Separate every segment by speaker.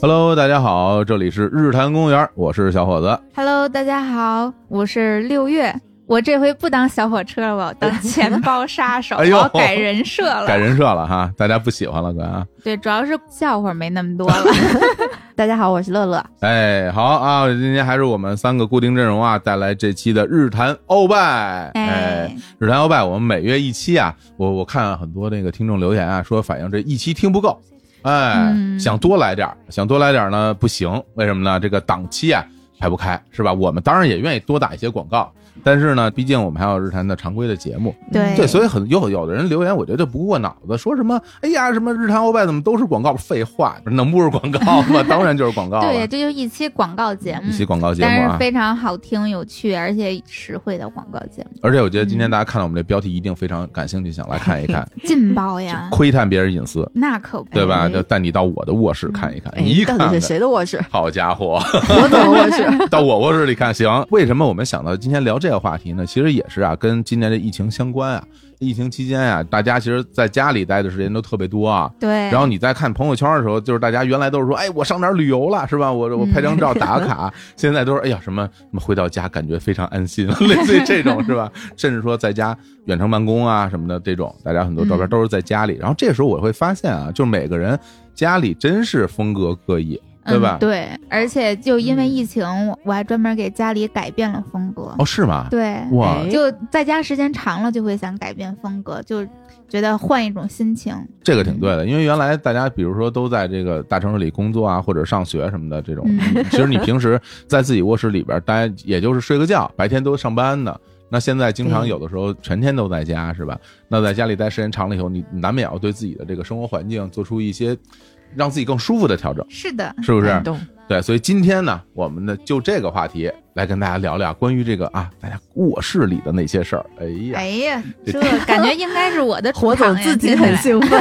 Speaker 1: Hello，大家好，这里是日坛公园，我是小伙子。
Speaker 2: Hello，大家好，我是六月。我这回不当小火车了，我当钱包杀 手，
Speaker 1: 哎
Speaker 2: 我
Speaker 1: 呦
Speaker 2: 要改人设了。
Speaker 1: 改人设了哈，大家不喜欢了，哥啊。
Speaker 2: 对，主要是笑话没那么多了。
Speaker 3: 大家好，我是乐乐。
Speaker 1: 哎，好啊，今天还是我们三个固定阵容啊，带来这期的日坛鳌拜。哎
Speaker 2: 哎，
Speaker 1: 日坛鳌拜，我们每月一期啊，我我看很多那个听众留言啊，说反映这一期听不够，哎，
Speaker 2: 嗯
Speaker 1: 想多来点儿，想多来点儿呢不行，为什么呢？这个档期啊排不开，是吧？我们当然也愿意多打一些广告，但是呢，毕竟我们还有日坛的常规的节目，
Speaker 2: 对
Speaker 3: 嗯
Speaker 1: 对，所以很有有的人留言，我觉得不过脑子，说什么哎呀，什么日坛欧拜怎么都是广告？废话，能不是广告吗？ 当然就是广告
Speaker 2: 对，
Speaker 1: 了。
Speaker 2: 这就是一期广告节目
Speaker 1: 一，期广告节目
Speaker 2: 但是
Speaker 1: 啊，
Speaker 2: 非常好听、有趣，而且实惠的广告节目，
Speaker 1: 而且我觉得今
Speaker 2: 嗯
Speaker 1: 天大家看到我们这标题一定非常感兴趣，想来看一 看，
Speaker 2: 劲爆呀！
Speaker 1: 窥探别人隐私，
Speaker 2: 那可不
Speaker 1: 对吧？
Speaker 3: 哎
Speaker 1: 就带你到我的卧室看一看，
Speaker 2: 嗯
Speaker 3: 哎
Speaker 1: 你一
Speaker 3: 到
Speaker 1: 看
Speaker 3: 底
Speaker 1: 看
Speaker 3: 是谁的 卧室？
Speaker 1: 好家伙，
Speaker 3: 我怎么卧室？
Speaker 1: 到我卧室里看行。为什么我们想到今天聊这个话题呢？其实也是啊，跟今年的疫情相关啊。疫情期间啊，大家其实在家里待的时间都特别多啊，
Speaker 2: 对，
Speaker 1: 然后你在看朋友圈的时候，就是大家原来都是说，哎，我上哪儿旅游了，是吧？我我拍张
Speaker 2: 嗯
Speaker 1: 照打个 卡。现在都是，哎呀，什么什么回到家感觉非常安心， 类似于这种是吧？甚至说在家远程办公啊什么的这种，大家很多照片
Speaker 2: 嗯
Speaker 1: 都是在家里。然后这时候我会发现啊，就每个人家里真是风格各异，对吧？
Speaker 2: 嗯？
Speaker 1: 嗯
Speaker 2: 对，而且就因为疫情，我我还专门给家里改变了风格。
Speaker 1: 哦，是吗？
Speaker 2: 对，
Speaker 1: 哇，
Speaker 3: 哎
Speaker 2: 就在家时间长了，就会想改变风格，就觉得换一种心情。
Speaker 1: 这个挺对的，因为原来大家比如说都在这个大城市里工作啊，或者上学什么的这种，
Speaker 2: 嗯
Speaker 1: 其实你平时在自己卧室里边待，也就是睡个觉，白天都上班呢。那现在经常
Speaker 3: 对
Speaker 1: 有的时候全天都在家，是吧？那在家里待时间长了以后，你你难免要对自己的这个生活环境做出一些让自己更舒服的调整，
Speaker 2: 是的，
Speaker 1: 是 不是？
Speaker 3: 动
Speaker 1: 对，所以今天呢，我们呢就这个话题来跟大家聊聊关于这个啊，大家卧室里的那些事儿。哎呀，
Speaker 2: 哎呀，
Speaker 1: 这
Speaker 2: 这感觉应该是我 的
Speaker 3: 火
Speaker 2: 主场
Speaker 3: 总
Speaker 2: 呀
Speaker 3: 自己
Speaker 2: 听起
Speaker 3: 很
Speaker 2: 来
Speaker 3: 兴奋。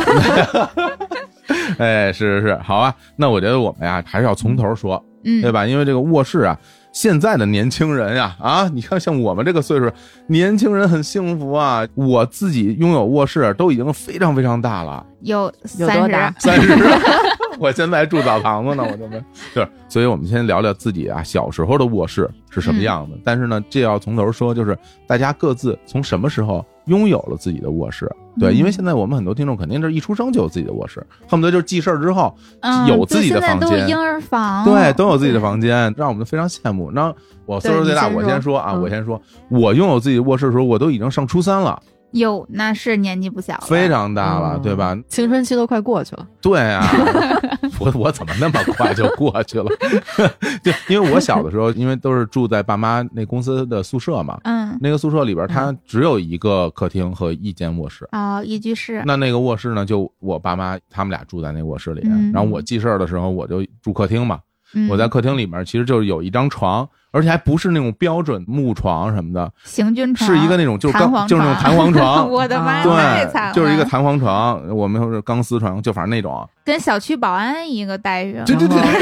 Speaker 1: 哎，是是是，好啊。那我觉得我们呀还是要从头说，
Speaker 2: 嗯，
Speaker 1: 对吧？因为这个卧室啊，现在的年轻人呀、啊，你看像我们这个岁数，年轻人很幸福啊。我自己拥有卧室都已经非常非常大了，
Speaker 2: 有
Speaker 3: 有
Speaker 2: 三
Speaker 3: 多
Speaker 2: 十啊
Speaker 3: 大
Speaker 1: 三十。 我现在还住澡堂子呢，我就没就是，所以我们先聊聊自己啊小时候的卧室是
Speaker 2: 嗯
Speaker 1: 什么样的。但是呢，这要从头说，就是大家各自从什么时候拥有了自己的卧室？对，
Speaker 2: 嗯
Speaker 1: 因为现在我们很多听众肯定是一出生就有自己的卧室，恨不得就是记事儿之后
Speaker 2: 嗯，
Speaker 1: 有自己的
Speaker 2: 对现在
Speaker 1: 房
Speaker 2: 都
Speaker 1: 间
Speaker 2: 是婴儿房，
Speaker 1: 对，都有自己的房间，让我们非常羡慕。那我岁数最大，
Speaker 2: 对你先
Speaker 1: 我先说啊，
Speaker 3: 嗯
Speaker 1: 我先说，我拥有自己的卧室的时候，我都已经上初三了，
Speaker 2: 有，那是年纪不小了，
Speaker 1: 非常大了，
Speaker 3: 嗯
Speaker 1: 对吧？
Speaker 3: 青春期都快过去了，
Speaker 1: 对啊， 我我怎么那么快就过去了？ 对，因为我小的时候，因为都是住在爸妈那公司的宿舍嘛，
Speaker 2: 嗯
Speaker 1: 那个宿舍里边它只有一个客厅和一间卧室。
Speaker 2: 啊，一居室，
Speaker 1: 那那个卧室呢，就我爸妈他们俩住在那卧室里，
Speaker 2: 嗯
Speaker 1: 然后我记事儿的时候我就住客厅嘛，
Speaker 2: 嗯
Speaker 1: 我在客厅里面其实就是有一张床，而且还不是那种标准木床什么的，
Speaker 2: 行军床
Speaker 1: 是一个那种就是
Speaker 2: 嗯弹
Speaker 1: 钢
Speaker 2: 簧
Speaker 1: 就是那种弹簧 床。
Speaker 2: 我的妈，太惨
Speaker 1: 对，
Speaker 2: 了，
Speaker 1: 就是一个弹簧床，我们是钢丝床，就反正那种，
Speaker 2: 跟小区保安一个待遇，
Speaker 1: 对对对
Speaker 2: 然后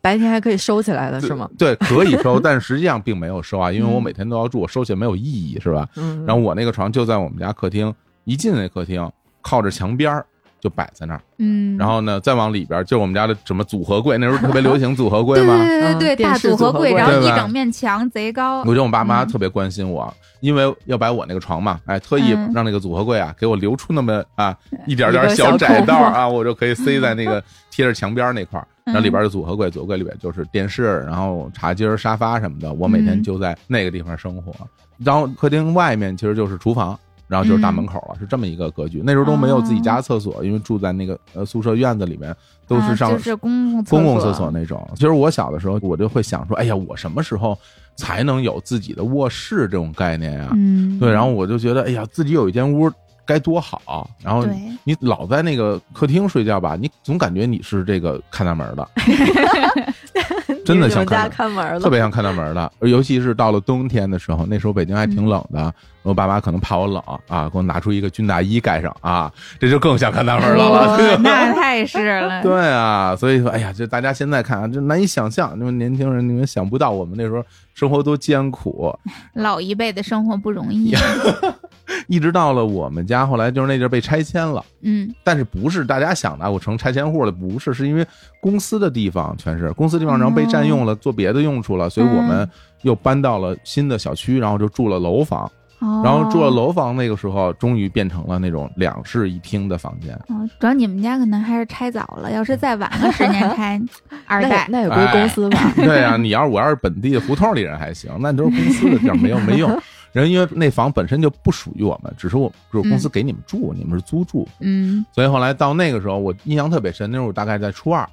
Speaker 3: 白天还可以收起来的是吗？
Speaker 1: 对，可以收，但是实际上并没有收啊，因为我
Speaker 2: 嗯
Speaker 1: 每天都要住，我收起来没有意义，是吧？
Speaker 3: 嗯，
Speaker 1: 然后我那个床就在我们家客厅，一进那客厅，靠着墙边儿就摆在那儿，
Speaker 2: 嗯，
Speaker 1: 然后呢，再往里边儿就我们家的什么组合柜，那时候特别流行组合
Speaker 2: 对
Speaker 1: 柜
Speaker 2: 对
Speaker 1: 嘛，
Speaker 2: 对对
Speaker 3: 嗯
Speaker 2: 对，大
Speaker 3: 电
Speaker 2: 组
Speaker 3: 视
Speaker 2: 合
Speaker 3: 组合
Speaker 2: 柜，
Speaker 3: 柜
Speaker 2: 然后
Speaker 1: 对
Speaker 2: 一
Speaker 1: 吧
Speaker 2: 整面墙贼高
Speaker 1: 我，觉得我爸妈
Speaker 2: 嗯
Speaker 1: 特别关心我，因为要摆我那个床嘛，哎，特意
Speaker 2: 嗯
Speaker 1: 让那个组合柜啊，给我留出那么啊一点
Speaker 3: 一
Speaker 1: 点
Speaker 3: 个小
Speaker 1: 窄
Speaker 3: 空
Speaker 1: 道啊，我就可以塞在 那个贴着墙边那块儿。
Speaker 2: 嗯
Speaker 1: 然后里边的组合柜，组合柜里边就是电视，然后茶几儿、沙发什么的。我每天
Speaker 2: 嗯
Speaker 1: 就在那个地方生活。然后客厅外面其实就是厨房，然后就是
Speaker 2: 嗯
Speaker 1: 大门口了，是这么一个格局。那时候都没有自己
Speaker 2: 哦
Speaker 1: 家厕所，因为住在那个呃宿舍院子里面，都
Speaker 2: 啊
Speaker 1: 是上
Speaker 2: 就是公共
Speaker 1: 公共厕所，那种。其实我小的时候，我就会想说，哎呀，我什么时候才能有自己的卧室这种概念呀、
Speaker 2: 嗯，
Speaker 1: 对，然后我就觉得，哎呀，自己有一间屋该多好。然后
Speaker 2: 对
Speaker 1: 你老在那个客厅睡觉吧，你总感觉你是这个看大门的，真的像
Speaker 3: 你们家
Speaker 1: 看大。
Speaker 3: 看门了，
Speaker 1: 特别像看大门的，尤其是到了冬天的时候，那时候北京还挺冷的，我爸妈可能怕我冷啊，给我拿出一个军大衣盖上啊，这就更像看大门 了了。
Speaker 2: 哇哎那太是了，
Speaker 1: 对啊，所以说，哎呀，这大家现在看啊，这难以想象，那么年轻人你们想不到我们那时候生活多艰苦。
Speaker 2: 老一辈的生活不容易，
Speaker 1: 一直到了我们家，后来就是那地儿被拆迁了，
Speaker 2: 嗯
Speaker 1: 但是不是大家想的我成拆迁户了？不是，是因为公司的地方全是公司地方，然后被占用了，做别的用处了，所以我们又搬到了新的小区，然后就住了楼房，
Speaker 2: 哦，
Speaker 1: 然后住了楼房，那个时候终于变成了那种两室一厅的房间。
Speaker 2: 哦，主要你们家可能还是拆早了，要是再晚个十年拆二
Speaker 3: 那也
Speaker 1: 哎
Speaker 2: 代，
Speaker 3: 那也归公司 吧？
Speaker 1: 对啊，你要是我要是本地的胡同里人还行，那都是公司的地儿，没有没用。人因为那房本身就不属于我们，只是我就是公司给你们住，你们是租住。
Speaker 2: 嗯，
Speaker 1: 所以后来到那个时候，我印象特别深，那时候我大概在初二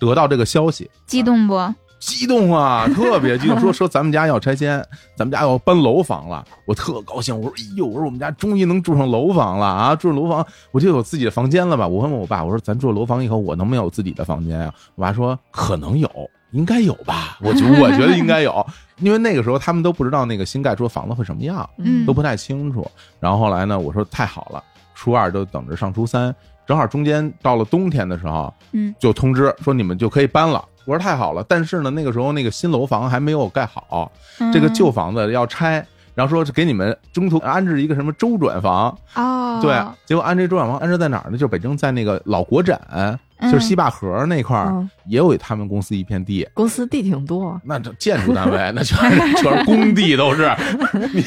Speaker 1: 得到这个消息，
Speaker 2: 激动不？
Speaker 1: 激动啊，特别激动，说说咱们家要拆迁，咱们家要搬楼房了，我特高兴。我说，哎呦，我说我们家终于能住上楼房了啊！住上楼房，我就有自己的房间了吧？我问问我爸，我说咱住楼房以后，我能不能有自己的房间啊？我爸说可能有，应该有吧？我觉我觉得应该有，因为那个时候他们都不知道那个新盖出的房子会什么样，
Speaker 2: 嗯
Speaker 1: 都不太清楚。然后后来呢，我说太好了，初二就等着上初三，正好中间到了冬天的时候，
Speaker 2: 嗯，
Speaker 1: 就通知说你们就可以搬了。我说太好了，但是呢，那个时候那个新楼房还没有盖好，
Speaker 2: 嗯
Speaker 1: 这个旧房子要拆。然后说给你们中途安置一个什么周转房，
Speaker 2: 嗯哦，
Speaker 1: 对，啊结果安置周转房安置在哪儿呢？就是北京在那个老国展，就是
Speaker 2: 嗯
Speaker 1: 西坝河那块儿
Speaker 3: 嗯，
Speaker 1: 也有他们公司一片地，
Speaker 3: 公司地挺多，
Speaker 1: 那这建筑单位 那全 是全是工地都是你，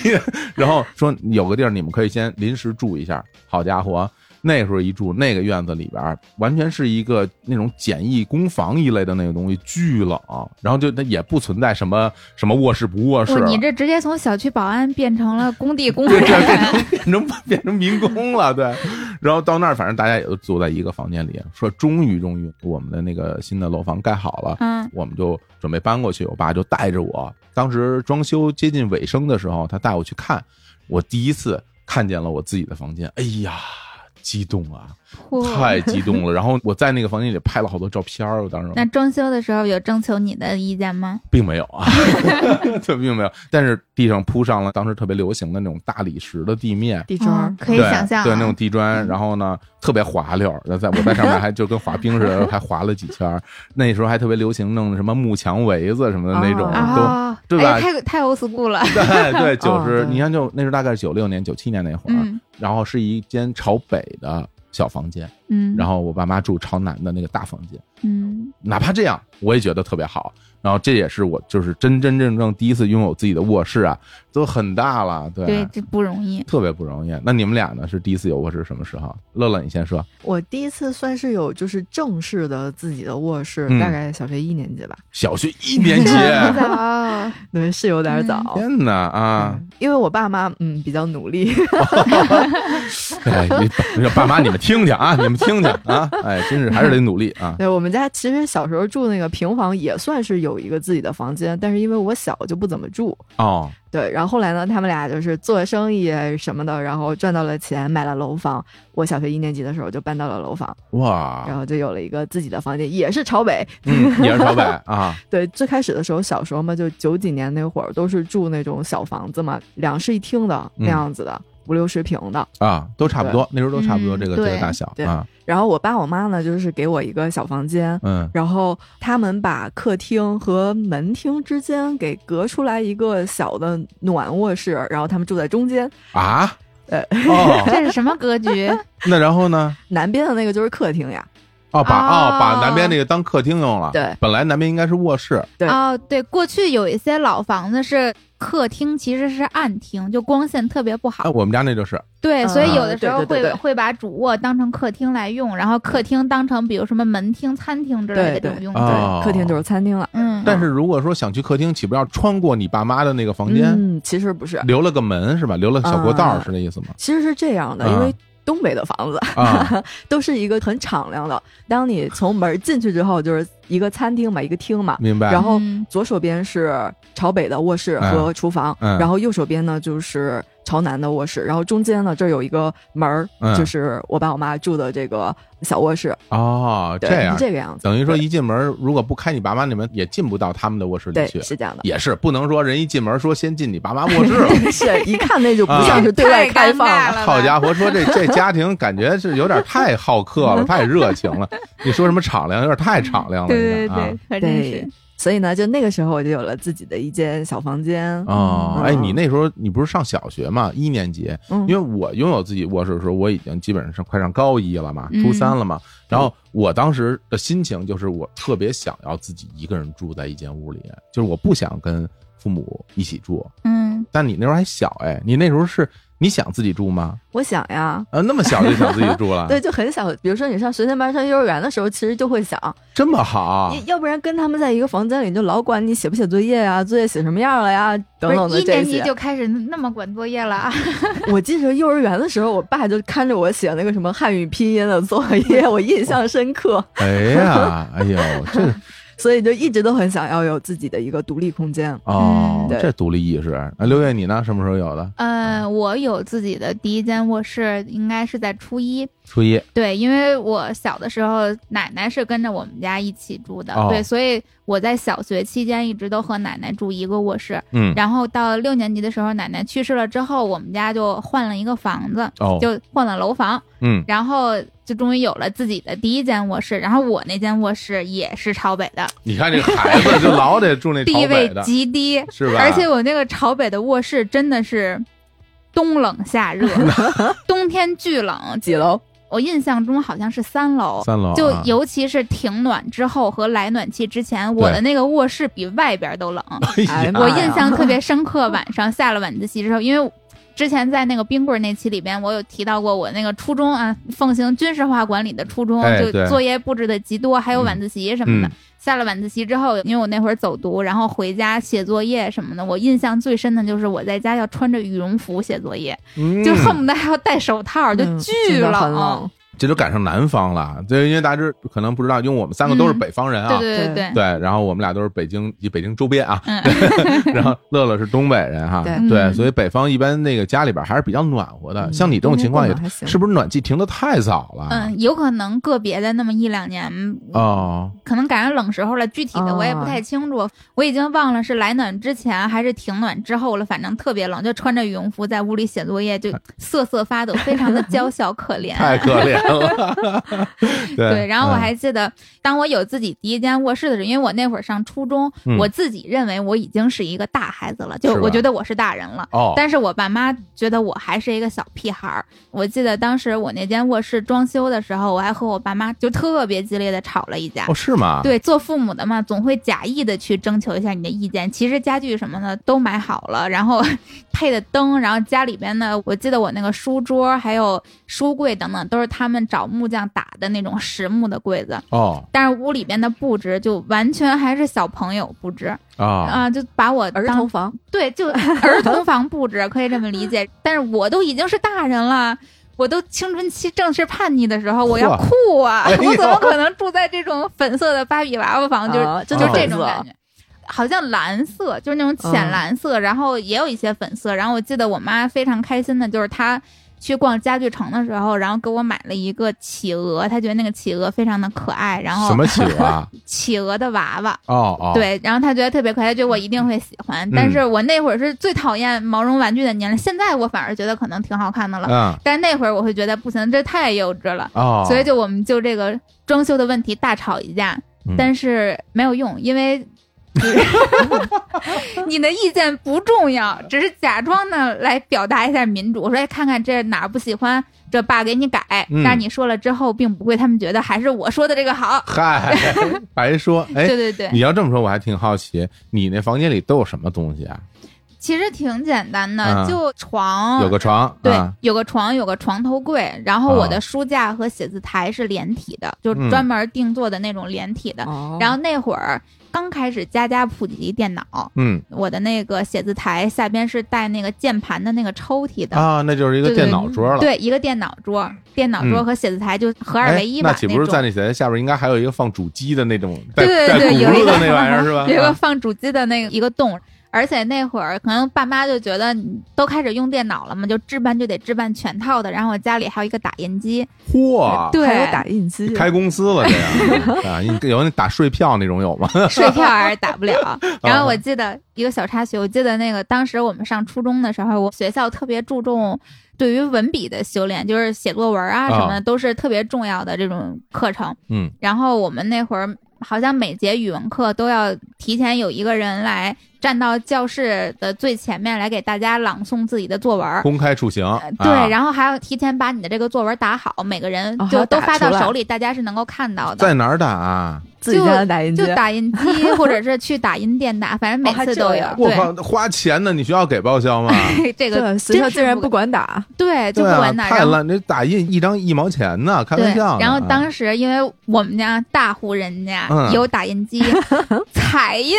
Speaker 1: 然后说有个地儿你们可以先临时住一下，好家伙，那时候一住那个院子里边儿完全是一个那种简易公房一类的那个东西，巨冷，然后就它也不存在什么什么卧室不卧室
Speaker 2: 哇，，哦你这直接从小区保安变成了工地工
Speaker 1: 对，
Speaker 2: 人，
Speaker 1: 这变成变成变成民工了，对。然后到那儿，反正大家也都住在一个房间里，说终于终于我们的那个新的楼房盖好了，
Speaker 2: 嗯
Speaker 1: 我们就准备搬过去。我爸就带着我，当时装修接近尾声的时候，他带我去看，我第一次看见了我自己的房间，哎呀，激动啊，
Speaker 2: 嚯
Speaker 1: 太激动了。然后我在那个房间里拍了好多照片儿，我当时
Speaker 2: 那装修的时候有征求你的意见吗？
Speaker 1: 并没有啊， 这并没有。但是地上铺上了当时特别流行的那种大理石的地面，
Speaker 3: 地砖
Speaker 2: 哦可以
Speaker 1: 对
Speaker 2: 想象啊
Speaker 1: 对那种地砖，然后呢特别滑溜儿，然后在我在上面还就跟滑冰似的，还滑了几圈儿。那时候还特别流行弄什么木墙围子什么的那种，都
Speaker 3: 啊
Speaker 2: 哦，
Speaker 1: 对吧
Speaker 2: 哎呀太太 old school 了，
Speaker 1: 对对，九
Speaker 3: 哦
Speaker 1: 十，
Speaker 3: 对
Speaker 1: 你看就那时候大概是九六年、九七年那会儿，
Speaker 2: 嗯
Speaker 1: 然后是一间朝北的小房间，
Speaker 2: 嗯，
Speaker 1: 然
Speaker 2: 后
Speaker 1: 后我爸妈住朝南的那个大房间。
Speaker 2: 嗯
Speaker 1: 哪怕这样，我也觉得特别好。然后这也是我就是真真正正第一次拥有自己的卧室啊，都很大了，对，啊
Speaker 2: 对，这不容易，
Speaker 1: 特别不容易。那你们俩呢？是第一次有卧室什么时候？乐乐，你先说。
Speaker 3: 我第一次算是有就是正式的自己的卧室，
Speaker 1: 嗯
Speaker 3: 大概小学一年级吧。
Speaker 1: 小学一年级，
Speaker 2: 哦，
Speaker 3: 对，是有点早。
Speaker 2: 嗯
Speaker 1: 天哪啊！
Speaker 3: 嗯因为我爸妈嗯比较努力，
Speaker 1: 哎，你爸爸妈，你们听听啊，你们听听啊，哎，真是还是得努力啊。
Speaker 3: 对我们家其实小时候住那个平房也算是有一个自己的房间，但是因为我小就不怎么住。
Speaker 1: 哦，
Speaker 3: 对，然后后来呢，他们俩就是做生意什么的，然后赚到了钱，买了楼房。我小学一年级的时候就搬到了楼房，然
Speaker 1: 哇，
Speaker 3: 后就有了一个自己的房间，也是朝北。
Speaker 1: 嗯，也是朝北啊，
Speaker 3: 对，最开始的时候，小时候嘛，就九几年那会儿，都是住那种小房子嘛，两室一厅的那
Speaker 1: 嗯
Speaker 3: 样子的，五六十平的。
Speaker 1: 啊，都差不多，那时候都差不多
Speaker 2: 嗯
Speaker 1: 这个这个
Speaker 2: 对
Speaker 1: 大小
Speaker 3: 对
Speaker 1: 啊，
Speaker 3: 然后我爸我妈呢，就是给我一个小房间，
Speaker 1: 嗯，
Speaker 3: 然后他们把客厅和门厅之间给隔出来一个小的暖卧室，然后他们住在中间，
Speaker 1: 啊，
Speaker 3: 呃
Speaker 1: 哦，
Speaker 2: 这是什么格局？
Speaker 1: 那然后呢？
Speaker 3: 南边的那个就是客厅呀。
Speaker 1: 哦，把哦
Speaker 2: 哦
Speaker 1: 把南边那个当客厅用了。
Speaker 3: 啊对，啊
Speaker 1: 本来南边应该是卧室，
Speaker 3: 对
Speaker 2: 哦，对，过去有一些老房子是客厅其实是暗厅，就光线特别不好。
Speaker 1: 哎，我们家那就是
Speaker 2: 对，
Speaker 3: 嗯
Speaker 2: 所以有的时候
Speaker 3: 对
Speaker 2: 会、
Speaker 3: 对对对
Speaker 2: 会把主卧当成客厅来用，然后客厅当成比如什么门厅、餐厅之类的
Speaker 3: 对
Speaker 2: 这种
Speaker 3: 对
Speaker 2: 用
Speaker 1: 嗯
Speaker 2: 途。
Speaker 1: 哦
Speaker 3: 对，客厅就是餐厅了。
Speaker 2: 嗯，
Speaker 1: 但是如果说想去客厅，岂不是要穿过你爸妈的那个房间，
Speaker 3: 嗯，其实不是，
Speaker 1: 留了个门是吧？留了小过道儿
Speaker 3: 嗯
Speaker 1: 是那意思吗？
Speaker 3: 其实是这样的，
Speaker 1: 啊
Speaker 3: 因为东北的房子
Speaker 1: 啊，
Speaker 3: 都是一个很敞亮的。当你从门进去之后，就是一个餐厅嘛，一个厅嘛。
Speaker 1: 明白。
Speaker 3: 然后
Speaker 2: 嗯
Speaker 3: 左手边是朝北的卧室和厨房，
Speaker 1: 嗯嗯
Speaker 3: 然后右手边呢就是朝南的卧室，然后中间呢这儿有一个门儿，
Speaker 1: 嗯
Speaker 3: 就是我爸我妈住的这个小卧室，
Speaker 1: 哦，
Speaker 3: 对，
Speaker 1: 这样
Speaker 3: 是这个样子。
Speaker 1: 等于说一进门，如果不开你爸妈那门，也进不到他们的卧室里
Speaker 3: 对，
Speaker 1: 去。
Speaker 3: 是这样的。
Speaker 1: 也是不能说人一进门说先进你爸妈卧室了，
Speaker 3: 但是一看那就
Speaker 1: 啊
Speaker 3: 不像是对外开放
Speaker 2: 太尴尬
Speaker 3: 了。
Speaker 2: 了吧
Speaker 1: 好家伙，说这这家庭感觉是有点太 好客了，太热情了。你说什么敞亮，有点太敞亮了。
Speaker 2: 对对
Speaker 1: 你看啊
Speaker 2: 对，可真
Speaker 3: 对
Speaker 2: 是，
Speaker 3: 所以呢，就那个时候我就有了自己的一间小房间。
Speaker 1: 哦，哎，
Speaker 3: 嗯
Speaker 1: 你那时候你不是上小学嘛，一年级，
Speaker 3: 嗯
Speaker 1: 因为我拥有自己，我是说我已经基本上是快上高一了嘛，
Speaker 2: 嗯
Speaker 1: 初三了嘛。然后我当时的心情就是，我特别想要自己一个人住在一间屋里，就是我不想跟父母一起住。
Speaker 2: 嗯，
Speaker 1: 但你那时候还小，哎，你那时候是你想自己住吗？
Speaker 3: 我想呀，
Speaker 1: 呃，那么小就想自己住 了，
Speaker 3: 对，，就很小。比如说你上学前班、上幼儿园的时候，其实就会想，
Speaker 1: 这么好啊
Speaker 3: 你，要不然跟他们在一个房间里，就老管你写不写作业呀，作业写什么样了呀，等等
Speaker 2: 不
Speaker 3: 的
Speaker 2: 是一
Speaker 3: 这
Speaker 2: 年级
Speaker 3: 些。
Speaker 2: 就开始那么管作业了啊？
Speaker 3: 我记得幼儿园的时候，我爸就看着我写那个什么汉语拼音的作业， 我印象深刻，
Speaker 1: 哎呀，哎呦，这
Speaker 3: 所以就一直都很想要有自己的一个独立空间。
Speaker 1: 哦
Speaker 2: 嗯，
Speaker 3: 对
Speaker 1: 这独立意识。啊，六月你呢？什么时候有的？
Speaker 2: 呃，我有自己的第一间卧室，应该是在初一。
Speaker 1: 初一，
Speaker 2: 对，因为我小的时候奶奶是跟着我们家一起住的，
Speaker 1: 哦
Speaker 2: 对，所以我在小学期间一直都和奶奶住一个卧室。
Speaker 1: 嗯，
Speaker 2: 然后到六年级的时候，奶奶去世了之后，我们家就换了一个房子，
Speaker 1: 哦，
Speaker 2: 就换了楼房，
Speaker 1: 嗯，
Speaker 2: 然后就终于有了自己的第一间卧室。然后我那间卧室也是朝北的，
Speaker 1: 你看这个孩子就老 得住那朝
Speaker 2: 地
Speaker 1: 北
Speaker 2: 位
Speaker 1: 的，
Speaker 2: 极低，
Speaker 1: 是吧？
Speaker 2: 而且我那个朝北的卧室真的是冬冷夏 热，冬天巨冷。
Speaker 3: 几楼？
Speaker 2: 我印象中好像是三楼，
Speaker 1: 三楼
Speaker 2: 就
Speaker 1: 啊
Speaker 2: 尤其是停暖之后和来暖气之前，我的那个卧室比外边都冷。
Speaker 1: 哎呀
Speaker 3: 哎妈
Speaker 2: 我
Speaker 3: 呀
Speaker 2: 印象特别深刻，晚上下了晚自习之后，因为。之前在那个冰棍儿那期里边，我有提到过我那个初中啊，奉行军事化管理的初中，
Speaker 1: 哎对
Speaker 2: 就作业布置的极多，还有晚自习什么的。
Speaker 1: 嗯
Speaker 2: 下了晚自习之后，因为我那会儿走读，然后回家写作业什么的，我印象最深的就是我在家要穿着羽绒服写作业，
Speaker 1: 嗯
Speaker 2: 就恨不得还要戴手套，就哦
Speaker 3: 嗯
Speaker 2: 巨
Speaker 3: 真的很
Speaker 2: 冷。
Speaker 1: 这就赶上南方了。对，因为大家知可能不知道，因为我们三个都是北方人啊，
Speaker 2: 对对对
Speaker 1: 对然后我们俩都是北京以北京周边 啊，
Speaker 2: 嗯
Speaker 1: 然后乐乐是东北人哈，
Speaker 3: 对
Speaker 2: 嗯
Speaker 1: 所以北方一般那个家里边还是比较暖和的。
Speaker 3: 嗯
Speaker 1: 呃像你这种情况也
Speaker 3: 冬天更暖还行
Speaker 1: 是不是暖气停的太早了？
Speaker 2: 嗯，有可能个别的那么一两年，
Speaker 1: 哦，
Speaker 2: 可能赶上冷时候了，具体的我也不
Speaker 1: 啊
Speaker 2: 太清楚，我已经忘了是来暖之前还是停暖之后了，反正特别冷，就穿着羽绒服在屋里写作业，就瑟瑟发抖，非常的娇小可 怜。
Speaker 1: 太可怜了。
Speaker 2: 对，然后我
Speaker 1: 嗯
Speaker 2: 还记得，当我有自己第一间卧室的时候，因为我那会儿上初中，
Speaker 1: 嗯
Speaker 2: 我自己认为我已经是一个大孩子了，就是
Speaker 1: 吧
Speaker 2: 我觉得我是大人了。
Speaker 1: 哦，
Speaker 2: 但是我爸妈觉得我还是一个小屁孩儿。我记得当时我那间卧室装修的时候，我还和我爸妈就特别激烈的吵了一架。
Speaker 1: 哦是吗？，
Speaker 2: 对，做父母的嘛，总会假意的去征求一下你的意见。其实家具什么的都买好了，然后 配的灯，然后家里边呢，我记得我那个书桌还有书柜等等，都是他们找木匠打的那种实木的柜子。
Speaker 1: 哦
Speaker 2: 但是屋里边的布置就完全还是小朋友布置啊、
Speaker 1: 啊，
Speaker 2: 就把我
Speaker 3: 儿
Speaker 2: 当
Speaker 3: 童房，
Speaker 2: 对， 就儿童房布置可以这么理解。但是我都已经是大人了。我都青春期正是叛逆的时候，我要
Speaker 1: 嚯
Speaker 2: 酷啊！
Speaker 1: 哎呦
Speaker 2: 我怎么可能住在这种粉色的芭比娃娃房？就是、
Speaker 3: 啊
Speaker 2: 就
Speaker 1: 真
Speaker 2: 是
Speaker 1: 的
Speaker 2: 这
Speaker 1: 粉
Speaker 2: 种
Speaker 3: 色
Speaker 2: 感觉，好像蓝色，就是那种浅
Speaker 3: 嗯
Speaker 2: 蓝色，然后也有一些粉色。然后我记得我妈非常开心的，就是她去逛家具城的时候，然后给我买了一个企鹅，她觉得那个企鹅非常的可爱，然后
Speaker 1: 什么企 鹅啊？
Speaker 2: 企鹅的娃娃，
Speaker 1: 哦嗯哦，，
Speaker 2: 对，然后他觉得特别可爱，他觉得我一定会喜欢。但是我那会儿是最讨厌毛绒玩具的年龄，现在我反而觉得可能挺好看的了。
Speaker 1: 嗯
Speaker 2: 但那会儿我会觉得不行，这太幼稚了。
Speaker 1: 哦，
Speaker 2: 所以就我们就这个装修的问题大吵一架，
Speaker 1: 嗯
Speaker 2: 但是没有用，因为 你的意见不重要，只是假装呢来表达一下民主，说哎看看这哪儿不喜欢，这爸给你改。
Speaker 1: 嗯
Speaker 2: 但是你说了之后，并不会他们觉得还是我说的这个好。
Speaker 1: 嗨， 白说， 哎
Speaker 2: 对，对对，
Speaker 1: 你要这么说，我还挺好奇，你那房间里都有什么东西啊？
Speaker 2: 其实挺简单的，
Speaker 1: 嗯
Speaker 2: 就床
Speaker 1: 有个床，
Speaker 2: 对、
Speaker 1: 啊
Speaker 2: 有个床，有个床头柜，然后我
Speaker 1: 啊
Speaker 2: 的书架和写字台是连体的，就是
Speaker 1: 嗯哦
Speaker 2: 专门定做的那种连体的。然
Speaker 3: 然
Speaker 2: 后那会儿刚开始家家普及电脑，
Speaker 1: 嗯
Speaker 2: 我的那个写字台下边是带那个键盘的那个抽屉的。
Speaker 1: 啊，那就是一个
Speaker 2: 对对
Speaker 1: 电脑桌了。嗯
Speaker 2: 对，一个电脑桌，电脑桌和写字台就合二
Speaker 1: 哎，
Speaker 2: 为一吧。
Speaker 1: 那岂不是
Speaker 2: 种
Speaker 1: 在那写字下边应该还有一个放主机的那种带
Speaker 2: 对
Speaker 1: 带
Speaker 2: 对
Speaker 1: 轱
Speaker 2: 有一
Speaker 1: 辘
Speaker 2: 个
Speaker 1: 的那玩 意儿是吧？
Speaker 2: 有一个
Speaker 1: 啊
Speaker 2: 放主机的那个一个洞。而且那会儿可能爸妈就觉得你都开始用电脑了嘛，就置办就得置办全套的。然后我家里还有一个打印机，
Speaker 1: 嚯，
Speaker 2: 对，
Speaker 3: 还有打印机，啊
Speaker 1: 开公司了这样啊？你有那打税票那种有吗？
Speaker 2: 睡票还是打不了。
Speaker 1: 啊
Speaker 2: 然后我记得一个小插曲，我记得那个当时我们上初中的时候，我学校特别注重对于文笔的修炼，就是写作文啊
Speaker 1: 啊
Speaker 2: 什么的都是特别重要的这种课程。
Speaker 1: 嗯，
Speaker 2: 然后我们那会儿好像每节语文课都要提前有一个人来站到教室的最前面来给大家朗诵自己的作文儿。
Speaker 1: 公开处刑
Speaker 2: 呃，
Speaker 1: 啊
Speaker 2: 对，然后还要提前把你的这个作文打好，每个人
Speaker 3: 哦还
Speaker 2: 就
Speaker 3: 要
Speaker 2: 都
Speaker 3: 打
Speaker 2: 发到
Speaker 3: 出来
Speaker 2: 手里，大家是能够看到的。
Speaker 1: 在哪儿打啊？
Speaker 3: 自己家的打印机
Speaker 2: 就，打印 机或者是去打印店打，反正每
Speaker 3: 哦还
Speaker 2: 次
Speaker 3: 这
Speaker 2: 都有
Speaker 3: 样。
Speaker 1: 我靠，花钱呢，你学校给报 销吗？
Speaker 2: 对，这个
Speaker 3: 对，
Speaker 2: 真
Speaker 3: 学校
Speaker 2: 是
Speaker 3: 竟然
Speaker 2: 不
Speaker 3: 不管打，
Speaker 2: 对，就
Speaker 1: 对
Speaker 2: 不
Speaker 1: 啊，
Speaker 2: 管哪，
Speaker 1: 太
Speaker 2: 然后
Speaker 1: 烂！这打印一张一毛钱呢，开
Speaker 2: 对
Speaker 1: 玩，笑呢。
Speaker 2: 然后
Speaker 1: 啊
Speaker 2: 当时因为我们家大户人家
Speaker 1: 嗯
Speaker 2: 有打印机，彩印，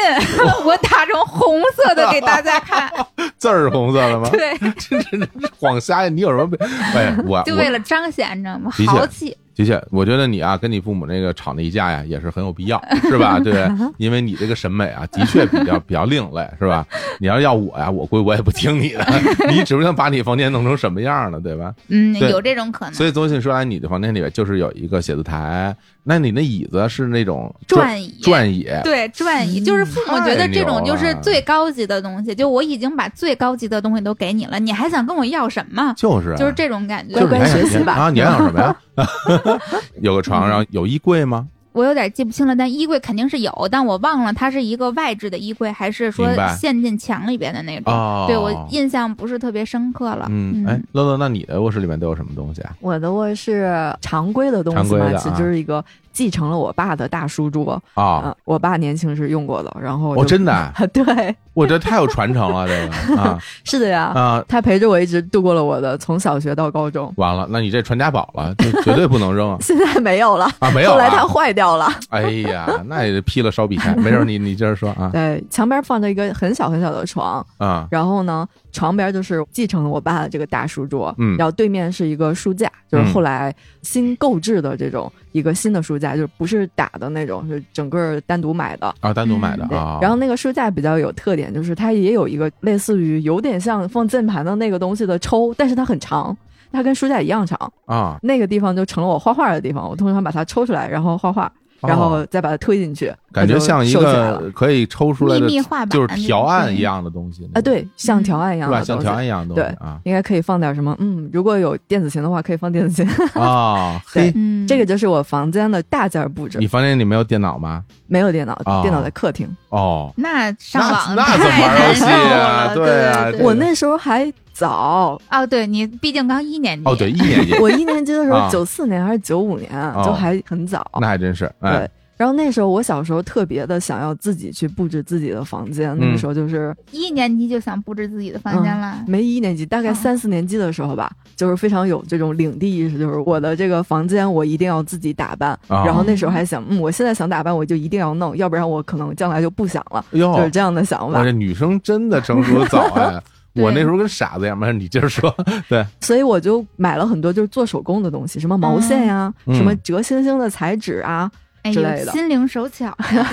Speaker 2: 我打成红色的给大家 看，
Speaker 1: 字儿是红色的吗？
Speaker 2: 对，
Speaker 1: 这这这晃瞎呀！你有什 么？哎，我
Speaker 2: 就
Speaker 1: 我
Speaker 2: 为了彰显，你知道吗？
Speaker 1: 的确
Speaker 2: 豪气，
Speaker 1: 的确，我觉得你啊，跟你父母那个吵那一架呀，也是很有必要，是 吧？对，因为你这个审美啊，的确比较比较另类，是 吧？你要要我呀，我估计我也不听你的，你指不定把你房间弄成什么样呢，对吧？
Speaker 2: 嗯，
Speaker 1: 对
Speaker 2: 有这种可能。
Speaker 1: 所以宗信说来，你的房间里边就是有一个写字台，那你那椅子是那种
Speaker 2: 转椅，
Speaker 1: 转椅，
Speaker 2: 对转椅，就是父母觉
Speaker 1: 太
Speaker 2: 得这种
Speaker 1: 牛
Speaker 2: 就是
Speaker 1: 了啊
Speaker 2: 最高级的东西，就我已经把最高级的东西都给你了，你还想跟我要什么？
Speaker 1: 就是啊
Speaker 2: 就是这种感觉
Speaker 1: 就是，
Speaker 3: 乖乖
Speaker 1: 你还想
Speaker 3: 学习吧嗯
Speaker 1: 啊！你还想什么呀？ 有个床，然后有衣柜吗？
Speaker 2: 我有点记不清了，但衣柜肯定是有，但我忘了它是一个外置的衣柜，还是说
Speaker 1: 明白
Speaker 2: 陷进墙里边的那种。
Speaker 1: 哦，
Speaker 2: 对我印象不是特别深刻了。
Speaker 1: 嗯，哎，乐乐，那你的卧室里面都有什么东西啊？
Speaker 3: 我的卧室常规的东
Speaker 1: 常
Speaker 3: 西
Speaker 1: 规
Speaker 3: 嘛，
Speaker 1: 的啊
Speaker 3: 其实就是一个继承了我爸的大书桌，
Speaker 1: 啊，
Speaker 3: 啊，我爸年轻时用过的，然后
Speaker 1: 哦，
Speaker 3: 就
Speaker 1: 真的啊，
Speaker 3: 啊， 对，
Speaker 1: 我这太有传承了，这个 啊
Speaker 3: 是的呀，
Speaker 1: 啊，
Speaker 3: 他陪着我一直度过了我的从小学到高中，
Speaker 1: 完了，那你这传家宝了，就绝对不能扔啊
Speaker 3: 现在没有了，
Speaker 1: 啊！没有
Speaker 3: 后来它
Speaker 1: 啊，
Speaker 3: 坏掉了。
Speaker 1: 哎呀，那也是劈了烧笔钱，没事儿，你你接着说啊
Speaker 3: 对，墙边放着一个很小很小的床，
Speaker 1: 啊，
Speaker 3: 然后呢，床边就是继承了我爸的这个大书桌，
Speaker 1: 嗯
Speaker 3: 然后对面是一个书架，就是
Speaker 1: 嗯
Speaker 3: 后来新购置的这种一个新的书架，就是不是打的那种，是整个单独买的。
Speaker 1: 啊，单独买的
Speaker 3: 嗯对
Speaker 1: 啊，，
Speaker 3: 然后那个书架比较有特点，就是它也有一个类似于有点像放键盘的那个东西的抽，但是它很长，它跟书架一样长。
Speaker 1: 啊，
Speaker 3: 那个地方就成了我画画的地方，我通常把它抽出来，然后画画，然后
Speaker 1: 哦
Speaker 3: 再把它推进去，
Speaker 1: 感觉
Speaker 3: 它就
Speaker 1: 像一
Speaker 3: 收起来了
Speaker 1: 个可以抽出来
Speaker 2: 秘
Speaker 1: 的，
Speaker 2: 密画板
Speaker 1: 就是条案一，样的东西
Speaker 3: 嗯啊，，对，像条案一
Speaker 1: 那种
Speaker 3: 样
Speaker 1: 是吧？
Speaker 3: 的东西，
Speaker 1: 像条案一样的东西
Speaker 3: 对
Speaker 1: 啊
Speaker 3: 应该可以放点什么？嗯，如果有电子琴的话，可以放电 子琴。
Speaker 1: 啊，嘿
Speaker 3: 对。
Speaker 2: 嗯，
Speaker 3: 这个就是我房间的大件儿布置
Speaker 1: 你，房间里没有电脑吗？
Speaker 3: 没有电脑，
Speaker 1: 哦
Speaker 3: 电脑在客厅。
Speaker 1: 哦，
Speaker 2: 那上网
Speaker 1: 那那怎么
Speaker 2: 太
Speaker 1: 玩游
Speaker 2: 难
Speaker 1: 戏
Speaker 2: 受
Speaker 1: 啊
Speaker 2: 了，
Speaker 1: 对啊
Speaker 2: 对
Speaker 1: 这个
Speaker 3: 我那时候还早，
Speaker 2: 哦，对你毕竟刚一年级，
Speaker 1: 哦，对，一年级，
Speaker 3: 我一年级的时
Speaker 1: 啊
Speaker 3: 候，九四年还是九五年，就还很早。
Speaker 1: 那还真是，哎
Speaker 3: 对，，然后那时候我小时候特别的想要自己去布置自己的房间，那
Speaker 1: 嗯
Speaker 3: 个时候就是
Speaker 2: 一年级就想布置自己的房间了。
Speaker 3: 没一年级，大概
Speaker 2: 哦
Speaker 3: 三四年级的时候吧，就是非常有这种领地意识，就是我的这个房间我一定要自己打扮。
Speaker 1: 啊
Speaker 3: 然后那时候还想，嗯，我现在想打扮我就一定要弄，要不然我可能将来就不想了，
Speaker 1: 哟，
Speaker 3: 就是这样的想
Speaker 1: 哦我
Speaker 3: 法
Speaker 1: 这。女生真的成熟的早哎。
Speaker 2: 对
Speaker 1: 我那时候跟傻子一样，没事，你接着说。 对，
Speaker 3: 所以我就买了很多就是做手工的东西，什么毛线呀、
Speaker 1: 嗯
Speaker 3: 什么折星星的彩纸啊，
Speaker 2: 哎
Speaker 3: 之类
Speaker 2: 呦，
Speaker 3: 的
Speaker 2: 心灵手巧呀，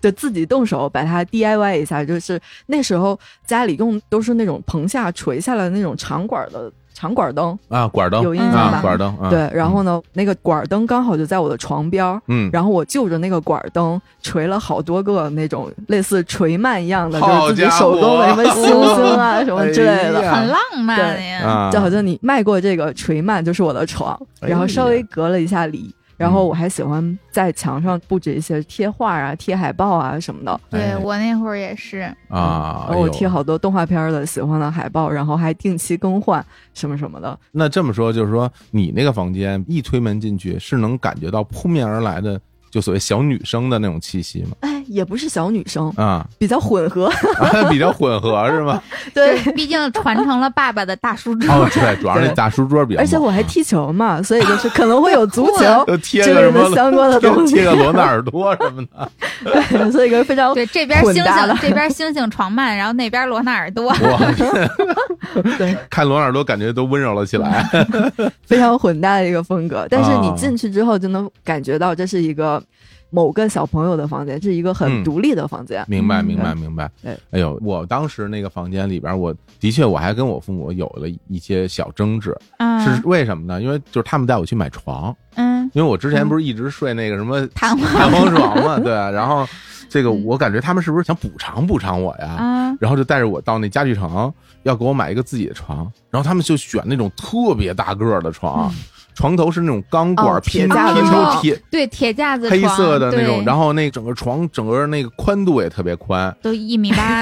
Speaker 3: 就自己动手把它 DIY 一下。就是那时候家里用都是那种棚下垂下来的那种长管的长管灯，
Speaker 1: 啊，管灯
Speaker 3: 有印象
Speaker 1: 啊
Speaker 3: 吧？，
Speaker 1: 管灯啊，
Speaker 3: 对，然后呢，那个管灯刚好就在我的床边儿，
Speaker 1: 嗯，
Speaker 3: 然后我就着那个管灯锤了好多个那种类似锤鳗一样的，就
Speaker 1: 好
Speaker 3: 是自己
Speaker 1: 家
Speaker 3: 手工
Speaker 1: 伙
Speaker 3: 的什么星星 啊什么之类
Speaker 1: 哎
Speaker 3: 的。
Speaker 1: 呀
Speaker 2: 很浪漫的
Speaker 3: 对
Speaker 2: 呀。
Speaker 1: 啊，
Speaker 3: 就好像你迈过这个锤鳗就是我的床，
Speaker 1: 哎
Speaker 3: 然后稍微隔了一下离。然后我还喜欢在墙上布置一些贴画啊、贴海报啊什么的
Speaker 1: 哎
Speaker 2: 对我那会儿也是，
Speaker 1: 啊，
Speaker 3: 嗯哦然后我贴
Speaker 1: 哎呦。
Speaker 3: 好多动画片的喜欢的海报，然后还定期更换什么什么的。
Speaker 1: 那这么说，就是说你那个房间一推门进去，是能感觉到扑面而来的，就所谓小女生的那种气息 吗？
Speaker 3: 哎，也不是小女生，
Speaker 1: 啊，
Speaker 3: 比较混合。
Speaker 1: 啊比较混合是吗？
Speaker 3: 对，
Speaker 2: 就是毕竟传承了爸爸的大书桌，
Speaker 1: 哦，对，主要是那
Speaker 3: 对
Speaker 1: 大书桌比较猛，
Speaker 3: 而且我还踢球 嘛，所以就是可能会有足 球
Speaker 1: 又贴
Speaker 3: 之
Speaker 1: 个什
Speaker 3: 类
Speaker 1: 么
Speaker 3: 的相关的东
Speaker 1: 贴
Speaker 3: 西
Speaker 1: 贴，个罗纳尔多什么的，
Speaker 3: 对，所以一个非 常
Speaker 2: 对这边
Speaker 3: 混
Speaker 2: 星
Speaker 3: 搭
Speaker 2: 星
Speaker 3: 了，
Speaker 2: 这边星星床幔，然后那边罗纳尔 多，
Speaker 1: 我
Speaker 3: 对
Speaker 1: 看罗纳尔多感觉都温柔了起来。
Speaker 2: 嗯
Speaker 3: 非常混搭的一个风格。但是你
Speaker 1: 啊
Speaker 3: 进去之后就能感觉到这是一个某个小朋友的房间，这是一个
Speaker 1: 嗯
Speaker 3: 很独立的房间。
Speaker 1: 明白，
Speaker 2: 嗯
Speaker 1: 明白，明白
Speaker 3: 对。
Speaker 1: 哎呦，我当时那个房间里边，我的确我还跟我父母有了一些小争执，是
Speaker 2: 嗯
Speaker 1: 为什么呢？因为就是他们带我去买床，
Speaker 2: 嗯，
Speaker 1: 因为我之前不是一直睡那个什么
Speaker 2: 弹簧
Speaker 1: 弹簧床 嘛，对。啊然后这个
Speaker 2: 嗯
Speaker 1: 我感觉他们是不是想补偿补偿我呀？
Speaker 2: 啊，
Speaker 1: 然后就带着我到那家具城，要给我买一个自己的床，然后他们就选那种特别大个儿的床，床头是那种钢管
Speaker 3: 嗯哦
Speaker 1: 拼
Speaker 3: 铁架
Speaker 2: 子
Speaker 1: 拼
Speaker 2: 床
Speaker 1: 成铁
Speaker 2: 对，铁架子
Speaker 1: 黑
Speaker 2: 床
Speaker 1: 色的那种，
Speaker 2: 对
Speaker 1: 然后那整个床整个那个宽度也特别宽，
Speaker 2: 都一米八，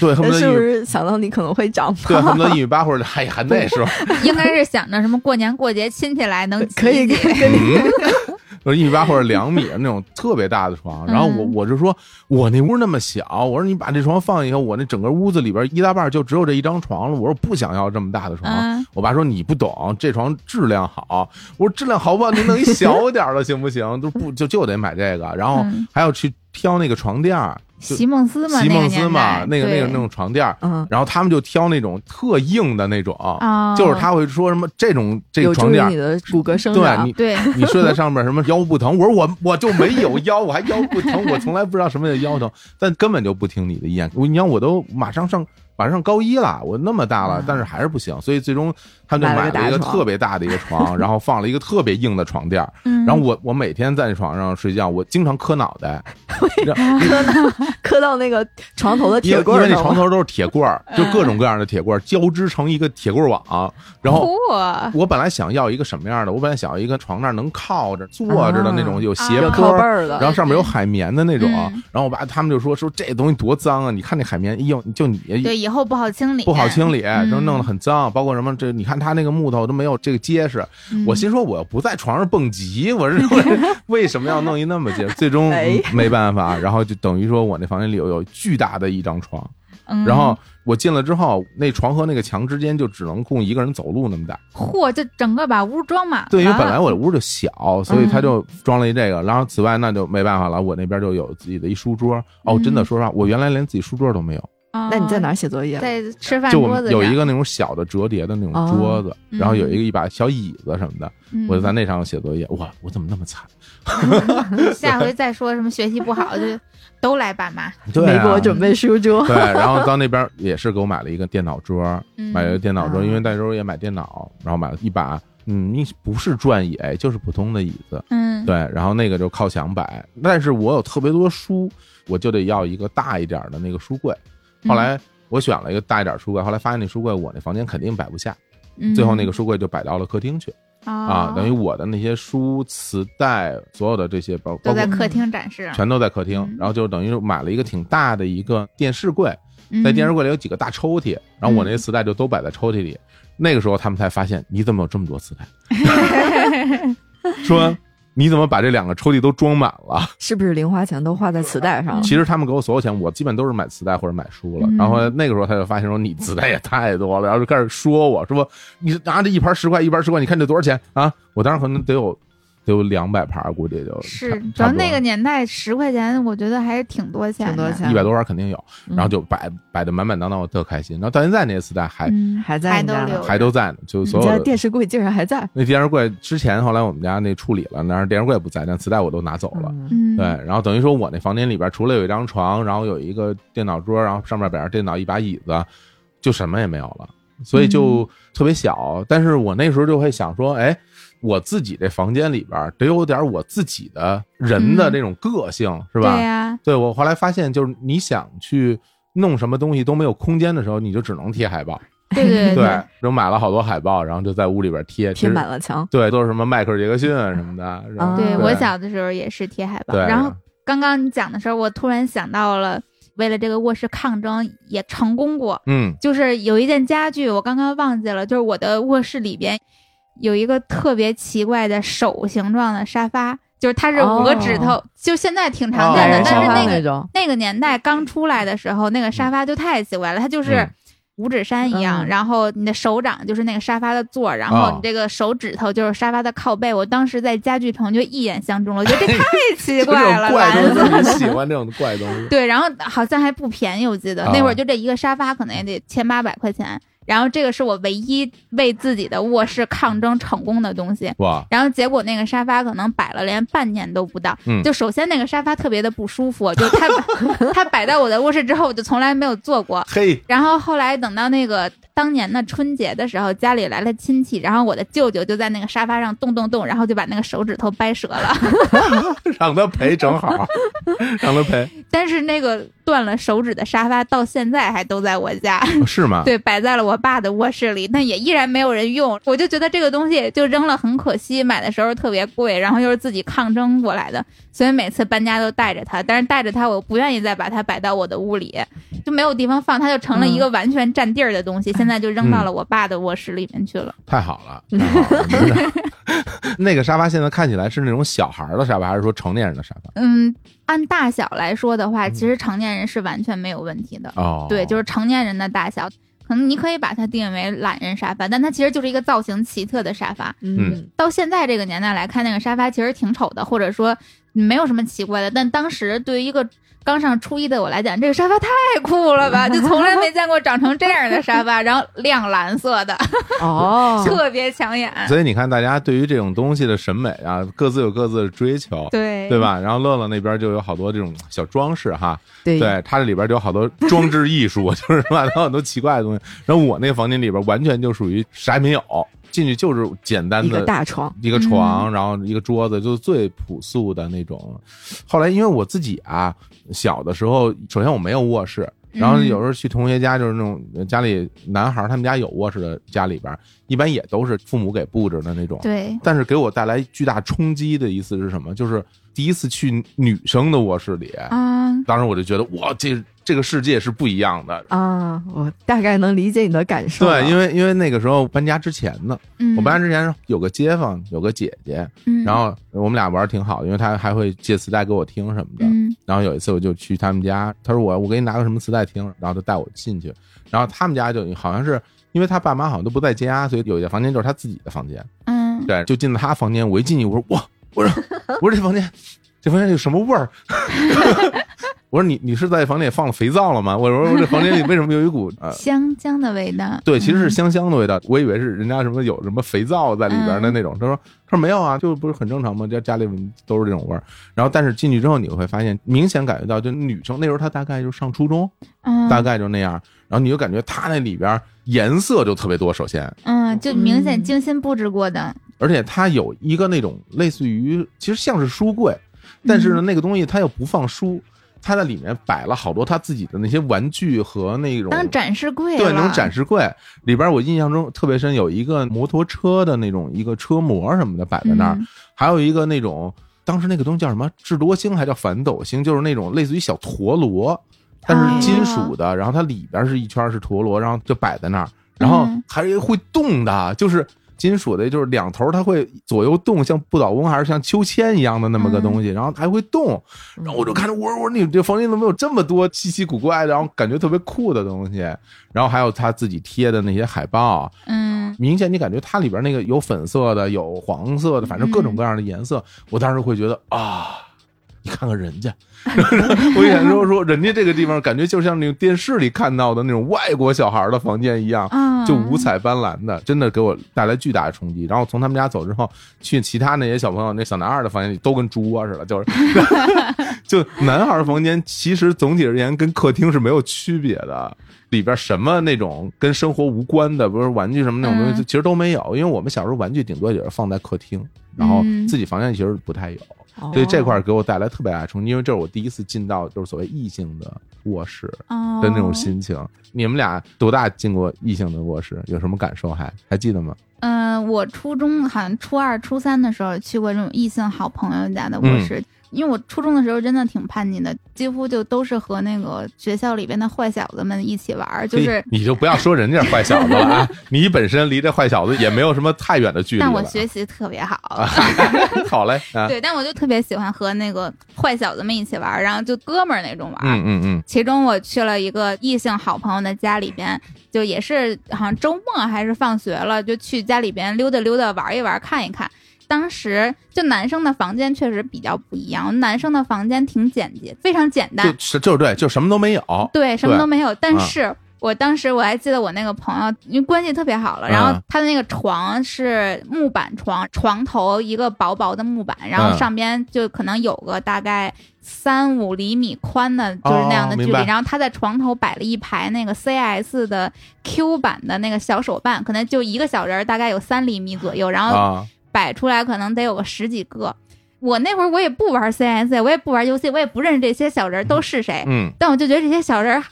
Speaker 1: 对，恨不得
Speaker 3: 哎是
Speaker 1: 一
Speaker 3: 不是想到你可能会长
Speaker 1: 对恨
Speaker 3: 胖？
Speaker 1: 不得一米八或者哎呀那 时候
Speaker 2: 应该是想着什么过年过节亲戚来能
Speaker 3: 可以
Speaker 2: 挤一 挤
Speaker 3: 跟你
Speaker 1: 就是嗯一米八或者两米那种特别大的床，然后我
Speaker 2: 嗯
Speaker 1: 我就说，我那屋那么小，我说你把这床放以后，我那整个屋子里边一大半就只有这一张床了，我说不想要这么大的床。
Speaker 2: 嗯
Speaker 1: 我爸说你不懂，这床质量好。我说质量好不好？你弄一 小点儿的行不行？就不就就得买这个，然后
Speaker 2: 嗯
Speaker 1: 还要去挑那个床垫儿，就
Speaker 2: 席梦思嘛，
Speaker 1: 席
Speaker 2: 那个
Speaker 1: 梦思
Speaker 2: 年
Speaker 1: 嘛
Speaker 2: 代，
Speaker 1: 那个那
Speaker 2: 对
Speaker 1: 个那种床垫儿。
Speaker 3: 嗯，
Speaker 1: 然后他们就挑那种特硬的那种，
Speaker 2: 哦，
Speaker 1: 就是他会说什么这种这
Speaker 3: 有
Speaker 1: 床
Speaker 3: 助于
Speaker 1: 垫儿
Speaker 3: 啊你，的骨骼生
Speaker 1: 对
Speaker 3: 长
Speaker 1: 你。
Speaker 2: 对，
Speaker 1: 你睡在上面什么腰不疼？我说我我就没有腰，我还腰不疼，我从来不知道什么叫腰疼，但根本就不听你的意见。我你看我都马上上马上高一了，我那么大了
Speaker 3: 嗯，
Speaker 1: 但是还是不行，所以最终他们就
Speaker 3: 买
Speaker 1: 买
Speaker 3: 了个
Speaker 1: 了一个
Speaker 3: 大床
Speaker 1: 特别大的一个床，然后放了一个特别硬的床垫儿，
Speaker 2: 然
Speaker 1: 然后我我每天在那床上睡觉，我经常磕脑袋，
Speaker 3: 磕到 磕到那个床头的
Speaker 1: 因
Speaker 3: 铁
Speaker 1: 为
Speaker 3: 棍
Speaker 1: 因为
Speaker 3: 儿
Speaker 1: 那
Speaker 3: 上
Speaker 1: 床
Speaker 3: 了。
Speaker 1: 头都是铁棍儿，就各种各样的铁棍儿交织成一个铁棍儿网，然
Speaker 3: 哦
Speaker 1: 后我本来想要一个什么样的？我本来想要一个床那儿能靠着、坐着的那种
Speaker 3: 啊
Speaker 1: 有斜
Speaker 2: 有
Speaker 1: 坡
Speaker 3: 靠背
Speaker 1: 儿，
Speaker 3: 儿的
Speaker 1: 然后上面有海绵的那种。
Speaker 2: 嗯
Speaker 1: 然后我爸他们就说说这东西多脏啊！你看这海绵，哎呦，就你
Speaker 2: 对以后不好清理，
Speaker 1: 不好清理，
Speaker 2: 嗯
Speaker 1: 都弄得很脏。包括什么这，你看他那个木头都没有这个结实。
Speaker 2: 嗯
Speaker 1: 我心说我不在床上蹦极，我是我 为什么要弄一那么结实？最终
Speaker 3: 哎
Speaker 1: 嗯没办法，然后就等于说我那房间里有有巨大的一张床，
Speaker 2: 嗯
Speaker 1: 然后我进了之后，那床和那个墙之间就只能供一个人走路那么大。
Speaker 2: 嚯，就整个把屋装满了。嗯
Speaker 1: 对，因为本来我的屋就小，所以他就装了一这个。然后此外，那就没办法了，我那边就有自己的一书桌。哦，
Speaker 2: 嗯
Speaker 1: 真的，说实话，我原来连自己书桌都没有，
Speaker 2: 哦
Speaker 3: 那你在哪儿写作业？
Speaker 2: 在吃饭
Speaker 1: 就我
Speaker 2: 桌子
Speaker 1: 们
Speaker 2: 上
Speaker 1: 有一，个那种小的折叠的那种桌子，
Speaker 2: 嗯
Speaker 1: 然后有一个一把小椅子什么的，
Speaker 2: 嗯
Speaker 1: 我就在那上写作业。哇，我怎么那么惨？
Speaker 2: 下回再说什么学习不好就都来爸妈。
Speaker 1: 对、
Speaker 3: 没
Speaker 1: 啊，
Speaker 3: 给我准。备书桌。
Speaker 1: 对，然后到那边也是给我买了一个电脑桌，
Speaker 2: 嗯
Speaker 1: 买了一个电脑桌，
Speaker 3: 啊
Speaker 1: 因为那时候也买电脑，然后买了一把，嗯，你不是转椅，哎就是普通的椅子，
Speaker 2: 嗯，
Speaker 1: 对，然后那个就靠墙摆，但是我有特别多书，我就得要一个大一点的那个书柜。
Speaker 2: 嗯
Speaker 1: 后来我选了一个大一点书柜，后来发现那书柜我那房间肯定摆不下，
Speaker 2: 嗯哦
Speaker 1: 最后那个书柜就摆到了客厅去啊，等于我的那些书、磁带，所有的这些包包
Speaker 2: 都在
Speaker 1: 括
Speaker 2: 客厅展示，
Speaker 1: 全都在客厅
Speaker 2: 嗯，
Speaker 1: 然后就等于买了一个挺大的一个电视柜，
Speaker 2: 嗯
Speaker 1: 在电视柜里有几个大抽屉，然后我那些磁带就都摆在抽屉里。那个时候他们才发现，你怎么有这么多磁带？ 说你怎么把这两个抽屉都装满了？
Speaker 3: 是不是零花钱都花在磁带上了？
Speaker 1: 其实他们给我所有钱，我基本都是买磁带或者买书了。
Speaker 2: 啊嗯，
Speaker 1: 然后那个时候他就发现说你磁带也太多了，然后就开始说我说你拿着一盘十块，一盘十块，你看这多少钱啊？我当时可能得有得有两百盘，估计也就是
Speaker 2: 主
Speaker 1: 差
Speaker 2: 要
Speaker 1: 不多
Speaker 2: 那个年代十块钱，我觉得还是挺多钱的，
Speaker 3: 挺多钱
Speaker 1: 一百多盘肯定有。
Speaker 3: 嗯
Speaker 1: 然后就摆摆的满满当当，我特开心。然后到现在那些磁带还、
Speaker 2: 嗯，
Speaker 3: 还在
Speaker 2: 还
Speaker 3: 你
Speaker 2: 都
Speaker 3: 家呢
Speaker 2: 留着
Speaker 1: 还都在呢，就
Speaker 3: 你
Speaker 1: 所
Speaker 3: 家
Speaker 1: 有的。
Speaker 3: 电视柜竟然还在。
Speaker 1: 那电视柜之前，后来我们家那处理了，但是电视柜不在，但磁带我都拿走了。
Speaker 2: 嗯，
Speaker 3: 嗯
Speaker 1: 对，然后等于说我那房间里边除了有一张床，然后有一个电脑桌，然后上面摆着电脑一把椅子，就什么也没有了，所以
Speaker 2: 嗯
Speaker 1: 就特别小。但是我那时候就会想说，哎，我自己这房间里边得有点我自己的人的
Speaker 2: 嗯
Speaker 1: 这种个性，是
Speaker 2: 对
Speaker 1: 吧？
Speaker 2: 呀，
Speaker 1: 对我后来发现，就是你想去弄什么东西都没有空间的时候，你就只能贴海报。
Speaker 2: 对对
Speaker 1: 对，就买了好多海报，然后就在屋里边贴，
Speaker 3: 贴
Speaker 1: 其实
Speaker 3: 满了墙。
Speaker 1: 对，都是什么迈克尔·杰克逊什么的。然后
Speaker 3: 啊
Speaker 2: 哦对
Speaker 1: 对
Speaker 2: 我小的时候也是贴海报，
Speaker 1: 对
Speaker 2: 然后刚刚你讲的时候，我突然想到了，为了这个卧室抗争也成功过，
Speaker 1: 嗯
Speaker 2: 就是有一件家具，我刚刚忘记了，就是我的卧室里边有一个特别奇怪的手形状的沙发，就是它是五个指头，就现在挺常见的，
Speaker 3: 懒人
Speaker 1: 哦
Speaker 2: 但
Speaker 3: 沙
Speaker 2: 是
Speaker 3: 发
Speaker 2: 那个
Speaker 3: 种，
Speaker 2: 那个年代刚出来的时候，那个沙发就太奇怪了，它就是
Speaker 1: 嗯
Speaker 2: 五指山一样，
Speaker 3: 嗯
Speaker 2: 然后你的手掌就是那个沙发的座儿，然
Speaker 1: 哦
Speaker 2: 后你这个手指头就是沙发的靠背。我当时在家具城就一眼相中了，我觉得这 太奇
Speaker 1: 就这
Speaker 2: 怪
Speaker 1: 种
Speaker 2: 了，
Speaker 1: 怪
Speaker 2: 丸
Speaker 1: 东西，
Speaker 2: 子。
Speaker 1: 你喜欢这种怪东 西。
Speaker 2: 对，然后好像还不便宜，我记得、
Speaker 1: 啊
Speaker 2: 那会儿就这一个沙发可能也得千八百块钱。然后这个是我唯一为自己的卧室抗争成功的东西。
Speaker 1: 哇，
Speaker 2: 然后结果那个沙发可能摆了连半年都不到，
Speaker 1: 嗯
Speaker 2: 就首先那个沙发特别的不舒服，就它它摆到我的卧室之后，我就从来没有坐过。
Speaker 1: 嘿，
Speaker 2: 然后后来等到那个当年的春节的时候，家里来了亲戚，然后我的舅舅就在那个沙发上动动动，然后就把那个手指头掰折了。
Speaker 1: 让他赔正好，让他赔。
Speaker 2: 但是那个断了手指的沙发到现在还都在我家，
Speaker 1: 哦是吗？
Speaker 2: 对，摆在了我爸的卧室里，但也依然没有人用。我就觉得这个东西就扔了很可惜，买的时候特别贵，然后又是自己抗争过来的，所以每次搬家都带着它。但是带着它，我不愿意再把它摆到我的屋里，就没有地方放，它就成了一个完全占地儿的东西。现在就扔到了我爸的卧室里面去了。
Speaker 1: 太好了，太好了！真的 那个沙发现在看起来是那种小孩儿的沙发，还是说成年人的沙发？
Speaker 2: 嗯，按大小来说的话，其实成年人是完全没有问题的。
Speaker 1: 哦，
Speaker 2: 对，就是成年人的大小，可能你可以把它定义为懒人沙发，但它其实就是一个造型奇特的沙发。
Speaker 1: 嗯
Speaker 2: 到现在这个年代来看，那个沙发其实挺丑的，或者说没有什么奇怪的。但当时对于一个刚上初一的我来讲，这个沙发太酷了吧，就从来没见过长成这样的沙发，然后亮蓝色的，
Speaker 1: 嗯
Speaker 3: 哦，
Speaker 2: 特别抢眼。
Speaker 1: 所以你看，大家对于这种东西的审美啊，各自有各自的追求，
Speaker 2: 对
Speaker 1: 对？吧？然后乐乐那边就有好多这种小装饰哈，
Speaker 3: 对
Speaker 1: 对，它这里边就有好多装置艺术， 就是吧，它有很多奇怪的东西。然后我那个房间里边完全就属于啥也没有，进去就是简单
Speaker 3: 一个
Speaker 1: 的
Speaker 3: 大床，
Speaker 1: 一个床，
Speaker 2: 嗯
Speaker 1: 然后一个桌子，就是最朴素的那种。后来因为我自己啊，小的时候，首先我没有卧室，然后
Speaker 2: 嗯
Speaker 1: 有时候去同学家，就是那种呃家里男孩儿他们家有卧室的家里边儿，一般也都是父母给布置的那种。
Speaker 2: 对，
Speaker 1: 但是给我带来巨大冲击的一次是什么？就是第一次去女生的卧室里，
Speaker 2: 啊，
Speaker 1: 当时我就觉得哇，这这个世界是不一样的。
Speaker 3: 啊，我大概能理解你的感受了。
Speaker 1: 对，因为因为那个时候搬家之前呢，
Speaker 2: 嗯，
Speaker 1: 我搬家之前有个街坊有个姐姐，
Speaker 2: 嗯，
Speaker 1: 然后我们俩玩儿挺好的，因为她还会借磁带给我听什么的。
Speaker 2: 嗯
Speaker 1: 然后有一次我就去他们家，她说我我给你拿个什么磁带听，然后就带我进去。然后他们家就好像是因为他爸妈好像都不在家，所以有一间房间就是他自己的房间。
Speaker 2: 嗯，
Speaker 1: 对，就进了他房间，我一进去我说哇，我说我说这房间这房间有什么 味儿？ 我说你你是在房间里放了肥皂了吗？我说我这房间里为什么有一股呃
Speaker 2: 香香的味道。
Speaker 1: 对，其实是
Speaker 2: 嗯
Speaker 1: 香香的味道，我以为是人家什么有什么肥皂在里边的
Speaker 2: 嗯
Speaker 1: 那种。他说他说没有啊，就不是很正常吗？家家里都是这种味儿。然后但是进去之后，你会发现明显感觉到，就女生那时候她大概就上初中，
Speaker 2: 嗯
Speaker 1: 大概就那样。然后你就感觉她那里边颜色就特别多，首先，
Speaker 2: 嗯，就明显
Speaker 3: 嗯
Speaker 2: 精心布置过的。
Speaker 1: 而且它有一个那种类似于其实像是书柜，但是呢那个东西它又不放书，它在里面摆了好多她自己的那些玩具和那种
Speaker 2: 当展示柜
Speaker 1: 嗯对，
Speaker 2: 了
Speaker 1: 那种展示柜里边，我印象中特别深，有一个摩托车的那种一个车模什么的摆在那儿，
Speaker 2: 嗯
Speaker 1: 还有一个那种当时那个东西叫什么智多星，还叫反斗星，就是那种类似于小陀螺，但是金属的，然后它里边是一圈是陀螺，然后就摆在那儿，然后
Speaker 2: 嗯
Speaker 1: 还有一个会动的，就是。金属的，就是两头它会左右动，像不倒翁还是像秋千一样的那么个东西，然后还会动。然后我就看着，我说我说你这房间怎么有这么多稀奇古怪的，然后感觉特别酷的东西？然后还有他自己贴的那些海报，
Speaker 2: 嗯
Speaker 1: 明显你感觉它里边那个有粉色的，有黄色的，反正各种
Speaker 2: 嗯
Speaker 1: 各样的颜色。我当时会觉得啊，你看看人 家，我想说说人家这个地方感觉就像那种电视里看到的那种外国小孩的房间一样。
Speaker 2: 啊，
Speaker 1: 就五彩斑斓的，真的给我带来巨大的冲击。然后从他们家走之后，去其他那些小朋友那小男孩的房间里都跟猪窝似 的，就是 就男孩房间其实总体而言跟客厅是没有区别的，里边什么那种跟生活无关的，不是玩具什么那种东西，
Speaker 2: 嗯
Speaker 1: 其实都没有。因为我们小时候玩具顶多也是放在客厅，然后
Speaker 2: 嗯
Speaker 1: 自己房间其实不太有。
Speaker 3: 哦，
Speaker 1: 所以这块儿给我带来特别大的冲击，因为这是我第一次进到就是所谓异性的卧室。的
Speaker 2: 的
Speaker 1: 那种。心情。你们俩多大进过异性的卧室？有什么感受还？还记得吗？
Speaker 2: 嗯、我初中好像初二、初三的时候去过这种异性好朋友家的卧
Speaker 1: 嗯
Speaker 2: 室。因为我初中的时候真的挺叛逆的，几乎就都是和那个学校里边的坏小子们一起玩儿，就是。
Speaker 1: 你就不要说人家是坏小子了 啊！你本身离这坏小子也没有什么太远的距离了。啊
Speaker 2: 但我学习特别 好，
Speaker 1: 好嘞啊！
Speaker 2: 对，但我就特别喜欢和那个坏小子们一起玩儿，然后就哥们儿那种玩儿。
Speaker 1: 嗯嗯嗯，
Speaker 2: 其中我去了一个异性好朋友的家里边，就也是好像周末还是放学了，就去家里边溜达溜达、玩一玩、看一看。当时就男生的房间确实比较不一样，男生的房间挺简洁，非常简单
Speaker 1: 就，是就是对，就什么都没有。
Speaker 2: 对，什么
Speaker 1: 对
Speaker 2: 都没有。但
Speaker 1: 嗯
Speaker 2: 是、我当时我还记得我那个朋友，因为关系特别好了，然后
Speaker 1: 嗯
Speaker 2: 他的那个床是木板床，床头一个薄薄的木板，然后
Speaker 1: 嗯
Speaker 2: 上边就可能有个大概。三五厘米宽的，就是那样的
Speaker 1: 哦
Speaker 2: 距
Speaker 1: 明
Speaker 2: 离。
Speaker 1: 白
Speaker 2: 然后他在床头摆了一排那个 CS 的 Q 版的那个小手办，可能嗯就一个小人儿，大概有三厘米左右。然后
Speaker 1: 啊，
Speaker 2: 摆出来可能得有个十几个。我那会儿我也不玩 CS，我也不玩游戏，我也不认识这些小人儿都是谁，
Speaker 1: 嗯
Speaker 2: 但我就觉得这些小人儿，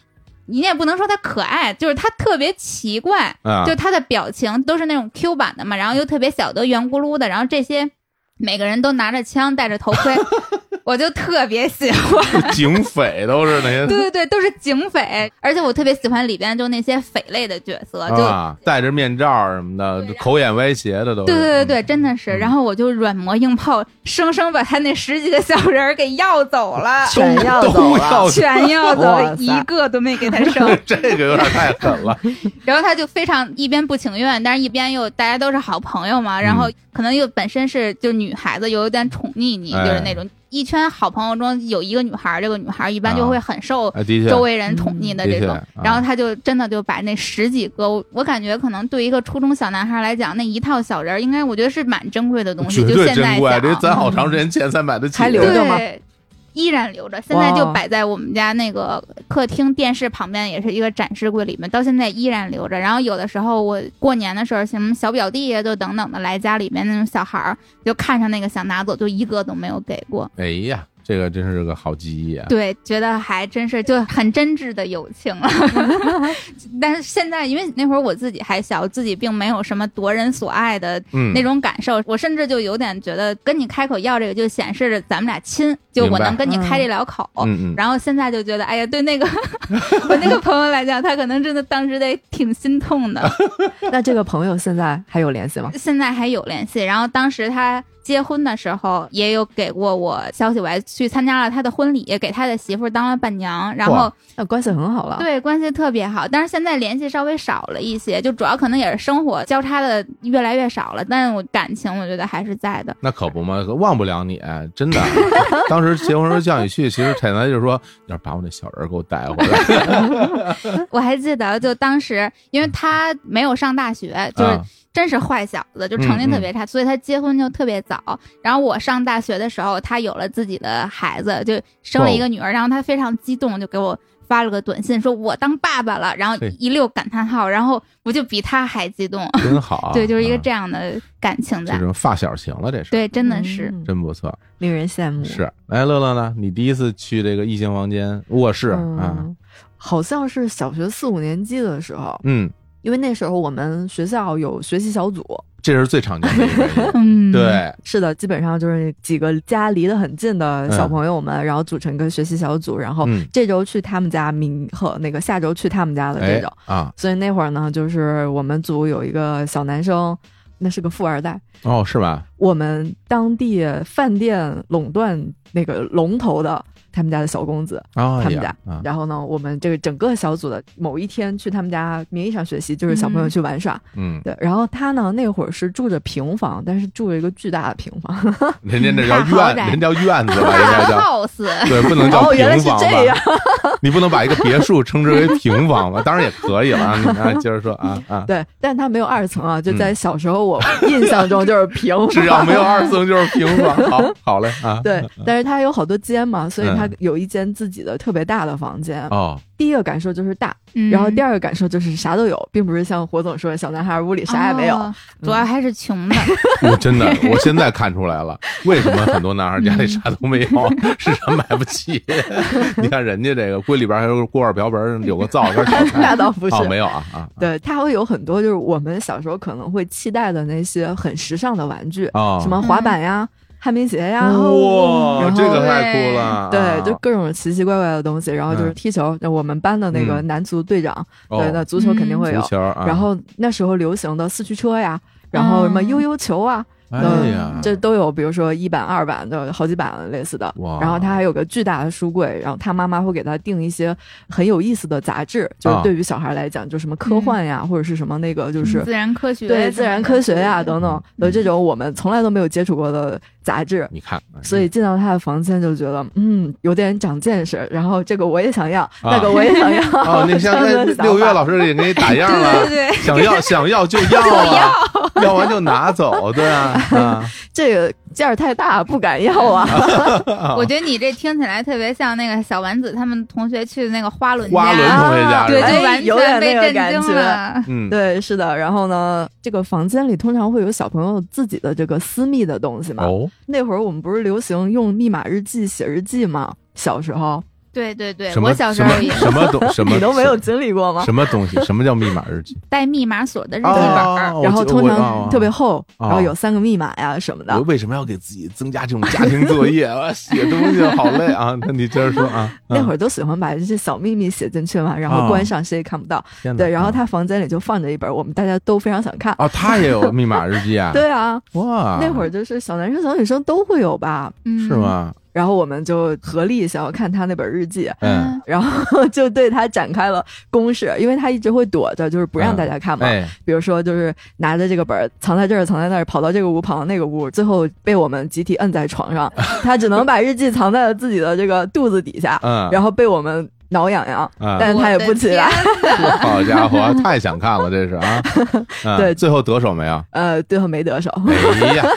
Speaker 2: 你也不能说他可爱，就是他特别奇怪，
Speaker 1: 啊
Speaker 2: 就他的表情都是那种 Q 版的嘛，然后又特别小的圆咕噜的，然后这些每个人都拿着枪，戴着头 盔，我就特别喜欢。
Speaker 1: 警匪都是那
Speaker 2: 对
Speaker 1: 些。
Speaker 2: 对对，都是警匪，而且我特别喜欢里边就那些匪类的角色，就、
Speaker 1: 啊，戴着面罩什么的，
Speaker 2: 对
Speaker 1: 口眼歪斜的都是。
Speaker 2: 对对对对，真的是。
Speaker 1: 嗯
Speaker 2: 然后我就软磨硬泡，生生把他那十几个小人儿给要走了
Speaker 3: 全要走
Speaker 1: 都
Speaker 3: 了
Speaker 1: 要，
Speaker 2: 全要走
Speaker 3: 哇，
Speaker 2: 一
Speaker 3: 塞
Speaker 2: 个都没给他剩。
Speaker 1: 这个有点太狠了。
Speaker 2: 然后他就非常一边不情愿，但是一边又大家都是好朋友嘛，然后
Speaker 1: 嗯
Speaker 2: 可能又本身是就女孩子有一点宠溺你，
Speaker 1: 哎
Speaker 2: 就是那种一圈好朋友中有一个女孩儿，这个女孩儿一般就会很受。
Speaker 1: 哎，的确，
Speaker 2: 周围人宠溺的
Speaker 1: 嗯
Speaker 2: 这
Speaker 1: 的确
Speaker 2: 种
Speaker 1: 啊，
Speaker 2: 然后他就真的就把那十几个，我我感觉可能对一个初中小男孩来讲，那一套小人儿应该我觉得是蛮珍贵的东西。
Speaker 1: 绝
Speaker 2: 就
Speaker 1: 对
Speaker 2: 现在啊
Speaker 1: 珍贵，啊这
Speaker 2: 讲，
Speaker 1: 攒好长时间钱才买得起。
Speaker 3: 还留着吗
Speaker 2: 对，依然留着，现在就
Speaker 3: 哇
Speaker 2: 摆在我们家那个客厅电视旁边，也是一个展示柜里面，到现在依然留着。然后有的时候我过年的时候，什么小表弟啊呀，就等等的来家里面那种小孩儿，就看上那个想拿走，就一个都没有给过。
Speaker 1: 哎呀，这个真是个好记忆啊！
Speaker 2: 对，觉得还真是就很真挚的友情 了。但是现在因为那会儿我自己还小，自己并没有什么夺人所爱的
Speaker 1: 嗯，
Speaker 2: 那种感受，我甚至就有点觉得跟你开口要这个，就显示着咱们俩亲，就我
Speaker 1: 明白
Speaker 2: 能跟你开
Speaker 3: 嗯
Speaker 2: 这两口。
Speaker 1: 嗯嗯，
Speaker 2: 然后现在就觉得，哎呀，对那个 我那个朋友来讲，他可能真的当时得挺心痛的。
Speaker 1: 啊
Speaker 3: 那这个朋友现在还有联系吗？
Speaker 2: 现在还有联系，然后当时他结婚的时候也有给过我消息，我还去参加了他的婚礼，给他的媳妇儿当了伴娘，然后
Speaker 1: 哇
Speaker 3: 那关系很好了。
Speaker 2: 对关系特别好。但是现在联系稍微少了一些，就主要可能也是生活交叉的越来越少了，但是我感情我觉得还是在的。
Speaker 1: 那可不嘛，忘不了你，真的。 当时结婚时候叫你去，其实彩楠就是说，要是把我那小人儿给我 带回来，啊
Speaker 2: 我还记得，就当时因为他没有上大学，就是
Speaker 1: 啊
Speaker 2: 真是坏小子，就成绩
Speaker 1: 嗯
Speaker 2: 特别差，所以他结婚就特别早。然后我上大学的时候，他有了自己的孩子，就生
Speaker 1: 哦
Speaker 2: 了一个女儿，然后他非常激动，就给我发了个短信，说我当爸爸了，然后
Speaker 1: 嘿
Speaker 2: 一溜感叹号，然后我就比他还激动，
Speaker 1: 真好。
Speaker 2: 对，就是一个
Speaker 1: 啊
Speaker 2: 这样的感情
Speaker 1: 这
Speaker 2: 在，
Speaker 1: 种发小情了，这是
Speaker 2: 对，嗯真的是。
Speaker 3: 嗯
Speaker 1: 真不错。
Speaker 3: 令人羡慕。
Speaker 1: 是，哎，乐乐呢？你第一次去这个异性房间卧室啊？
Speaker 3: 嗯，好像是小学四五年级的时候，
Speaker 1: 嗯，
Speaker 3: 因为那时候我们学校有学习小组，
Speaker 1: 这是最常见的一个。
Speaker 2: 嗯，
Speaker 1: 对，
Speaker 3: 是的，基本上就是几个家离得很近的小朋友们，然后组成一个学习小组，然后
Speaker 1: 嗯
Speaker 3: 这周去他们家，明和那个下周去他们家的
Speaker 2: 呃
Speaker 3: 这
Speaker 1: 哎
Speaker 3: 种。
Speaker 1: 啊，
Speaker 3: 所以那会儿呢，就是我们组有一个小男生，那是个富二代，
Speaker 1: 哦，是吧？
Speaker 3: 我们当地饭店垄断那个龙头的他们家的小公子。
Speaker 1: 啊，
Speaker 3: 他们
Speaker 1: 呀啊，
Speaker 3: 然后呢，我们这个整个小组的某一天去他们家，名义上学习，就是小朋友去玩耍。
Speaker 1: 嗯，
Speaker 3: 对，然后他呢那会儿是住着平房，但是住着一个巨大的平
Speaker 1: 啊
Speaker 3: 房。
Speaker 1: 人家 那叫
Speaker 2: 大豪宅
Speaker 1: 院，人叫院子吧，应该叫。
Speaker 2: house，
Speaker 1: 对，不能叫
Speaker 3: 哦原来
Speaker 1: 平
Speaker 3: 是
Speaker 1: 房吧？
Speaker 3: 这样
Speaker 1: 你不能把一个别墅称之为平房吧？当然也可以了啊！你啊，接着说啊啊，
Speaker 3: 对，但他没有二层啊，就
Speaker 1: 嗯
Speaker 3: 在小时候我印象中就是平房。
Speaker 1: 只要没有二层就是平房。好，好嘞啊。
Speaker 3: 对，但是他有好多间嘛，所以他
Speaker 1: 嗯
Speaker 3: 有一间自己的特别大的房间。
Speaker 1: 哦，
Speaker 3: 第一个感受就是大，
Speaker 2: 嗯
Speaker 3: 然后第二个感受就是啥都有，并不是像火总说的小男孩屋里啥也没有。嗯
Speaker 2: 哦主要还是穷的，
Speaker 1: 我真的，我现在看出来了，为什么很多男孩家里啥都没有，
Speaker 3: 嗯
Speaker 1: 市场买不起？ 你看人家这个锅里边还有个锅碗瓢盆，有个灶跟炒菜
Speaker 3: 那倒 不是，
Speaker 1: 哦，没有啊啊
Speaker 3: 对，它会有很多就是我们小时候可能会期待的那些很时尚的玩具，
Speaker 1: 啊！
Speaker 3: 什么滑板呀、旱冰鞋呀，
Speaker 1: 哇，
Speaker 3: 然后
Speaker 1: 这个太酷了啊！
Speaker 3: 对，就各种奇奇怪怪的东西。然后就是
Speaker 1: 嗯
Speaker 3: 踢球，那我们班的那个
Speaker 1: 嗯
Speaker 3: 男足队长，对，那
Speaker 1: 哦
Speaker 3: 足球肯定会有
Speaker 1: 足。球啊，
Speaker 3: 然后那时候流行的四驱车呀，然后什么
Speaker 2: 嗯
Speaker 3: 悠悠球啊，
Speaker 1: 哎呀，
Speaker 3: 这都有，比如说一版、二版的好几版类似的
Speaker 1: 哇。
Speaker 3: 然后他还有个巨大的书柜，然后他妈妈会给他订一些很有意思的杂志，就是
Speaker 1: 啊嗯
Speaker 3: 对于小孩来讲，就什么科幻呀，或者是什么那个就是
Speaker 2: 自然科学，
Speaker 3: 对自然科学啊呀、等等
Speaker 1: 嗯
Speaker 3: 的这种我们从来都没有接触过的杂志。
Speaker 1: 你看，哎
Speaker 3: 所以进到他的房间就觉得，嗯，有点长见识。然后这个我也想要，那个我也想要。
Speaker 1: 啊 哦，那像
Speaker 3: 这
Speaker 1: 那
Speaker 3: 样的想法
Speaker 1: 六月老师也给你打样
Speaker 2: 对
Speaker 1: 了
Speaker 2: 对，对，
Speaker 1: 想要想要就要啊，要完就拿走，对啊，啊，
Speaker 3: 这个件儿太大，不敢要啊。
Speaker 2: 我觉得你这听起来特别像那个小丸子他们同学去那个花轮
Speaker 1: 花轮
Speaker 2: 家，
Speaker 1: 同学家
Speaker 3: 啊
Speaker 1: 是
Speaker 2: 对，
Speaker 1: 吧
Speaker 3: 哎
Speaker 2: 就完
Speaker 3: 有点
Speaker 2: 全
Speaker 3: 那
Speaker 2: 被
Speaker 3: 个
Speaker 2: 震
Speaker 3: 感
Speaker 2: 惊
Speaker 3: 觉。
Speaker 2: 了。
Speaker 1: 嗯，
Speaker 3: 对，是的。然后呢，这个房间里通常会有小朋友自己的这个私密的东西嘛。
Speaker 1: 哦，
Speaker 3: 那会儿我们不是流行用密码日记写日记吗？小时候
Speaker 2: 对对对，
Speaker 1: 什么
Speaker 2: 我小时候也
Speaker 1: 什么 东什么
Speaker 3: 你都没有经历过吗？
Speaker 1: 什么东西？什么叫密码日 记？
Speaker 2: 带密码锁的日记本
Speaker 1: 啊
Speaker 2: 儿，
Speaker 1: 我
Speaker 3: 然后
Speaker 1: 记
Speaker 3: 通
Speaker 1: 我
Speaker 3: 常特别厚，
Speaker 1: 啊
Speaker 3: 然后有三个密码呀什么的
Speaker 1: 我。为什么要给自己增加这种家庭作业？啊，写东西好累啊！那你接着说啊。
Speaker 3: 那会
Speaker 1: 儿
Speaker 3: 儿都喜欢把这些小秘密写进去嘛，然
Speaker 1: 啊
Speaker 3: 后关上谁也嗯看不到。嗯对，然后他房间里就放着一本，我们大家都非常想看。
Speaker 1: 嗯哦，他也有密码日记啊。
Speaker 3: 对啊，
Speaker 1: 哇，
Speaker 3: 那会儿就是小男生小女生都会有吧。
Speaker 2: 嗯，
Speaker 1: 是？吗？
Speaker 3: 然后我们就合力想要看他那本日记，
Speaker 1: 嗯，
Speaker 2: 嗯，
Speaker 3: 然后就对他展开了攻势，因为他一直会躲着，就是不让大家看嘛。
Speaker 1: 哎，
Speaker 3: 比如说，就是拿着这个本儿藏在这儿，藏在那儿，跑到这个屋，跑到那个屋，最后被我们集体摁在床 上。他只能把日记藏在了自己的这个肚子底下，
Speaker 1: 嗯，
Speaker 3: 然后被我们挠痒痒，
Speaker 1: 嗯
Speaker 3: 但是他也不起来。
Speaker 2: 我的天哪。
Speaker 1: 好家 伙，太想看了，这是啊。嗯
Speaker 3: 对
Speaker 1: 最后得手没 有？
Speaker 3: 呃，最后没得手。
Speaker 1: 哎呀，
Speaker 2: 啊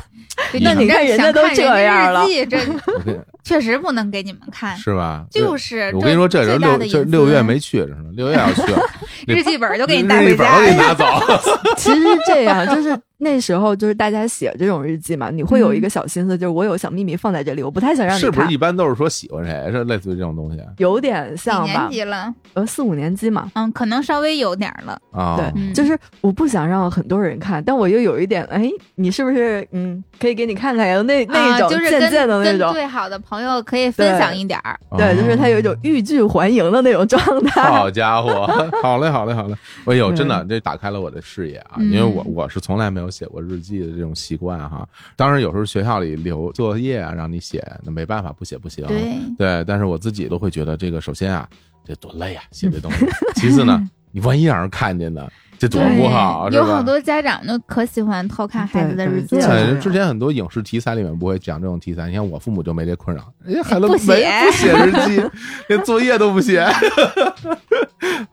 Speaker 2: 对
Speaker 1: 那你
Speaker 3: 看人家
Speaker 2: 想
Speaker 3: 都
Speaker 2: 看
Speaker 3: 这
Speaker 2: 人
Speaker 3: 样
Speaker 2: 家
Speaker 3: 了
Speaker 2: 日记这
Speaker 1: 我跟
Speaker 2: 确实不能给你们 看，
Speaker 1: 是吧？
Speaker 2: 就是
Speaker 1: 我跟你说，这
Speaker 2: 最
Speaker 1: 人
Speaker 2: 大
Speaker 1: 六
Speaker 2: 的
Speaker 1: 这
Speaker 2: 隐私
Speaker 1: 六月没去，这是六月要去，
Speaker 2: 日记本儿都
Speaker 1: 都
Speaker 2: 给你带回家，
Speaker 1: 都给你 拿走。
Speaker 3: 其实是这样，就是那时候就是大家写这种日记嘛，你会有一个小心思，就是我有小秘密放在这里，我不太想让你
Speaker 1: 是不
Speaker 3: 看
Speaker 1: 是一。般都是说喜欢谁，是类似于这种东西啊
Speaker 3: 有点
Speaker 2: 几
Speaker 3: 像
Speaker 2: 年
Speaker 3: 吧，
Speaker 2: 级了？
Speaker 3: 呃，四五年级嘛，
Speaker 2: 嗯，可能稍微有点儿了。
Speaker 1: 啊？
Speaker 3: 对，
Speaker 2: 嗯
Speaker 3: 就是我不想让很多人看，但我又有一点，哎，你是不是嗯，可以给你看看呀？那那
Speaker 2: 啊
Speaker 3: 种
Speaker 2: 就是
Speaker 3: 渐
Speaker 2: 跟
Speaker 3: 渐的那
Speaker 2: 跟
Speaker 3: 种，
Speaker 2: 最好的朋友可以分享一点儿。
Speaker 1: 哦
Speaker 3: 对，就是他有一种欲拒还迎的那种状态。
Speaker 1: 好家伙，好嘞，好嘞，好嘞！哎呦，
Speaker 3: 对
Speaker 1: 真的，这打开了我的视野啊！
Speaker 2: 嗯
Speaker 1: 因为我我是从来没有写过日记的这种习惯哈。当然，有时候学校里留作业啊，让你写，那没办法，不写不行。
Speaker 2: 对，
Speaker 1: 对，但是我自己都会觉得，这个首先啊，这多累啊，写这东 西。其次呢，你万一让人看见呢， 这多
Speaker 2: 对
Speaker 1: 不好，是
Speaker 2: 有好
Speaker 1: 吧？
Speaker 2: 多家长就可喜欢偷看孩子的日记
Speaker 3: 对对
Speaker 2: 了。
Speaker 1: 对，之前很多影视题材里面不会讲这种题材，你看我父母就没这困扰，人家孩子
Speaker 2: 不
Speaker 1: 没
Speaker 2: 写
Speaker 1: 不写日记，连作业都不写。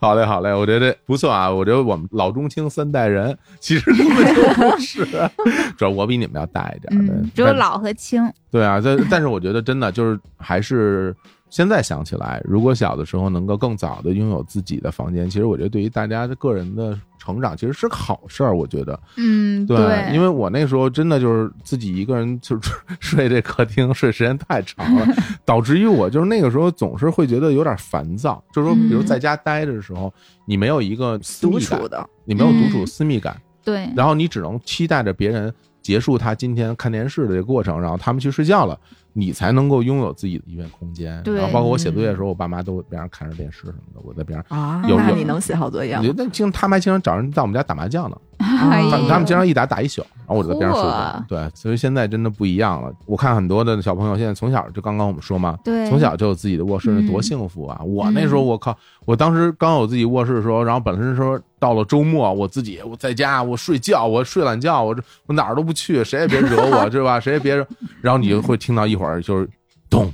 Speaker 1: 好嘞，好嘞，我觉得这不错啊，我觉得我们老中青三代人其实根本就不是， 主要我比你们要大一点，
Speaker 2: 嗯，只
Speaker 1: 对
Speaker 2: 有
Speaker 1: 但
Speaker 2: 老和轻。
Speaker 1: 对啊，但但是我觉得真的就是还是现在想起来，如果小的时候能够更早的拥有自己的房间，其实我觉得对于大家的个人的成长其实是个好事儿，我觉得。
Speaker 2: 嗯，
Speaker 1: 对，啊因为我那时候真的就是自己一个人，就是睡这客厅，睡时间太长了，导致于我就是那个时候总是会觉得有点烦躁。就是说，比如
Speaker 2: 嗯
Speaker 1: 在家待着的时候，你没有一个私
Speaker 3: 独
Speaker 1: 密感
Speaker 3: 处，的，
Speaker 1: 你没有独处
Speaker 2: 嗯
Speaker 1: 私密感，
Speaker 2: 对，
Speaker 1: 然后你只能期待着别人结束他今天看电视的这个过程，然后他们去睡觉了，你才能够拥有自己的一片空间。
Speaker 2: 对
Speaker 1: 然后包括我写作业的时候，我爸妈都边上看着电视什么的，我在边上。
Speaker 3: 啊
Speaker 1: 有
Speaker 3: 那
Speaker 1: 有
Speaker 3: 你能写好作业吗？
Speaker 1: 那经他们还经常找人到我们家打麻将呢，
Speaker 2: 哎
Speaker 1: 他
Speaker 2: 呦
Speaker 1: 们他们经常一打打一宿，然后我就在边上睡觉
Speaker 2: 嚯。
Speaker 1: 对，所以现在真的不一样了。我看很多的小朋友现在从小就刚刚我们说嘛，
Speaker 2: 对
Speaker 1: 从小就有自己的卧室，
Speaker 2: 嗯
Speaker 1: 多幸福啊！我那时候我靠，我当时刚有自己卧室的时候，然后本身说到了周末我自己我在家我睡觉我睡懒觉我这我哪儿都不去，谁也别惹我，是吧？谁也别惹。然后你就会听到一会儿就是咚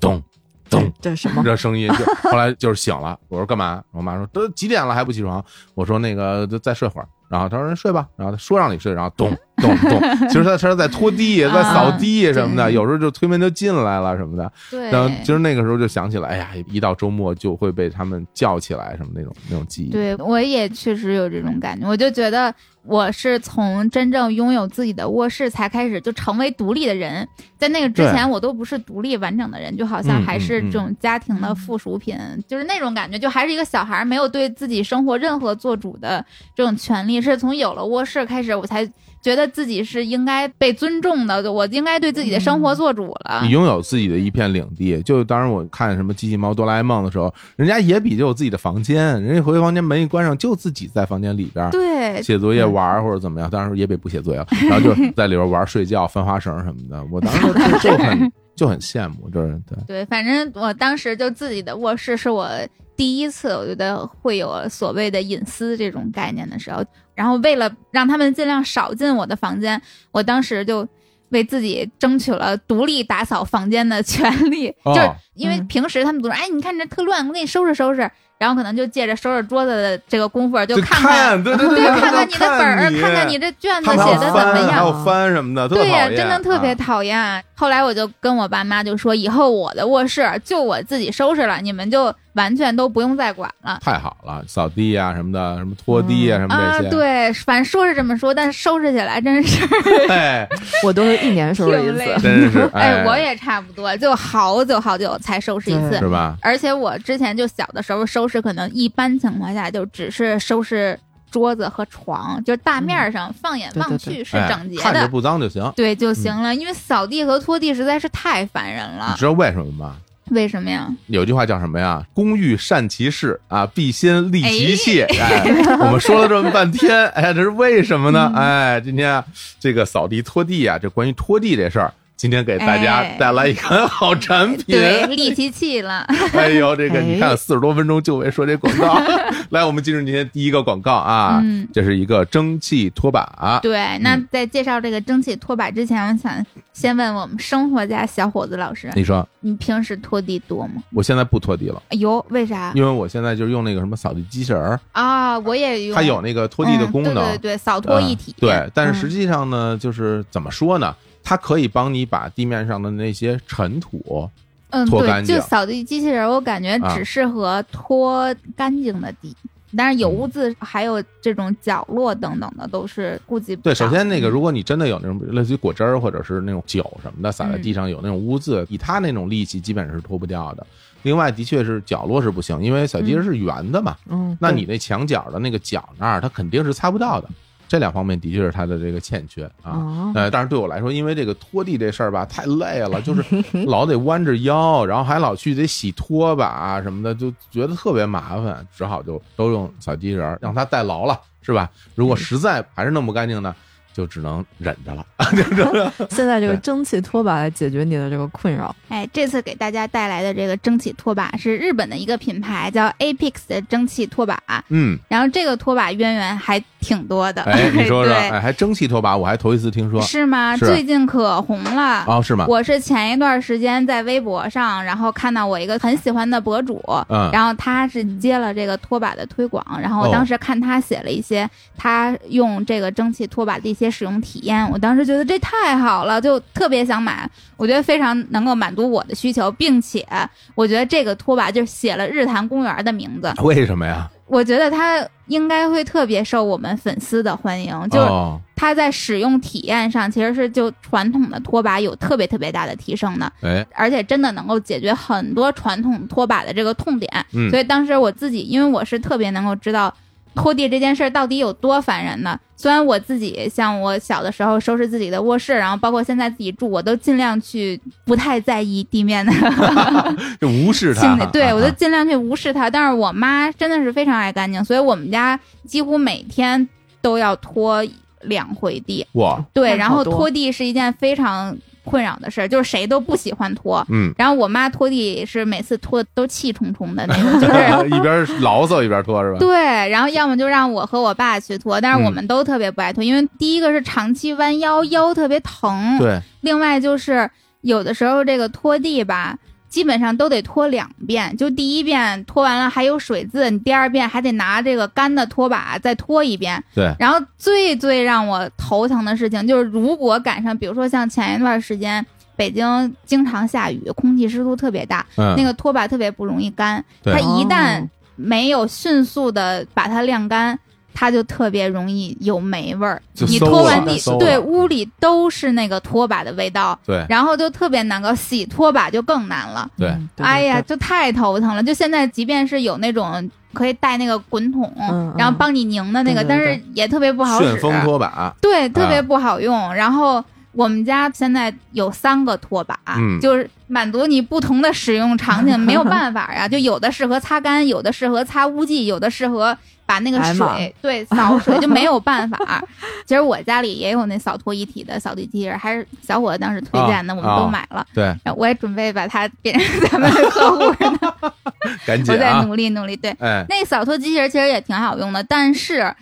Speaker 1: 咚咚
Speaker 3: 这是什么？
Speaker 1: 这声音就后来就是醒了，我说干嘛？我妈说都几点了还不起床？我说那个再睡会儿。然后她说睡吧，然后她说让你睡，然后咚咚咚，其实她她是在拖地、在扫地什么的，
Speaker 2: 对
Speaker 1: 有时候就推门就进来了什么的。
Speaker 2: 对，
Speaker 1: 然后其实那个时候就想起来，哎呀，一到周末就会被他们叫起来什么那种那种记忆。
Speaker 2: 对，我也确实有这种感觉。我就觉得我是从真正拥有自己的卧室才开始就成为独立的人，在那个之
Speaker 1: 对
Speaker 2: 前我都不是独立完整的人，就好像
Speaker 1: 嗯
Speaker 2: 还是
Speaker 1: 嗯嗯
Speaker 2: 这种家庭的附属品，就是那种感觉，就还是一个小孩儿，没有对自己生活任何做主的这种权利。是从有了卧室开始，我才觉得自己是应该被尊重的，就我应该对自己的生活做主了。
Speaker 1: 嗯你拥有自己的一片领地，就当时我看什么机器猫、哆啦 A 梦的时候，人家也比就有自己的房间，人家回房间门一关上，就自己在房间里边儿
Speaker 2: 对，
Speaker 1: 写作业玩儿或者怎么样，当然也得不写作业，然后就在里边玩儿、睡觉、翻花绳什么的。我当时就 就很就很羡慕，就是对，
Speaker 2: 对，反正我当时就自己的卧室是我第一次，我觉得会有所谓的隐私这种概念的时候。然后为了让他们尽量少进我的房间，我当时就为自己争取了独立打扫房间的权利，
Speaker 1: 哦
Speaker 2: 就是因为
Speaker 3: 嗯
Speaker 2: 平时他们总说：“哎，你看这特乱，我给你收拾收拾。”然后可能就借着收拾桌子的这个功夫儿，就
Speaker 1: 就
Speaker 2: 看
Speaker 1: 看，对对对，
Speaker 2: 对，看
Speaker 1: 看
Speaker 2: 你的本儿，看看你
Speaker 1: 这
Speaker 2: 这卷子
Speaker 1: 他们还
Speaker 2: 写
Speaker 1: 要
Speaker 2: 的怎
Speaker 1: 翻
Speaker 2: 么
Speaker 1: 还
Speaker 2: 样。
Speaker 1: 有翻什么的，特
Speaker 2: 对呀、
Speaker 1: 讨厌
Speaker 2: 真的特别
Speaker 1: 啊
Speaker 2: 讨厌、后来我就跟我爸妈就说，以后我的卧室就我自己收拾了，你们就完全都不用再管了。
Speaker 1: 太好了，扫地啊什么的，什么拖地啊什么
Speaker 2: 啊
Speaker 1: 这，些，
Speaker 2: 对，反正说是这么说，但收拾起来真是，
Speaker 1: 哎，
Speaker 3: 我都是一年收拾一
Speaker 2: 挺累
Speaker 3: 次，
Speaker 1: 真 是
Speaker 2: 哎，我也差不多，就好久好久才收拾一次
Speaker 3: 对。
Speaker 1: 是吧？
Speaker 2: 而且我之前就小的时候收拾，可能一般情况下就只是收拾桌子和床，就是
Speaker 1: 嗯
Speaker 2: 大面儿上放眼
Speaker 3: 对
Speaker 2: 望
Speaker 3: 对
Speaker 2: 去是
Speaker 1: 哎
Speaker 2: 整洁
Speaker 1: 看着
Speaker 2: 的，啊
Speaker 1: 不嗯脏就行。
Speaker 2: 对就行了。因为扫地和拖地实在是太烦人
Speaker 1: 你
Speaker 2: 了，
Speaker 1: 知道为什么吗？
Speaker 2: 为什么呀？
Speaker 1: 有句话叫什么呀？工欲善其事啊，必先利其器。哎，我们说了这么半天，哎呀，这是为什么
Speaker 2: 嗯
Speaker 1: 呢？哎，今天啊，这个扫地拖地啊，这关于拖地这事儿，今天给大家
Speaker 2: 哎
Speaker 1: 带来一款好产品。
Speaker 2: 对，立其器了，
Speaker 1: 哎呦，这个你
Speaker 3: 哎
Speaker 1: 看四十多分钟就为说这广告。 来，我们进入今天第一个广告啊，嗯
Speaker 2: 嗯
Speaker 1: 这是一个蒸汽拖把。
Speaker 2: 对。那在介绍这个蒸汽拖把之前，我想先问我们生活家小伙子老师，
Speaker 1: 你说
Speaker 2: 你平时拖地多吗？
Speaker 1: 我现在不拖地了，
Speaker 2: 哎呦，为啥
Speaker 1: 因为我现在就是用那个什么扫地机器人儿，
Speaker 2: 啊？我也用，
Speaker 1: 它有那个拖地的功
Speaker 2: 嗯
Speaker 1: 能，
Speaker 2: 对对对，扫拖一体，
Speaker 1: 嗯对，但是
Speaker 2: 嗯
Speaker 1: 实际上呢，就是怎么说呢？它可以帮你把地面上的那些尘土，
Speaker 2: 嗯，
Speaker 1: 拖
Speaker 2: 对，
Speaker 1: 干
Speaker 2: 就
Speaker 1: 净
Speaker 2: 扫地机器人儿，我感觉
Speaker 1: 啊
Speaker 2: 只适合拖干净的地，但是有
Speaker 1: 嗯
Speaker 2: 污渍还有这种角落等等的都是顾及不
Speaker 1: 对，
Speaker 2: 到
Speaker 1: 首先那个，
Speaker 2: 嗯
Speaker 1: 如果你真的有那种类似于果汁儿或者是那种酒什么的洒在地上有那种污渍，以它那种力气基本是拖不掉的。另外，的确是角落是不行，因为小鸡儿是圆的嘛，
Speaker 3: 嗯，
Speaker 1: 那
Speaker 3: 对
Speaker 1: 你那墙角的那个角那儿，它肯定是擦不到的。这两方面的确是它的这个欠缺啊。
Speaker 3: 哦
Speaker 1: 呃，但是对我来说，因为这个拖地这事儿吧，太累了，就是 老得弯着腰，然后还老去得洗拖把啊什么的，就觉得特别麻烦，只好就都用扫地机器人儿让它代劳了，是吧？如
Speaker 2: 嗯
Speaker 1: 果实在还是弄不干净呢，就只能忍着了。
Speaker 3: 现在这个
Speaker 1: 对
Speaker 3: 蒸汽拖把来解决你的这个困扰，
Speaker 2: 哎，这次给大家带来的这个蒸汽拖把是日本的一个品牌叫 Apex 的蒸汽拖把，
Speaker 1: 嗯，
Speaker 2: 然后这个拖把渊源还挺多的，
Speaker 1: 哎，你 说说，
Speaker 2: 对
Speaker 1: 哎，还蒸汽拖把，我还头一次听说。
Speaker 2: 是吗？
Speaker 1: 是
Speaker 2: 最近可红了。
Speaker 1: 哦，是吗？
Speaker 2: 我是前一段时间在微博上，然后看到我一个很喜欢的博主，
Speaker 1: 嗯
Speaker 2: 然后他是接了这个拖把的推广，然后我当时看他写了一些他用这个蒸汽拖把的一些使用体验，我当时觉得这太好了，就特别想买，我觉得非常能够满足我的需求，并且我觉得这个拖把就写了日坛公园的名字，
Speaker 1: 为什么呀？
Speaker 2: 我觉得它应该会特别受我们粉丝的欢迎，就是
Speaker 1: 哦，
Speaker 2: 它在使用体验上其实是就传统的拖把有特别特别大的提升的，
Speaker 1: 哎，
Speaker 2: 而且真的能够解决很多传统拖把的这个痛点。
Speaker 1: 嗯
Speaker 2: 所以当时我自己，因为我是特别能够知道拖地这件事儿到底有多烦人的。虽然我自己像我小的时候收拾自己的卧室，然后包括现在自己住，我都尽量去不太在意地面的
Speaker 1: 这无视它
Speaker 2: 心理
Speaker 1: 哈，，
Speaker 2: 对
Speaker 1: 啊
Speaker 2: 我就尽量去无视它。但是我妈真的是非常爱干净，所以我们家几乎每天都要拖两回地。
Speaker 1: 哇，
Speaker 2: 对，
Speaker 3: 那
Speaker 2: 然
Speaker 3: 好
Speaker 2: 后
Speaker 3: 多
Speaker 2: 拖地是一件非常困扰的事儿，就是谁都不喜欢拖。
Speaker 1: 嗯，
Speaker 2: 然后我妈拖地是每次拖都气冲冲的那 种，就是。
Speaker 1: 一边牢骚一边拖是吧？
Speaker 2: 对，然后要么就让我和我爸去拖，但是我
Speaker 1: 嗯
Speaker 2: 们都特别不爱拖，因为第一个是长期弯腰，腰特别疼。
Speaker 1: 对，
Speaker 2: 另外就是有的时候这个拖地吧，基本上都得拖两遍，就第一遍拖完了还有水渍，你第二遍还得拿这个干的拖把再拖一遍。
Speaker 1: 对
Speaker 2: 然后最最让我头疼的事情就是，如果赶上，比如说像前一段时间。北京经常下雨，空气湿度特别大，
Speaker 1: 嗯，
Speaker 2: 那个拖把特别不容易干。
Speaker 1: 对
Speaker 2: 它一旦
Speaker 3: 哦
Speaker 2: 没有迅速的把它晾干，它就特别容易有霉味儿。
Speaker 1: 就
Speaker 2: 你
Speaker 1: 馊
Speaker 2: 拖
Speaker 1: 了
Speaker 2: 完地
Speaker 1: 馊，了
Speaker 2: 对屋里都是那个拖把的味道。
Speaker 1: 对
Speaker 2: 然后就特别难搞，洗拖把就更难了。
Speaker 1: 对，
Speaker 3: 嗯
Speaker 2: 哎呀，，就太头疼了！就现在，即便是有那种可以带那个滚筒，
Speaker 3: 嗯
Speaker 2: 然后帮你拧的那个，
Speaker 3: 对对
Speaker 2: 但是也特别不好使，啊
Speaker 1: 旋风拖把，
Speaker 2: 对，特别不好用。然后我们家现在有三个拖把，
Speaker 1: 嗯
Speaker 2: 就是满足你不同的使用场景，没有办法 呀、就有的适合擦干，有的适合擦污迹，有的适合把那个
Speaker 3: 挨骂
Speaker 2: 水对扫水，就没有办 法。其实我家里也有那扫拖一体的扫地机器人，还是小伙子当时推荐的，
Speaker 1: 啊
Speaker 2: 我们都买了。
Speaker 1: 对，
Speaker 2: 然后我也准备把它变成咱们的客户呢，
Speaker 1: 赶紧
Speaker 2: 我再
Speaker 1: 啊，
Speaker 2: 努力努力。对，
Speaker 1: 哎，
Speaker 2: 那扫拖机器人其实也挺好用的，但是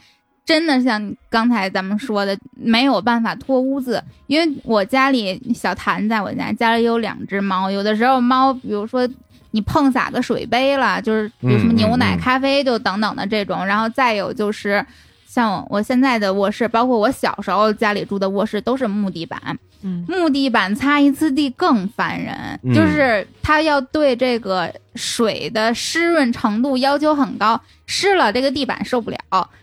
Speaker 2: 真的像刚才咱们说的，没有办法脱屋子，因为我家里小谭在我家，家里有两只猫，有的时候猫，比如说你碰洒个水杯了，就是比如什么
Speaker 1: 嗯嗯
Speaker 2: 牛奶、
Speaker 1: 嗯
Speaker 2: 咖啡就等等的这种，然后再有就是。像我现在的卧室，包括我小时候家里住的卧室，都是木地板。
Speaker 3: 嗯，
Speaker 2: 木地板擦一次地更烦人，
Speaker 1: 嗯
Speaker 2: 就是它要对这个水的湿润程度要求很高，湿了这个地板受不了，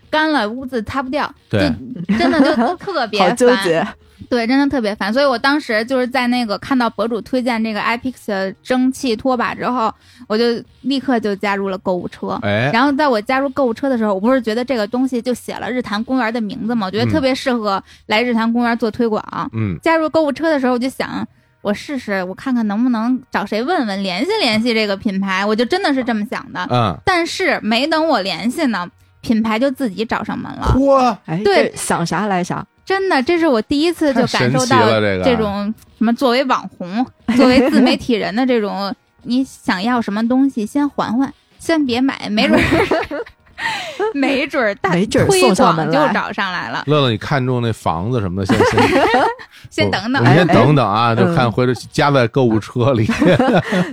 Speaker 2: 干了屋子擦不掉，
Speaker 1: 对，
Speaker 2: 就真的就特 别
Speaker 3: 好
Speaker 2: 烦，
Speaker 3: 纠结，
Speaker 2: 对，真的特别烦。所以我当时就是在那个看到博主推荐这个 iPix 的蒸汽拖把之后，我就立刻就加入了购物车。
Speaker 1: 哎，
Speaker 2: 然后在我加入购物车的时候，我不是觉得这个东西就写了日坛公园的名字嘛，我觉得特别适合来日坛公园做推广。
Speaker 1: 嗯，
Speaker 2: 加入购物车的时候，我就想，我试试，我看看能不能找谁问问，联系联系这个品牌。我就真的是这么想的，
Speaker 1: 嗯，
Speaker 2: 但是没等我联系呢，品牌就自己找上门了。
Speaker 1: 嚯，
Speaker 3: 哎，
Speaker 2: 对
Speaker 3: 这想啥来啥，
Speaker 2: 真的，这是我第一次就感受
Speaker 1: 太神奇
Speaker 2: 到
Speaker 1: 了这个
Speaker 2: 这种什么作为网红、作为自媒体人的这种，你想要什么东西，先缓缓，先别买，没准 儿，没准儿大
Speaker 3: 没准儿
Speaker 2: 推
Speaker 3: 送上
Speaker 2: 广
Speaker 3: 门
Speaker 2: 就
Speaker 3: 来
Speaker 2: 找上来了，
Speaker 1: 乐乐，你看中那房子 什么的，先先
Speaker 2: 先等等
Speaker 1: 我。
Speaker 3: 哎
Speaker 1: 先等等啊，
Speaker 3: 哎
Speaker 1: 就看回头加在购物 车里。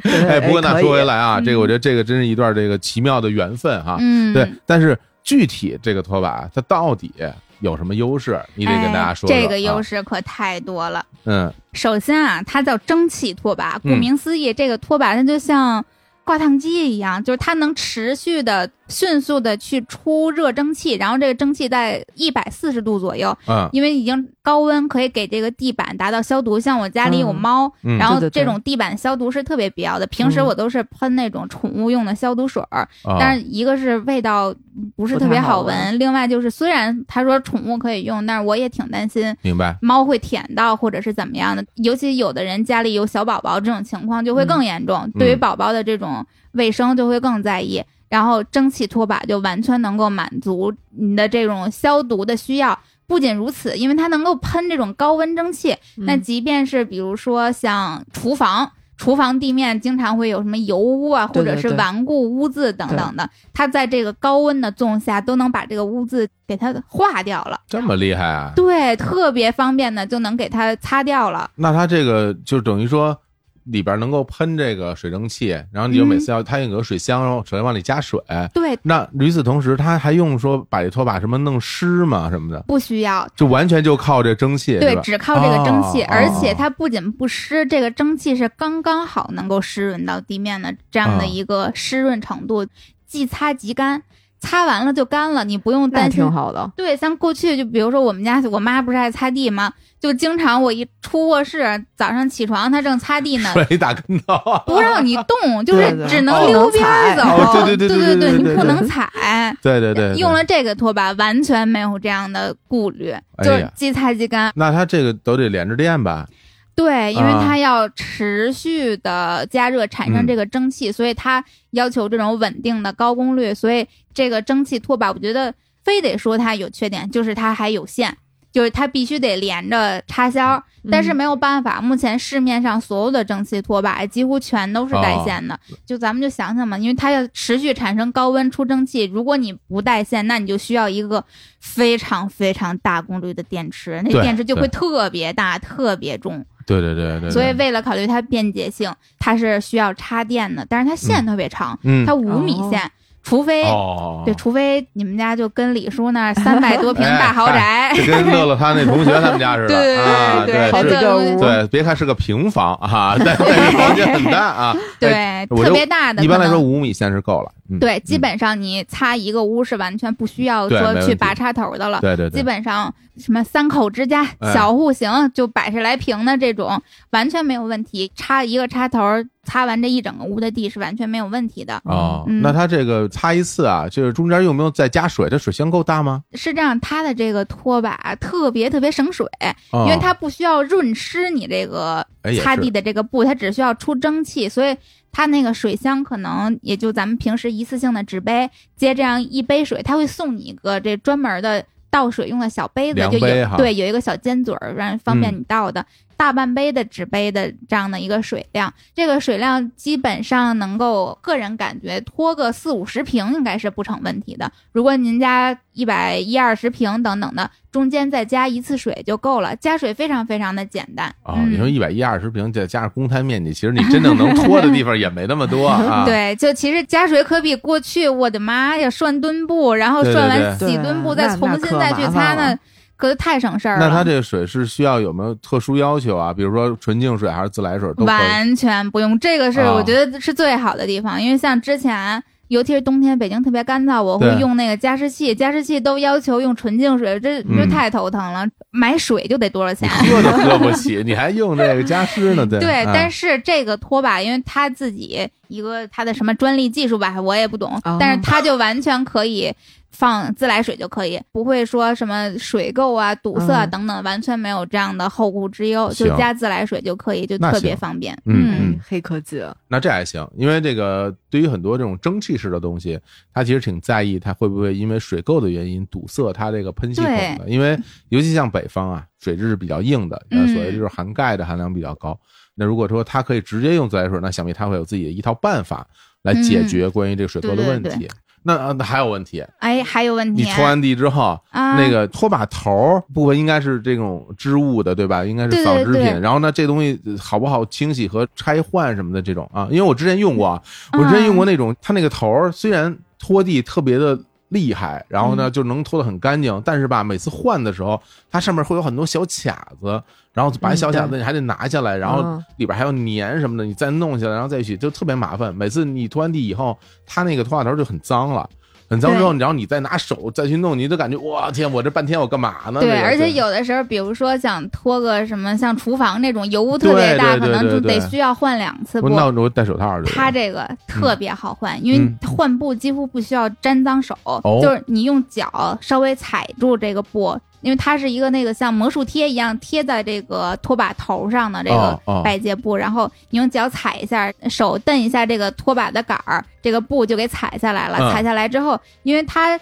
Speaker 3: 对
Speaker 1: 哎，不过那
Speaker 3: 可以
Speaker 1: 说回来啊，
Speaker 2: 嗯
Speaker 1: 这个我觉得这个真是一段这个奇妙的缘分哈。
Speaker 2: 嗯，
Speaker 1: 啊对，但是具体这个拖把它到底有什么优势，你得跟大家说啊说。
Speaker 2: 哎这个优
Speaker 1: 势，
Speaker 2: 势可太多了。
Speaker 1: 嗯
Speaker 2: 首先啊，它叫蒸汽拖把，顾
Speaker 1: 嗯
Speaker 2: 名思义，这个拖把它就像挂烫机一样，就是它能持续的、迅速的去出热蒸汽，然后这个蒸汽在一百四十度左右，
Speaker 1: 嗯
Speaker 2: 因为已经高温，可以给这个地板达到消毒。像我家里有
Speaker 3: 嗯
Speaker 2: 猫，
Speaker 1: 嗯
Speaker 2: 然后
Speaker 3: 对对对
Speaker 2: 这种地板消毒是特别必要的。平时
Speaker 3: 嗯
Speaker 2: 我都是喷那种宠物用的消毒水儿，
Speaker 1: 啊，
Speaker 2: 但是一个是味道不是特别好
Speaker 3: 不太好
Speaker 2: 闻，另外就是虽然他说宠物可以用，但是我也挺担心。
Speaker 1: 明白。
Speaker 2: 猫会舔到，或者是怎么样的。尤其有的人家里有小宝宝，这种情况就
Speaker 3: 嗯
Speaker 2: 会更严重，对于宝宝的这种卫生就会更在意。然后蒸汽拖把就完全能够满足你的这种消毒的需要。不仅如此，因为它能够喷这种高温蒸汽，那
Speaker 3: 嗯
Speaker 2: 即便是比如说像厨房。厨房地面经常会有什么油污啊，或
Speaker 3: 对对
Speaker 2: 者是
Speaker 3: 对
Speaker 2: 顽固污渍等等的，它在这个高温的作用下都能把这个污渍给它化掉了。
Speaker 1: 这么厉害啊？
Speaker 2: 对，特别方便的就能给它擦掉了。
Speaker 1: 那它这个就等于说里边能够喷这个水蒸气，然后你就
Speaker 2: 嗯
Speaker 1: 每次要它有个水箱，然后首先往里加水。
Speaker 2: 对，
Speaker 1: 那与此同时，它还用说把这拖把什么弄湿吗？什么的，
Speaker 2: 不需要，
Speaker 1: 就完全就靠这蒸汽，
Speaker 2: 对
Speaker 1: 是，吧
Speaker 2: 只靠这个蒸汽，
Speaker 1: 哦
Speaker 2: 而且它不仅不湿，这个蒸汽是刚刚好能够湿润到地面的这样的
Speaker 1: 哦
Speaker 2: 一个湿润程度，即擦即干，擦完了就干了，你不用
Speaker 3: 那
Speaker 2: 担心
Speaker 3: 挺好的，
Speaker 2: 对，像过去就比如说我们家我妈不是爱擦地吗？就经常我一出卧室，早上起床她正擦地呢，
Speaker 1: 摔一大跟头啊。
Speaker 2: 不让你 动，就
Speaker 3: 对
Speaker 2: 是
Speaker 3: 对
Speaker 2: 只
Speaker 3: 哦
Speaker 2: 能溜边儿走。
Speaker 1: 哦对对
Speaker 2: 对
Speaker 1: 对对对对
Speaker 2: 你不
Speaker 1: 对
Speaker 2: 能踩。
Speaker 1: 对对对，对
Speaker 2: 用了这个拖把，完全没有这样的顾虑，
Speaker 1: 哎
Speaker 2: 就
Speaker 1: 呀
Speaker 2: 是即擦即干。
Speaker 1: 那它这个都得连着电吧？
Speaker 2: 对，因为
Speaker 1: 啊
Speaker 2: 它要持续的加热产生
Speaker 1: 嗯
Speaker 2: 这个蒸汽，所以它要求这种稳定的高功率。所以这个蒸汽拖把，我觉得非得说它有缺点，就是它还有限，就是它必须得连着插销。但是
Speaker 3: 嗯
Speaker 2: 没有办法，目前市面上所有的蒸汽拖把几乎全都是带
Speaker 1: 哦
Speaker 2: 线的。就咱们就想想嘛，因为它要持续产生高温出蒸汽，如果你不带线，那你就需要一个非常非常大功率的电池，那
Speaker 1: 对
Speaker 2: 电池就
Speaker 1: 对
Speaker 2: 会特别大、特别重。
Speaker 1: 对对对对对。
Speaker 2: 所以为了考虑它便捷性，它是需要插电的，但是它线特别长，
Speaker 1: 嗯，
Speaker 2: 它五米线，除非、
Speaker 1: 哦，
Speaker 2: 对，除非你们家就跟李叔那三百
Speaker 1: 哎
Speaker 2: 多平大豪宅，
Speaker 1: 就跟乐乐他那同学他们家似 的，
Speaker 2: 对
Speaker 1: 啊，
Speaker 2: 对
Speaker 1: 对
Speaker 3: 好几
Speaker 1: 是
Speaker 2: 对
Speaker 3: 个屋，
Speaker 1: 对，别看是个平房啊， 但但是房间很大啊。哎，
Speaker 2: 对，
Speaker 1: 我就
Speaker 2: 特别大的，
Speaker 1: 一般来
Speaker 2: 可
Speaker 1: 说
Speaker 2: 能
Speaker 1: 五米线是够了。嗯，
Speaker 2: 对，基
Speaker 1: 嗯
Speaker 2: 本上你擦一个屋是完全不需要
Speaker 1: 对没
Speaker 2: 说
Speaker 1: 问
Speaker 2: 去
Speaker 1: 题
Speaker 2: 拔插头的了。
Speaker 1: 对对
Speaker 2: 基
Speaker 1: 对，
Speaker 2: 本上什么三口之家、
Speaker 1: 哎
Speaker 2: 小户型就百十来平的这种，完全没有问题。插一个插头，擦完这一整个屋的地是完全没有问题的。
Speaker 1: 哦，
Speaker 2: 嗯
Speaker 1: 那它这个擦一次啊，就是中间有没有再加水？这水箱够大吗？
Speaker 2: 是这样，它的这个拖把特别特别省水，
Speaker 1: 因
Speaker 2: 因为它不需要润湿你这个
Speaker 1: 哎
Speaker 2: 擦地的这个布，它只需要出蒸汽，所以它那个水箱可能也就咱们平时一次性的纸杯接这样一杯水，它会送你一个这专门的倒水用的小杯子，
Speaker 1: 量
Speaker 2: 就
Speaker 1: 杯
Speaker 2: 有
Speaker 1: 哈嗯
Speaker 2: 对有一个小尖嘴儿，让方便你倒的。大半杯的纸杯的这样的一个水量。这个水量基本上能够个人感觉拖个四五十瓶应该是不成问题的。如果您家一百一二十瓶等等的，中间再加一次水就够了，加水非常非常的简单。
Speaker 1: 啊、
Speaker 2: 嗯
Speaker 1: 你说一百一二十平，再加上公摊面积，其实你真正能拖的地方也没那么多 啊。
Speaker 2: 对，就其实加水可比过去，我的妈呀，涮墩布，然后
Speaker 1: 对
Speaker 2: 涮
Speaker 1: 对
Speaker 2: 完
Speaker 3: 对
Speaker 2: 洗墩布，
Speaker 3: 对
Speaker 2: 再
Speaker 3: 那
Speaker 2: 重
Speaker 3: 那
Speaker 2: 新
Speaker 3: 可
Speaker 2: 再
Speaker 3: 麻
Speaker 2: 去
Speaker 3: 烦
Speaker 2: 擦，
Speaker 3: 了
Speaker 2: 那可太省事儿啊了。
Speaker 1: 那它这个水是需要有没有特殊要求啊？比如说纯净水还是自来水都可以？
Speaker 2: 完全不用，这个是
Speaker 1: 啊
Speaker 2: 我觉得是最好的地方，因为像之前。尤其是冬天，北京特别干燥，我会
Speaker 1: 对
Speaker 2: 用那个加湿器，加湿器都要求用纯净水，这这
Speaker 1: 嗯
Speaker 2: 太头疼了。买水就得多少钱？啊
Speaker 1: 喝都喝不起，你还用这个加湿呢？对嗯
Speaker 2: 对，但
Speaker 1: 是
Speaker 2: 是这个拖把，因为他自己一个他的什么专利技术吧，我也不懂，
Speaker 3: 哦
Speaker 2: 但是他就完全可以放自来水就可以，不会说什么水垢啊、堵塞啊
Speaker 3: 嗯
Speaker 2: 等等，完全没有这样的后顾之忧，就
Speaker 1: 行
Speaker 2: 加自来水就可以，就
Speaker 1: 那
Speaker 2: 特别
Speaker 1: 行
Speaker 2: 方便。
Speaker 1: 嗯
Speaker 2: 嗯
Speaker 1: 嗯
Speaker 3: 哎黑科技，
Speaker 1: 那这还行，因为这个对于很多这种蒸汽式的东西，它其实挺在意它会不会因为水垢的原因堵塞它这个喷气孔的，因为尤其像北方啊，水质是比较硬的，呃，
Speaker 2: 嗯
Speaker 1: 所谓就是含钙的含量比较高。那如果说它可以直接用自来水，那想必它会有自己的一套办法来解决关于这个水垢的问题。
Speaker 2: 嗯对对
Speaker 1: 那呃那还有问题，
Speaker 2: 哎，还有问
Speaker 1: 你
Speaker 2: 题？
Speaker 1: 拖完地之后，
Speaker 2: 啊，
Speaker 1: 那个拖把头儿部分应该是这种织物的，对吧？应该是
Speaker 2: 对
Speaker 1: 纺
Speaker 2: 对
Speaker 1: 织品。
Speaker 2: 对
Speaker 1: 然后呢，这东西呃好不好清洗和拆换什么的这种啊？因为我之前用过啊，我之前
Speaker 2: 嗯
Speaker 1: 用过那种，它那个头儿虽然拖地特别的厉害，然后呢
Speaker 2: 嗯
Speaker 1: 就能拖得很干净，但是吧，每次换的时候，它上面会有很多小卡子，然后把
Speaker 3: 嗯
Speaker 1: 小卡
Speaker 3: 对
Speaker 1: 子你还得拿下来，然后
Speaker 3: 嗯
Speaker 1: 里边还有粘什么的，你再弄下来，然后再去，就特别麻烦。每次你拖完地以后，它那个拖把头就很脏了。很脏之后，然后你再拿手再去弄，你就感觉我天，我这半天我干嘛呢？这
Speaker 2: 对，
Speaker 1: 个
Speaker 2: 而且有的时候，比如说想拖个什么，像厨房那种油污
Speaker 1: 对
Speaker 2: 特别大，
Speaker 1: 对对
Speaker 2: 可能
Speaker 1: 对
Speaker 2: 就
Speaker 1: 对
Speaker 2: 得需要换两次
Speaker 1: 我
Speaker 2: 布。
Speaker 1: 那我戴手套去。
Speaker 2: 它这个特别好换，因为它换布几乎不需要沾脏手，
Speaker 1: 哦
Speaker 2: 就是你用脚稍微踩住这个布，因为它是一个那个像魔术贴一样贴在这个拖把头上的这个
Speaker 1: 哦哦
Speaker 2: 百洁布，然后你用脚踩一下，手蹬一下这个拖把的杆儿，这个布就给踩下来了。
Speaker 1: 嗯
Speaker 2: 踩下来之后，因为它。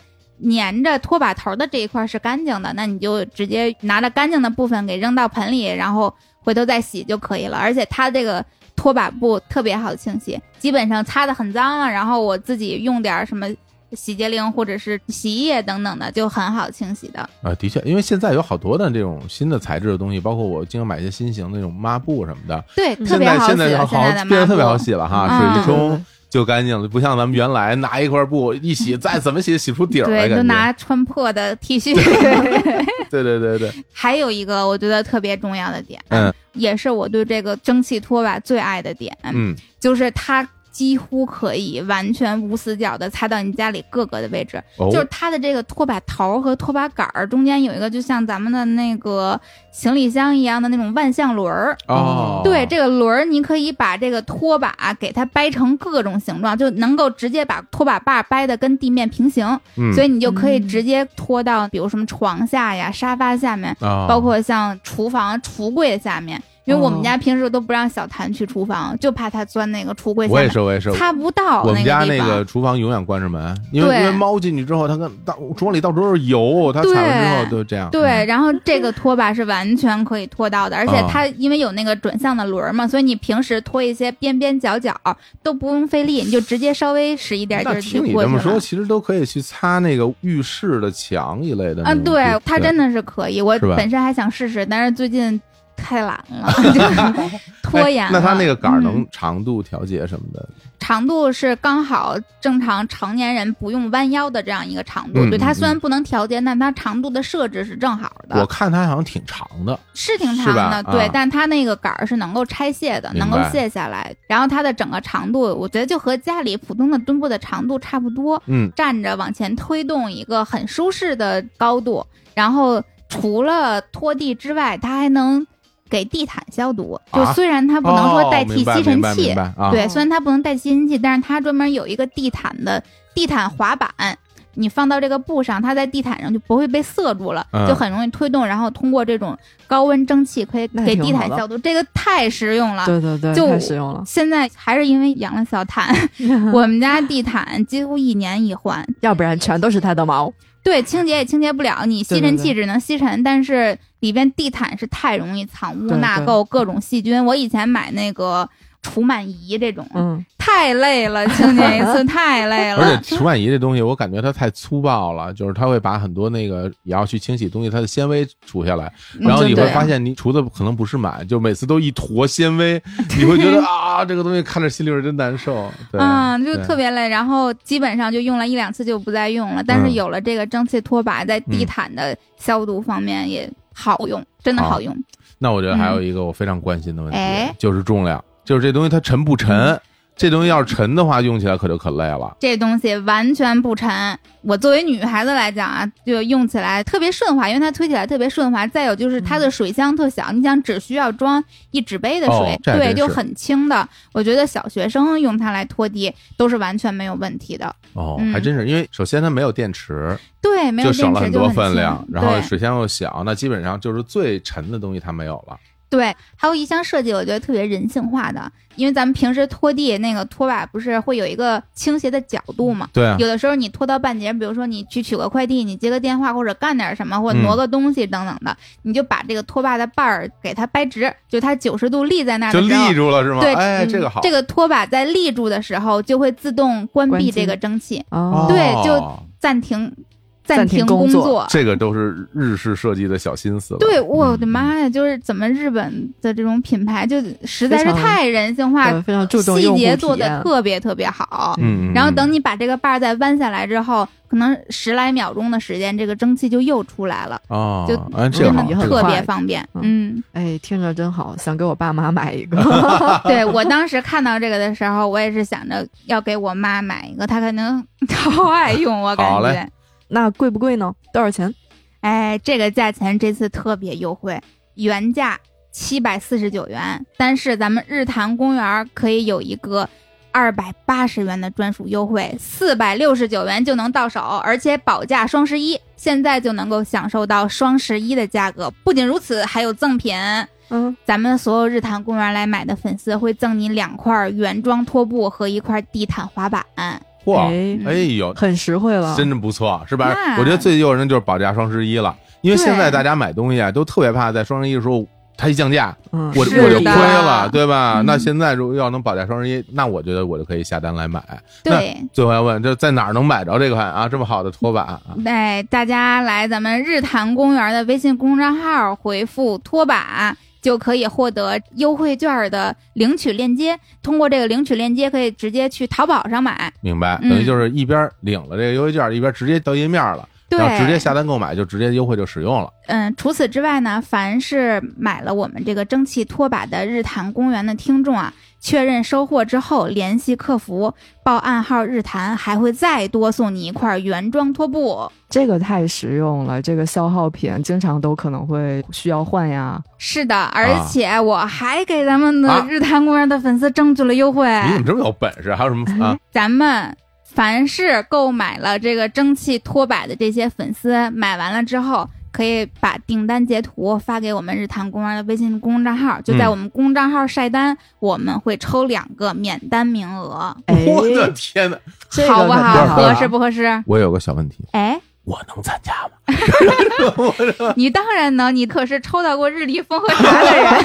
Speaker 2: 粘着拖把头的这一块是干净的，那你就直接拿着干净的部分给扔到盆里，然后回头再洗就可以了。而且它这个拖把布特别好清洗，基本上擦的很脏了，然后我自己用点儿什么洗洁灵或者是洗衣液等等的，就很好清洗的。
Speaker 1: 啊，的确，因为现在有好多的这种新的材质的东西，包括我经常买一些新型的那种抹布什么的，
Speaker 2: 对，
Speaker 3: 嗯
Speaker 2: 特别好洗。现
Speaker 1: 现在好好
Speaker 2: 的
Speaker 1: 变得
Speaker 2: 抹
Speaker 1: 特别好
Speaker 2: 布，
Speaker 1: 洗了哈，
Speaker 2: 嗯
Speaker 1: 水一冲就干净了，不像咱们原来拿一块布一洗，再怎么洗洗出底儿来，
Speaker 2: 对，
Speaker 1: 感
Speaker 2: 就
Speaker 1: 觉。
Speaker 2: 拿穿破的 T 恤。
Speaker 1: 对对对对，
Speaker 2: 还有一个我觉得特别重要的点，
Speaker 1: 嗯
Speaker 2: 也是我对这个蒸汽拖把最爱的点，
Speaker 1: 嗯，
Speaker 2: 就是它几乎可以完全无死角的擦到你家里各个的位置。
Speaker 1: 哦
Speaker 2: 就是它的这个拖把头儿和拖把杆儿中间有一个，就像咱们的那个行李箱一样的那种万向轮儿。
Speaker 1: 哦，
Speaker 2: 对，这个轮儿，你可以把这个拖把给它掰成各种形状，就能够直接把拖把把掰的跟地面平行，
Speaker 1: 嗯，
Speaker 2: 所
Speaker 1: 以
Speaker 2: 以你就可以
Speaker 3: 嗯
Speaker 2: 直接拖到，比如什么床下呀、沙发下面，
Speaker 1: 啊，
Speaker 2: 包括像厨房橱柜下面。因为我们
Speaker 3: 哦
Speaker 2: 家平时都不让小谭去厨房，就怕他钻那个橱柜下
Speaker 1: 我也
Speaker 2: 面，
Speaker 1: 是我也是，
Speaker 2: 擦不到
Speaker 1: 我们家
Speaker 2: 地
Speaker 1: 那
Speaker 2: 方
Speaker 1: 个。厨房永远关着门，因为
Speaker 2: 对
Speaker 1: 因为猫进去之后，它跟到厨房里到处都是油，它踩完之后
Speaker 2: 对
Speaker 1: 就这样。嗯
Speaker 2: 对，然后这个拖把是完全可以拖到的，而
Speaker 1: 啊
Speaker 2: 且它因为有那个转向的轮儿嘛，所以你平时拖一些边边角角都不用费力，你就直接稍微使一点劲
Speaker 1: 那
Speaker 2: 儿就
Speaker 1: 听你
Speaker 2: 过
Speaker 1: 这
Speaker 2: 去
Speaker 1: 么说，
Speaker 2: 了。
Speaker 1: 其实都可以去擦那个浴室的墙一类的那
Speaker 2: 嗯，
Speaker 1: 种地。
Speaker 2: 对，它真的是可以。我
Speaker 1: 是吧
Speaker 2: 本身还想试试，但是最近太懒 了，就是拖延
Speaker 1: 哎
Speaker 2: 了。
Speaker 1: 那它那个杆儿
Speaker 2: 嗯
Speaker 1: 能长度调节什么的？
Speaker 2: 长度是刚好正常成年人不用弯腰的这样一个长度，
Speaker 1: 嗯
Speaker 2: 对
Speaker 1: 嗯
Speaker 2: 它虽然不能调节，但它长度的设置是正好的。
Speaker 1: 我看它好像挺长的。
Speaker 2: 是挺
Speaker 1: 是
Speaker 2: 长
Speaker 1: 吧
Speaker 2: 的，对，
Speaker 1: 啊
Speaker 2: 但它那个杆儿是能够拆卸的，
Speaker 1: 明白
Speaker 2: 能够卸下来。然后它的整个长度，我觉得就和家里普通的墩布的长度差不多，
Speaker 1: 嗯，
Speaker 2: 站着往前推动一个很舒适的高度。然后除了拖地之外，它还能给地毯消毒。就
Speaker 1: 啊
Speaker 2: 虽然它不能说代替吸尘
Speaker 1: 哦明白明白
Speaker 2: 器，
Speaker 1: 明白啊，
Speaker 2: 对，
Speaker 3: 哦
Speaker 2: 虽然它不能带吸尘器，但是它专门有一个地毯的地毯滑板。你放到这个布上，它在地毯上就不会被塞住了，
Speaker 1: 嗯
Speaker 2: 就很容易推动，然后通过这种高温蒸汽可以
Speaker 3: 那
Speaker 2: 给
Speaker 3: 挺
Speaker 2: 地
Speaker 3: 好
Speaker 2: 毯
Speaker 3: 的
Speaker 2: 消毒，这个太实用了。
Speaker 3: 对对对，
Speaker 2: 就
Speaker 3: 太实用了。
Speaker 2: 现在还是因为养了小 毯，我们家地毯几乎一年一换，
Speaker 3: 要不然全都是它的毛。
Speaker 2: 对，清洁也清洁不了，你吸
Speaker 3: 对对
Speaker 2: 尘
Speaker 3: 对
Speaker 2: 器只能吸尘，但是里边地毯是太容易藏污
Speaker 3: 对
Speaker 2: 纳
Speaker 3: 对
Speaker 2: 垢、各种细菌。我以前买那个除螨仪这种，
Speaker 3: 嗯，
Speaker 2: 太累了，清洁一次太累
Speaker 1: 而
Speaker 2: 了。
Speaker 1: 且除螨仪这东西，我感觉它太粗暴了，就是它会把很多那个也要去清洗东西，它的纤维除下来，
Speaker 2: 嗯
Speaker 1: 然后
Speaker 2: 真
Speaker 1: 你
Speaker 2: 的
Speaker 1: 会发现你除的可能不是螨，就每次都一坨 纤维，你会觉得啊，这个东西看着心里边真难受。对，
Speaker 2: 啊，就
Speaker 1: 对
Speaker 2: 特别累，然后基本上就用了一两次就不再用了。但是
Speaker 1: 嗯
Speaker 2: 有了这个蒸汽拖把，在地
Speaker 1: 嗯
Speaker 2: 毯的消毒方面也好用，真的
Speaker 1: 好
Speaker 2: 好用。
Speaker 1: 那我觉得还有一个我非常关心的问题，
Speaker 2: 哎嗯
Speaker 1: 就是重量，就是这东西它沉不沉？这东西要是沉的话，用起来可就可累了。
Speaker 2: 这东西完全不沉。我作为女孩子来讲啊，就用起来特别顺滑，因为它推起来特别顺滑。再有就是它
Speaker 1: 嗯
Speaker 2: 的水箱特小，你想只需要装一纸杯的水，
Speaker 1: 哦这还
Speaker 2: 对，
Speaker 1: 真
Speaker 2: 就是很轻的。我觉得小学生用它来拖地都是完全没有问题的。
Speaker 1: 哦，
Speaker 2: 嗯
Speaker 1: 还真是，因为首先它没有电池，
Speaker 2: 对，没有
Speaker 1: 就
Speaker 2: 电
Speaker 1: 省了
Speaker 2: 池
Speaker 1: 很
Speaker 2: 就
Speaker 1: 多
Speaker 2: 很
Speaker 1: 分
Speaker 2: 轻
Speaker 1: 量，然后
Speaker 2: 对
Speaker 1: 水箱又小，那基本上就是最沉的东西它没有了。
Speaker 2: 对，还有一项设计，我觉得特别人性化的，因为咱们平时拖地那个拖把不是会有一个倾斜的角度嘛，
Speaker 1: 对啊，
Speaker 2: 有的时候你拖到半截，比如说你去取个快递，你接个电话或者干点什么，或者
Speaker 1: 嗯
Speaker 2: 挪个东西等等的，你就把这个拖把的把儿给它掰直，就它九十度立在那儿
Speaker 1: 就
Speaker 2: 的时候
Speaker 1: 立住了是吗？
Speaker 2: 对，
Speaker 1: 哎，
Speaker 2: 嗯
Speaker 1: 这个好，
Speaker 2: 这个拖把在立住的时候就会自动关
Speaker 3: 关
Speaker 2: 闭
Speaker 3: 机
Speaker 2: 这个蒸汽，
Speaker 3: 哦，
Speaker 2: 对
Speaker 1: 哦
Speaker 2: 就暂停
Speaker 3: 暂
Speaker 2: 停
Speaker 3: 停工
Speaker 2: 作。
Speaker 3: 作
Speaker 1: 这个都是日式设计的小心思了。
Speaker 2: 对，我的
Speaker 1: 嗯！
Speaker 2: 妈呀！就是怎么日本的这种品牌，就实在是
Speaker 3: 非常
Speaker 2: 太人性化，
Speaker 3: 对非常注重
Speaker 2: 细
Speaker 3: 用户
Speaker 2: 节
Speaker 3: 体
Speaker 2: 做的
Speaker 3: 验
Speaker 2: 特别特别好。
Speaker 1: 嗯，嗯
Speaker 2: 然后等你把这个把儿再弯下来之后，可能十来秒钟的时间，这个蒸汽就又出来了，
Speaker 1: 哦，
Speaker 2: 就
Speaker 1: 哎，这个
Speaker 2: 真
Speaker 1: 好，
Speaker 2: 的
Speaker 1: 这
Speaker 3: 很
Speaker 1: 个
Speaker 2: 特
Speaker 1: 好
Speaker 2: 别
Speaker 3: 快
Speaker 2: 方便。嗯，
Speaker 3: 哎，听着真好，想给我爸妈买一个。
Speaker 2: 对我当时看到这个的时候，我也是想着要给我妈买一个，她可能 超爱用，我感
Speaker 1: 好嘞
Speaker 2: 觉。
Speaker 3: 那贵不贵呢？多少钱？
Speaker 2: 哎，这个价钱这次特别优惠，原价七百四十九元，但是咱们日坛公园可以有一个二百八十元的专属优惠，四百六十九元就能到手，而且保价双十一，现在就能够享受到双十一的价格。不仅如此，还有赠品。
Speaker 3: 嗯，
Speaker 2: 咱们所有日坛公园来买的粉丝会赠你两块原装拖布和一块地毯滑板。
Speaker 1: 嚯，
Speaker 3: 哎，
Speaker 1: 哎呦，
Speaker 3: 很实惠了。
Speaker 1: 真的不错，是吧
Speaker 2: 那？
Speaker 1: 我觉得最诱人就是保价双十一了，因为
Speaker 2: 对
Speaker 1: 现在大家买东西啊，都特别怕在双十一的时候。它一降价，
Speaker 3: 嗯，
Speaker 1: 我我
Speaker 2: 是
Speaker 1: 就亏
Speaker 2: 的
Speaker 1: 了，对吧？
Speaker 2: 嗯
Speaker 1: 那现在如果要能保价双十一，那我觉得我就可以下单来买。那
Speaker 2: 对，
Speaker 1: 最后要问，这在哪儿能买着这款啊这么好的拖把啊？
Speaker 2: 哎，大家来咱们日坛公园的微信公众号回复“拖把”，就可以获得优惠券的领取链接。通过这个领取链接，可以直接去淘宝上买。
Speaker 1: 明白，
Speaker 2: 嗯
Speaker 1: 等于就是一边领了这个优惠券，一边直接到页面了，
Speaker 2: 对，
Speaker 1: 然后直接下单购买，就直接优惠就使用了。
Speaker 2: 嗯，除此之外呢，凡是买了我们这个蒸汽拖把的日坛公园的听众啊，确认收货之后联系客服报暗号“日坛”，还会再多送你一块原装拖布。
Speaker 3: 这个太实用了，这个消耗品经常都可能会需要换呀。
Speaker 2: 是的，
Speaker 1: 啊
Speaker 2: 而且我还给咱们的日坛公园的粉丝争取了优惠。
Speaker 1: 你怎么这么有本事？还有什么啊？
Speaker 2: 咱们凡是购买了这个蒸汽拖把的这些粉丝，买完了之后，可以把订单截图发给我们日坛公园的微信公众账号，就在我们公众账号晒单，我们会抽两个免单名 额，
Speaker 3: 哎，
Speaker 1: 我的天哪！
Speaker 3: 这个
Speaker 2: 好不
Speaker 3: 可
Speaker 2: 好？
Speaker 3: 太
Speaker 2: 合
Speaker 3: 了
Speaker 2: 适不合适？
Speaker 1: 我有个小问题，
Speaker 2: 哎，
Speaker 1: 我能参加吗？
Speaker 2: 你当然能，你可是抽到过日立风和 茶的人，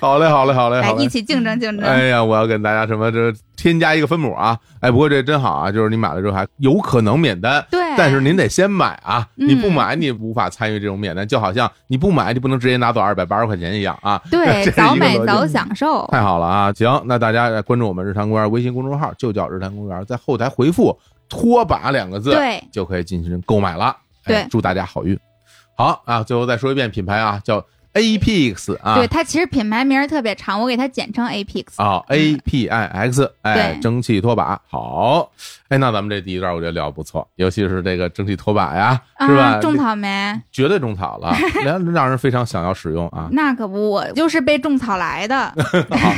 Speaker 1: 好嘞，好嘞，好嘞，
Speaker 2: 来
Speaker 1: 好
Speaker 2: 一
Speaker 1: 嘞。
Speaker 2: 起竞争竞争。
Speaker 1: 哎呀，我要给大家什么这添加一个分母啊！哎，不过这真好啊，就是你买了之后还有可能免单，
Speaker 2: 对，
Speaker 1: 但是您得先买啊，
Speaker 2: 嗯
Speaker 1: 你不买你无法参与这种免单，就好像你不买你不能直接拿走二百八十块钱一样啊。
Speaker 2: 对
Speaker 1: 这是一个
Speaker 2: 早买
Speaker 1: 逻辑
Speaker 2: 早享受。
Speaker 1: 太好了啊！行，那大家关注我们日坛公园微信公众号，就叫日坛公园，在后台回复“拖把”两个字，
Speaker 2: 对，
Speaker 1: 就可以进行购买了。哎
Speaker 2: 对
Speaker 1: 祝大家好运。好啊，最后再说一遍品牌啊，叫 Apex 啊，
Speaker 2: 对，它其实品牌名儿特别长，我给它简称 Apex。
Speaker 1: 啊，A P I X，
Speaker 2: 嗯
Speaker 1: 哎，
Speaker 2: 对
Speaker 1: 蒸汽拖把，好，哎，那咱们这第一段我觉得聊得不错，尤其是这个蒸汽拖把呀，是吧？
Speaker 2: 啊，种草莓，
Speaker 1: 绝对 种草了，让让人非常想要使用啊。
Speaker 2: 那可不，我就是被种草来的。
Speaker 1: 好，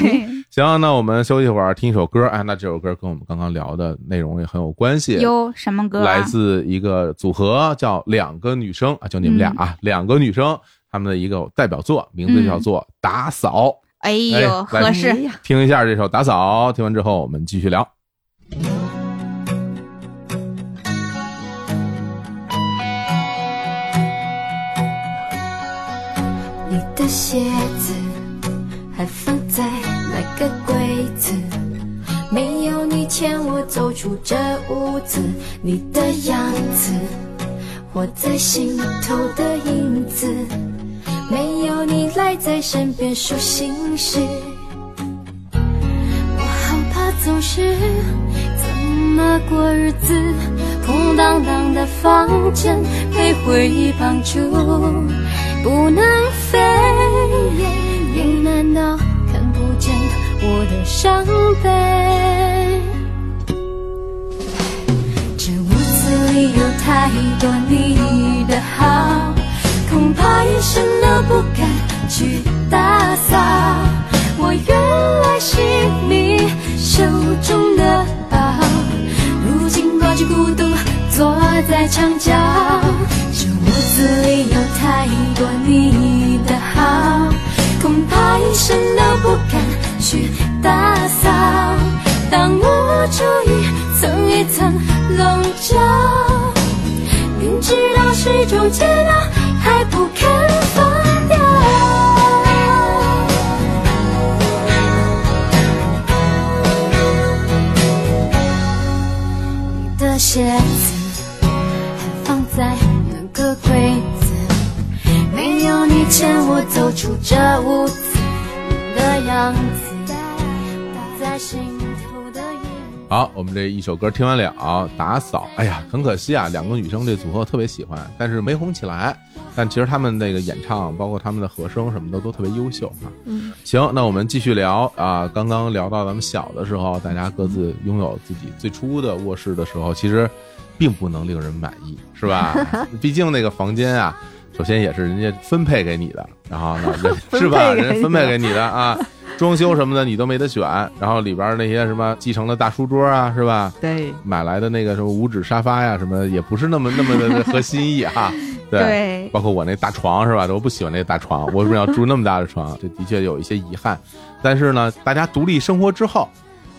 Speaker 1: 行，那我们休息一会儿，听一首歌。哎，那这首歌跟我们刚刚聊的内容也很有关系。
Speaker 2: 哟，什么歌、啊？
Speaker 1: 来自一个组合叫两个女生啊，就你们俩
Speaker 2: 嗯
Speaker 1: 啊，两个女生，她们的一个代表作，名字叫做《打扫》。
Speaker 2: 哎呦，
Speaker 1: 哎来
Speaker 2: 合适
Speaker 3: 哎。呀
Speaker 1: 听一下这首《打扫》，听完之后我们继续聊。
Speaker 4: 你的鞋子还放在那个柜子？没有你牵我走出这屋子，你的样子活在心头的影子。没有你赖在身边数心事，我好怕总是怎么过日子，空荡荡的房间被回忆绑住，不能飞，你难道看不见我的伤悲？这屋子里有太多你的好，恐怕一生都不敢去打扫。我原来是你手中的宝，如今挂着孤独坐在墙角。这屋子里有太多你的好，恐怕一生都不敢去打扫。当我处一层一层笼罩，明知道是种煎熬，还不肯放掉。你的鞋子还放在那个柜子，没有你牵我走出这屋子，你的样子打在心头的影子。
Speaker 1: 好，我们这一首歌听完了，打扫。哎呀，很可惜啊，两个女生这组合我特别喜欢，但是没红起来。但其实她们那个演唱，包括她们的和声什么的，都特别优秀啊。
Speaker 3: 嗯，
Speaker 1: 行，那我们继续聊啊。刚刚聊到咱们小的时候，大家各自拥有自己最初的卧室的时候，其实并不能令人满意，是吧？毕竟那个房间啊，首先也是人家分配给你的，然后呢，人是吧？
Speaker 3: 分配给你的
Speaker 1: 人家分配给你的啊。 装修什么的你都没得选，然后里边那些什么继承了大书桌啊，是吧？
Speaker 3: 对，
Speaker 1: 买来的那个什么五指沙发呀，什么也不是那么那么的合心意哈。对，
Speaker 2: 对
Speaker 1: 包括我那大床是吧？我不喜欢那大床，我为什么要住那么大的床？这的确有一些遗憾。但是呢，大家独立生活之后，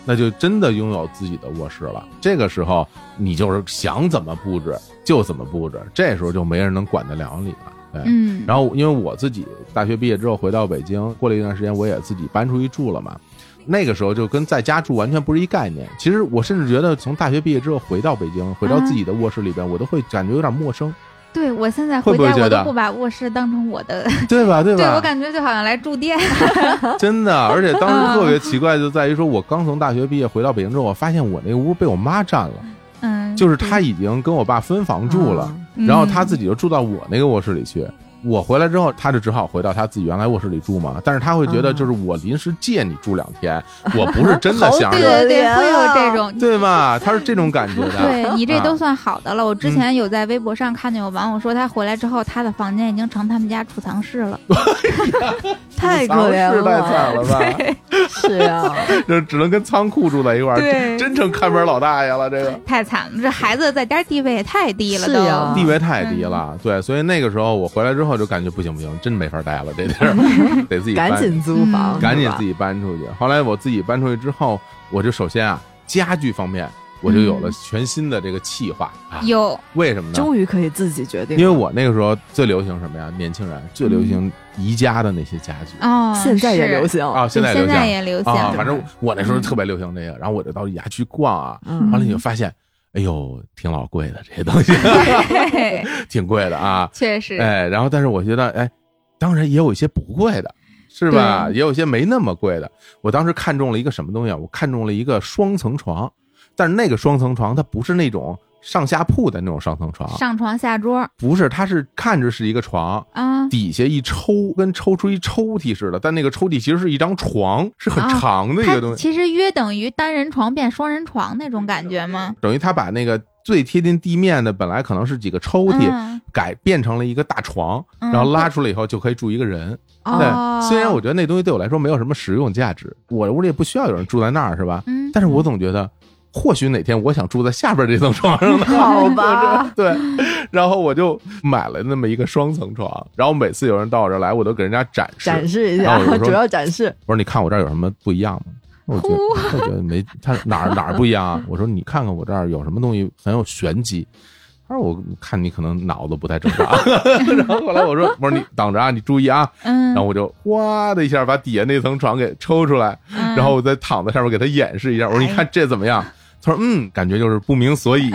Speaker 1: 那就真的拥有自己的卧室了。这个时候，你就是想怎么布置就怎么布置，这时候就没人能管得了你了。对，
Speaker 2: 嗯，
Speaker 1: 然后因为我自己大学毕业之后回到北京，过了一段时间，我也自己搬出去住了嘛。那个时候就跟在家住完全不是一概念。其实我甚至觉得，从大学毕业之后回到北京，
Speaker 2: 嗯
Speaker 1: 回到自己的卧室里边，我都会感觉有点 陌生，
Speaker 2: 对我现在
Speaker 1: 会
Speaker 2: 回
Speaker 1: 不会
Speaker 2: 家
Speaker 1: 觉
Speaker 2: 我
Speaker 1: 得
Speaker 2: 都不把卧室当成我的，
Speaker 1: 对吧？对
Speaker 2: 对
Speaker 1: 吧？
Speaker 2: 我感觉就好像来住店。
Speaker 1: 真的，而且当时特别奇怪，就在于说我刚从大学毕业回到北京之后，我发现我那屋被我妈占了，
Speaker 2: 嗯，
Speaker 1: 就是她已经跟我爸分房住了。
Speaker 3: 啊
Speaker 2: 嗯，
Speaker 1: 然后他自己就住到我那个卧室里去。我回来之后，他就只好回到他自己原来卧室里住嘛。但是他会觉得，
Speaker 3: 啊
Speaker 1: 就是我临时借你住两天，我不是真的
Speaker 3: 好
Speaker 1: 想
Speaker 2: 对
Speaker 1: 着，
Speaker 2: 哦对对，会有
Speaker 3: 可怜
Speaker 2: 这
Speaker 3: 啊
Speaker 2: 种。
Speaker 1: 对吧？他是这种感觉 的。
Speaker 2: 对你这
Speaker 1: 啊
Speaker 2: 都算好的了。我
Speaker 1: 嗯
Speaker 2: 之前有在微博上看见有网友说，他回来之后，他的房间已经成他们家储藏室了。
Speaker 3: 太可怜
Speaker 1: 是太惨了吧？
Speaker 3: 是啊，
Speaker 1: 就只能跟仓库住在一块儿，
Speaker 2: 对
Speaker 1: 真真成看门老大爷了。这个
Speaker 2: 太惨了，这孩子在家地位也太低了
Speaker 3: 是
Speaker 2: 都。
Speaker 3: 呀
Speaker 1: 地位太低了，对，所以那个时候我回来之后就感觉不行不行，真没法待了，这地儿得自己搬
Speaker 3: 赶紧租
Speaker 2: 嗯
Speaker 3: 房，
Speaker 1: 赶紧自
Speaker 3: 己
Speaker 1: 己搬出去。后来我自己搬出去之后，我就首先啊，家具方面我就有了全新的这个计划啊。
Speaker 2: 有，
Speaker 1: 为什么呢？
Speaker 3: 终于可以自己决定
Speaker 1: 因
Speaker 3: 了，
Speaker 1: 为我那个时候最流行什么呀？年轻人最流行宜家的那些家具
Speaker 2: 哦，
Speaker 3: 现在也流
Speaker 2: 是
Speaker 3: 行，
Speaker 1: 啊，现
Speaker 2: 对
Speaker 1: 在流
Speaker 2: 现在
Speaker 1: 行
Speaker 2: 也流行。
Speaker 1: 啊，
Speaker 3: 对
Speaker 1: 反正我那时候特别流行这个，然后我就到宜家去逛啊，
Speaker 3: 嗯
Speaker 1: 完了你就发现，哎呦，挺老贵的这些东西，
Speaker 2: 对，
Speaker 1: 挺贵的啊，
Speaker 2: 确实，
Speaker 1: 哎，然后但是我觉得，哎，当然也有一些不贵的，是吧？
Speaker 2: 对
Speaker 1: 也有一些没那么贵的。我当时看中了一个什么东西啊？我看中了一个双层床，但是那个双层床它不是那种上下铺的那种上层床，
Speaker 2: 上床下桌
Speaker 1: 不是，它是看着是一个床。
Speaker 2: 啊，
Speaker 1: 底下一抽，跟抽出一抽屉似的，但那个抽屉其实是一张床，是很
Speaker 2: 啊
Speaker 1: 长的一个东
Speaker 2: 它
Speaker 1: 西，
Speaker 2: 其实约等于单人床变双人床那种感觉吗？
Speaker 1: 等于他把那个最贴近地面的，本来可能是几个抽屉，
Speaker 2: 嗯
Speaker 1: 改变成了一个大床，
Speaker 2: 嗯
Speaker 1: 然后拉出来以后就可以住一个人。
Speaker 2: 哦
Speaker 1: 对，虽然我觉得那东西对我来说没有什么实用价值，我屋里也不需要有人住在那儿，是吧？
Speaker 2: 嗯
Speaker 1: 但是我总觉得，或许哪天我想住在下边这层床上呢。
Speaker 3: 好吧，
Speaker 1: 对，然后我就买了那么一个双层床，然后每次有人到我这儿来，我都给人家展示，
Speaker 3: 展示一
Speaker 1: 然后我
Speaker 3: 下，
Speaker 1: 就说
Speaker 3: 主要 展示。
Speaker 1: 我说你看我这儿有什么不一样吗？我觉得我觉得没，他哪儿哪儿不一样啊？我说你看看我这儿有什么东西很有玄机。他说我看你可能脑子不太正常。 然后后来我说我说你等着啊，你注意啊。
Speaker 2: 嗯，
Speaker 1: 然后我就哗的一下把底下那层床给抽出来，
Speaker 2: 嗯哎
Speaker 1: 然后我再躺在上面给他演示一下。我说你看这怎么样？他说嗯，感觉就是不明所 以，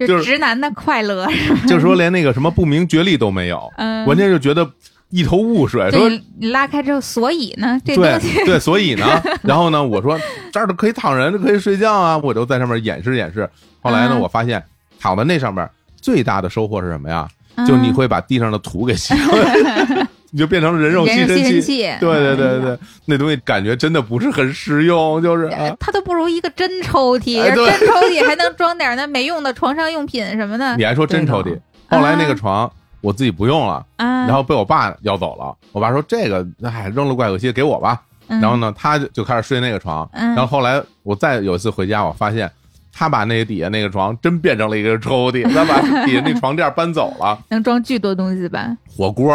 Speaker 1: 就
Speaker 2: 就是直男的快乐，
Speaker 1: 就说连那个什么不明觉厉都没有，
Speaker 2: 嗯，
Speaker 1: 关键就觉得一头雾水，说
Speaker 2: 对你拉开之后，所以呢，这
Speaker 1: 对
Speaker 2: 东西
Speaker 1: 对，所以呢， 然后呢，我说这儿都可以躺人，可以睡觉啊，我就在上面演示演示。后来呢，
Speaker 2: 嗯
Speaker 1: 我发现躺在那上面最大的收获是什么呀？
Speaker 2: 嗯
Speaker 1: 就你会把地上的土给吸上来， 你就变成了人肉
Speaker 2: 人
Speaker 1: 吸
Speaker 2: 肉吸
Speaker 1: 尘
Speaker 2: 尘
Speaker 1: 器。
Speaker 2: 器
Speaker 1: 对对对
Speaker 2: 嗯
Speaker 1: 对，那东西感觉真的不是很实用，就是啊
Speaker 2: 嗯，它都不如一个真抽屉，
Speaker 1: 哎对
Speaker 2: 真抽屉还能装点儿那没用的床上用品什么的
Speaker 1: 你还说真抽屉
Speaker 3: 对。
Speaker 1: 后来那个
Speaker 2: 啊
Speaker 1: 床我自己不用了，
Speaker 2: 啊。
Speaker 1: 然后被我爸要走了。我爸说这个哎扔了怪恶心，给我吧。
Speaker 2: 嗯，
Speaker 1: 然后呢，他就就开始睡那个床。
Speaker 2: 嗯
Speaker 1: 然后后来我再有一次回家，我发现他把那底下那个床真变成了一个抽屉，他把底下那床垫搬走了，
Speaker 2: 能装巨多东西吧？
Speaker 1: 火锅、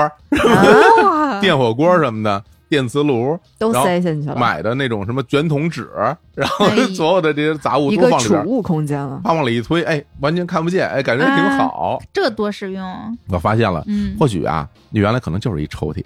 Speaker 2: 啊
Speaker 1: 电火锅什么的，电磁炉，
Speaker 3: 都
Speaker 1: 然后
Speaker 3: 塞进去了，
Speaker 1: 买的那种什么卷筒纸，然后
Speaker 2: 哎
Speaker 1: 所有的这些杂物
Speaker 3: 一
Speaker 1: 都
Speaker 3: 个
Speaker 1: 放里
Speaker 3: 储
Speaker 1: 边。
Speaker 3: 物空间 了。
Speaker 1: 啪往里一推，哎，完全看不见，哎，感觉挺好。
Speaker 2: 这多实用，
Speaker 1: 我发现了，
Speaker 2: 嗯，
Speaker 1: 或许啊，你原来可能就是一抽屉，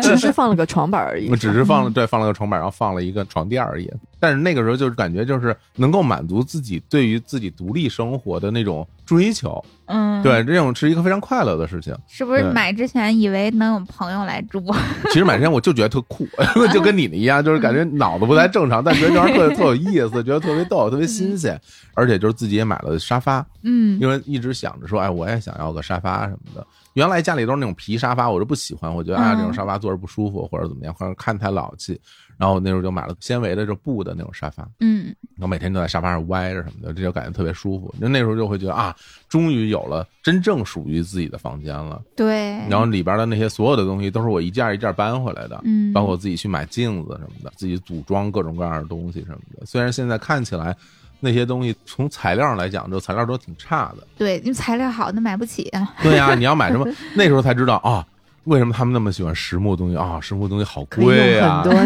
Speaker 3: 只是放了个床板而已
Speaker 1: 我。只是放了对放了个床板，然后放了一个床垫而已。但是那个时候就是感觉就是能够满足自己对于自己独立生活的那种追求，
Speaker 2: 嗯，
Speaker 1: 对，，这种是一个非常快乐的事情。
Speaker 2: 是不是
Speaker 1: 对
Speaker 2: 买之前以为能有朋友来住？啊
Speaker 1: 其实买之前我就觉得特酷， 就跟你的一样，就是感觉脑子不太正常，但觉得这玩意儿特特有意思，觉得特别逗，特别新鲜，而且就是自己也买了沙发，
Speaker 2: 嗯
Speaker 1: 因为一直想着说，哎，我也想要个沙发什么的。原来家里都是那种皮沙发，我就不喜欢，我觉得啊，
Speaker 2: 嗯
Speaker 1: 这种沙发坐着不舒服，或者怎么样，或者看太老气。然后我那时候就买了纤维的这布的那种沙发，
Speaker 2: 嗯，
Speaker 1: 然后每天都在沙发上歪着什么的，这就感觉特别舒服。就那时候就会觉得啊，终于有了真正属于自己的房间了。
Speaker 2: 对，
Speaker 1: 然后里边的那些所有的东西都是我一件儿一件儿搬回来的，
Speaker 2: 嗯，
Speaker 1: 包括我自己去买镜子什么的，自己组装各种各样的东西什么的。虽然现在看起来那些东西从材料上来讲，这材料都挺差的。
Speaker 2: 对，因为材料好，那买不起啊，
Speaker 1: 对呀、你要买什么？那时候才知道啊、为什么他们那么喜欢实木东西啊、实木东西好
Speaker 3: 可以
Speaker 1: 贵
Speaker 3: 用
Speaker 1: 啊
Speaker 3: 很。多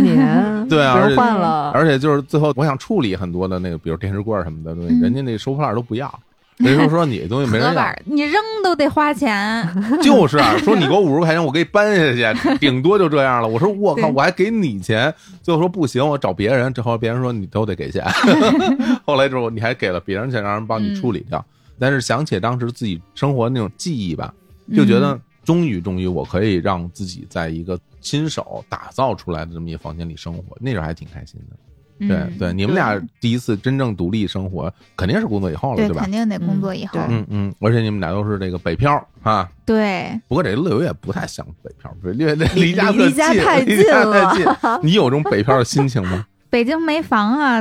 Speaker 3: 年，
Speaker 1: 对啊
Speaker 3: 不
Speaker 1: 而且
Speaker 3: 用换了。
Speaker 1: 而且就是最后，我想处理很多的那个，比如电视柜儿什么的东西，
Speaker 2: 嗯
Speaker 1: 人家那收破烂儿都不要，人家就说你的东西没啊
Speaker 2: 合
Speaker 1: 人
Speaker 2: 板
Speaker 1: 要，
Speaker 2: 儿你扔都得花钱，
Speaker 1: 就是啊，说你给 我五十块钱，我给你搬下去，顶多就这样了。我说我靠，
Speaker 2: 对
Speaker 1: 我还给你钱，最后说不行，我找别人。这后来别人说你都得给 钱，后来之后你还给了别人钱，让人
Speaker 3: 嗯
Speaker 1: 帮你处理掉。但是想起当时自己生活那种记忆吧，就觉
Speaker 2: 嗯
Speaker 1: 得终于终于我可以让自己在一个亲手打造出来的这么一个房间里生活，那时候还挺开心的。
Speaker 2: 嗯
Speaker 1: 对、
Speaker 2: 嗯
Speaker 1: 对，你们俩第一次真正独立生活，肯定是工作以后了，
Speaker 2: 对
Speaker 1: 对吧
Speaker 2: 肯？定得工作以后，
Speaker 3: 嗯
Speaker 1: 嗯嗯，而且你们俩都是这个北漂啊，
Speaker 2: 对，
Speaker 1: 不过这乐游也不太像北漂，因为离家特
Speaker 3: 离家太
Speaker 1: 近，
Speaker 3: 近
Speaker 1: 离家太近。你有这种北漂的心情 吗？
Speaker 2: 北京没房 啊，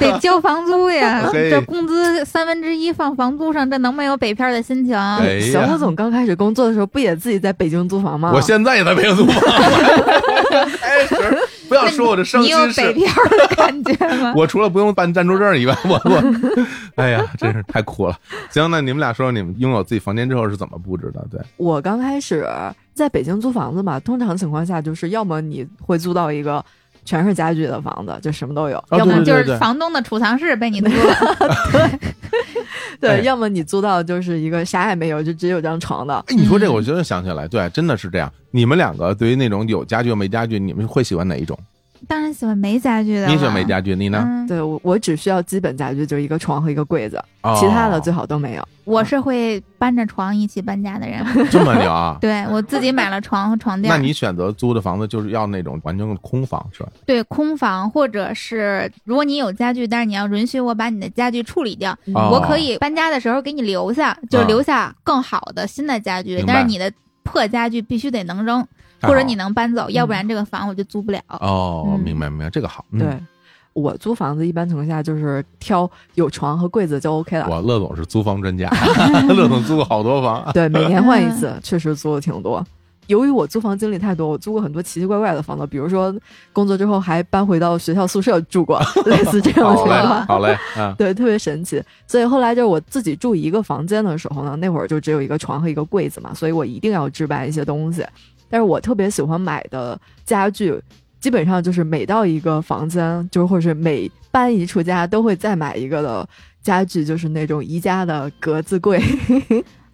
Speaker 2: 得交房租呀。
Speaker 1: 嘿
Speaker 2: 这工资三分之一放房租上，这能没有北漂的心情？啊
Speaker 1: 哎
Speaker 3: 小
Speaker 1: 呀
Speaker 3: 火，总刚开始工作的时候，不也自己在北京租房吗？
Speaker 1: 我现在也在北京租房。 哎，是不要说我这伤
Speaker 2: 你有
Speaker 1: 心
Speaker 2: 北
Speaker 1: 事。？
Speaker 2: 漂的感觉吗
Speaker 1: 我除了不用办暂住证以外，我我，哎呀，真是太酷了。行，那你们俩说说你们拥有自己房间之后是怎么布置的？对，
Speaker 3: 我刚开始在北京租房子嘛，通常情况下就是要么你会租到一个全是家具的房子，就什么都有；
Speaker 1: 哦
Speaker 3: 要
Speaker 1: 对对
Speaker 3: 么
Speaker 2: 就是房东的储藏室被你租 了，
Speaker 3: 对
Speaker 1: 哎
Speaker 3: 要么你租到就是一个啥也没有，就只有张床的。
Speaker 1: 哎，你说这个，我觉得想起来，对，真的是这样。你们两个对于那种有家具和没家具，你们会喜欢哪一种？
Speaker 2: 当然喜欢没家具的了。
Speaker 1: 你喜欢没家具，你呢？
Speaker 2: 嗯，
Speaker 3: 对我，我只需要基本家具，就是一个床和一个柜子，
Speaker 1: 哦
Speaker 3: 嗯其他的最好都没有。
Speaker 2: 我是会搬着床一起搬家的人。？
Speaker 1: 这么牛啊
Speaker 2: 对我自己买了床和床垫
Speaker 1: 那
Speaker 2: 儿，
Speaker 1: 你选择租的房子就是要那种完全空房是吧？
Speaker 2: 对空房或者是如果你有家具，但是你要允许我把你的家具处理掉，
Speaker 1: 哦
Speaker 3: 嗯
Speaker 2: 我可以搬家的时候给你留下，就
Speaker 1: 啊
Speaker 2: 留下更好的新的家具
Speaker 1: 明，白
Speaker 2: 但是你的破家具必须得能扔，
Speaker 1: 太
Speaker 2: 或
Speaker 1: 好
Speaker 2: 者
Speaker 1: 了
Speaker 2: 你能搬走，要不然这个房我就租不了。
Speaker 1: 嗯哦，
Speaker 3: 嗯
Speaker 1: 明白明白，这个好。嗯
Speaker 3: 对，，我租房子一般情况下就是挑有床和柜子就 OK 了。
Speaker 1: 我乐总是租房专家，乐总租过好多房。 嗯
Speaker 3: 对，每年换一次，确实租的挺多。由于我租房经历太多，我租过很多奇奇怪怪的房子，比如说工作之后还搬回到学校宿舍住过，类似 这种
Speaker 1: 好
Speaker 3: 情
Speaker 1: 嘞
Speaker 3: 况，。
Speaker 1: 好嘞，啊，
Speaker 3: 对，特别神奇。所以后来就是我自己住一个房间的时候呢，那会儿就只有一个床和一个柜子嘛，所以我一定要置办一些东西。但是我特别喜欢买的家具，基本上就是每到一个房间，就是或者是每搬一处家，都会再买一个的家具，就是那种宜家的格子柜，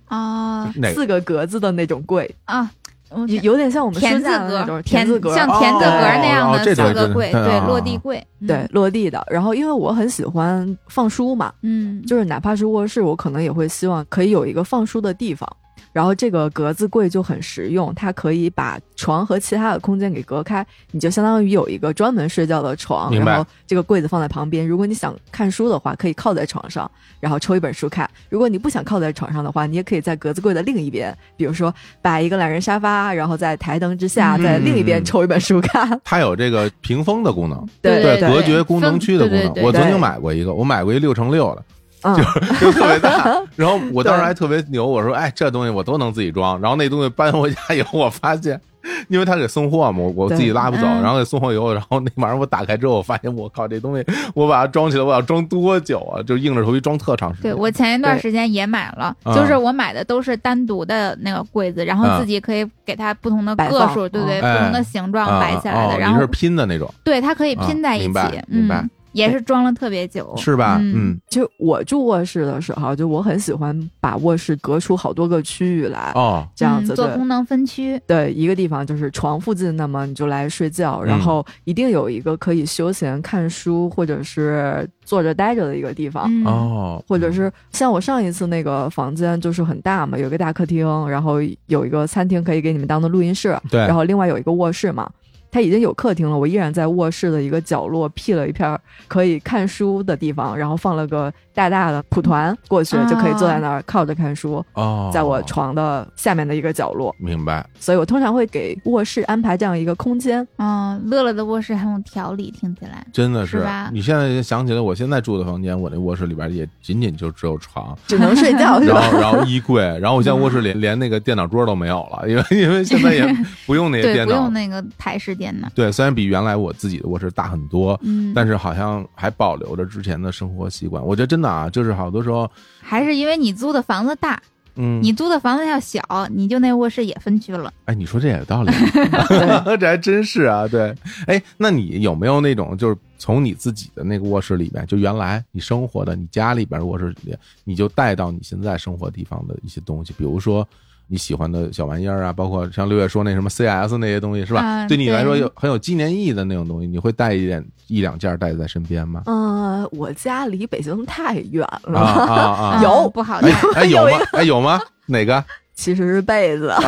Speaker 2: 啊
Speaker 1: 哪
Speaker 3: 四个格子的那种柜，
Speaker 2: 啊，我
Speaker 3: 有有点像我们
Speaker 2: 田
Speaker 3: 书
Speaker 2: 字
Speaker 3: 架的那
Speaker 2: 格
Speaker 3: 种
Speaker 2: 儿，
Speaker 3: 田字格儿，
Speaker 2: 像田字格儿那样
Speaker 1: 哦哦哦
Speaker 2: 的
Speaker 1: 这
Speaker 2: 四
Speaker 1: 种
Speaker 2: 个柜，
Speaker 1: 这种
Speaker 2: 对
Speaker 1: 啊，
Speaker 2: 落地柜，嗯
Speaker 3: 对，落地的。然后因为我很喜欢放书嘛，
Speaker 2: 嗯，
Speaker 3: 就是哪怕是卧室，我可能也会希望可以有一个放书的地方。然后这个格子柜就很实用，它可以把床和其他的空间给隔开，你就相当于有一个专门睡觉的床，
Speaker 1: 明白
Speaker 3: 然后这个柜子放在旁边。如果你想看书的话，可以靠在床上，然后抽一本书看；如果你不想靠在床上的话，你也可以在格子柜的另一边，比如说摆一个懒人沙发，然后在台灯之下，
Speaker 1: 嗯
Speaker 3: 在另一边抽一本书看。
Speaker 1: 它有这个屏风的功能，
Speaker 2: 对
Speaker 3: 对
Speaker 1: 隔绝功能区的功
Speaker 2: 分对对
Speaker 1: 能。
Speaker 2: 对
Speaker 1: 我曾经买过一个，我买过一六乘六的，
Speaker 3: 嗯，
Speaker 1: 就特别 大。然后我当时还特别牛，我说：“哎，这东西我都能自己装。”然后那东西搬回家以后，我发现，因为他给送货嘛，我我自己拉不走，
Speaker 2: 嗯
Speaker 1: 然后给送货以后，然后那玩意儿我打开之后，我发现我靠，这东西我把它装起来，我要装多久啊？就硬着头皮装特长时间。
Speaker 2: 对我前一段
Speaker 3: 对
Speaker 2: 时间也买了，
Speaker 1: 啊
Speaker 2: 就是我买的都是单独的那个柜子，然
Speaker 1: 嗯
Speaker 2: 后自己可以给它不同的
Speaker 3: 摆
Speaker 2: 个
Speaker 3: 放
Speaker 2: 数，对对，
Speaker 1: 哎
Speaker 2: 不同的形状
Speaker 1: 啊
Speaker 2: 摆起来
Speaker 1: 哦
Speaker 2: 的，然
Speaker 1: 你
Speaker 2: 后
Speaker 1: 是拼的那种，
Speaker 2: 对它可以拼在一
Speaker 1: 啊明
Speaker 2: 起
Speaker 1: 白，明白
Speaker 2: 嗯，也是装了特别久，
Speaker 1: 是吧？嗯，
Speaker 3: 就我住卧室的时候，就我很喜欢把卧室隔出好多个区域来，
Speaker 1: 哦，
Speaker 3: 这样子
Speaker 2: 嗯做
Speaker 3: 对
Speaker 2: 功能分区，
Speaker 3: 对，一个地方就是床附近，那么你就来睡觉，然
Speaker 1: 嗯
Speaker 3: 后一定有一个可以休闲看书或者是坐着待着的一个地方。
Speaker 2: 嗯，
Speaker 1: 哦，
Speaker 3: 或者是像我上一次那个房间就是很大嘛，有一个大客厅，然后有一个餐厅可以给你们当的录音室，
Speaker 1: 对
Speaker 3: 然后另外有一个卧室嘛。它已经有客厅了，我依然在卧室的一个角落辟了一片儿可以看书的地方，然后放了个大大的蒲团过去，就可以坐在那儿靠着看书，
Speaker 1: 哦，
Speaker 3: 在我床的下面的一个角落。
Speaker 1: 明白，
Speaker 3: 所以我通常会给卧室安排这样一个空间。
Speaker 2: 嗯，乐乐的卧室很有条理，听起来，
Speaker 1: 真的
Speaker 2: 是吧
Speaker 1: 你现在想起来，我现在住的房间，我那卧室里边也仅仅就只有床，
Speaker 3: 只能
Speaker 2: 哎
Speaker 3: 睡觉是
Speaker 1: 然
Speaker 3: 吧？
Speaker 1: 后然后衣柜，然后我现在卧室里
Speaker 2: 嗯
Speaker 1: 连那个电脑桌都没有了，因为因为现在 也不用那些
Speaker 2: 对，
Speaker 1: 电
Speaker 2: 不
Speaker 1: 脑
Speaker 2: 用。那个台式电脑，
Speaker 1: 对，虽然比原来我自己的卧室大很多，
Speaker 2: 嗯，
Speaker 1: 但是好像还保留着之前的生活习惯。我觉得真的啊，就是好多时候，
Speaker 2: 还是因为你租的房子大，
Speaker 1: 嗯，
Speaker 2: 你租的房子要小，你就那卧室也分区了。
Speaker 1: 哎，你说这也有道理，啊 这还真是啊。对，哎，那你有没有那种就是从你自己的那个卧室里边，就原来你生活的你家里边的卧室里，你就带到你现在生活地方的一些东西，比如说你喜欢的小玩意儿啊，包括像六月说那什么 CS 那些东西，是吧？
Speaker 2: 啊
Speaker 1: 对你来说
Speaker 2: 对
Speaker 1: 有很有纪念意义的那种东西，你会带一点一两件带在身边吗？
Speaker 3: 嗯、我家离北京太远
Speaker 1: 啊
Speaker 3: 了，
Speaker 1: 啊啊！
Speaker 3: 有
Speaker 2: 嗯不好带
Speaker 1: 哎，哎有吗？哎有吗？哪个？
Speaker 3: 其实是被子。
Speaker 1: 啊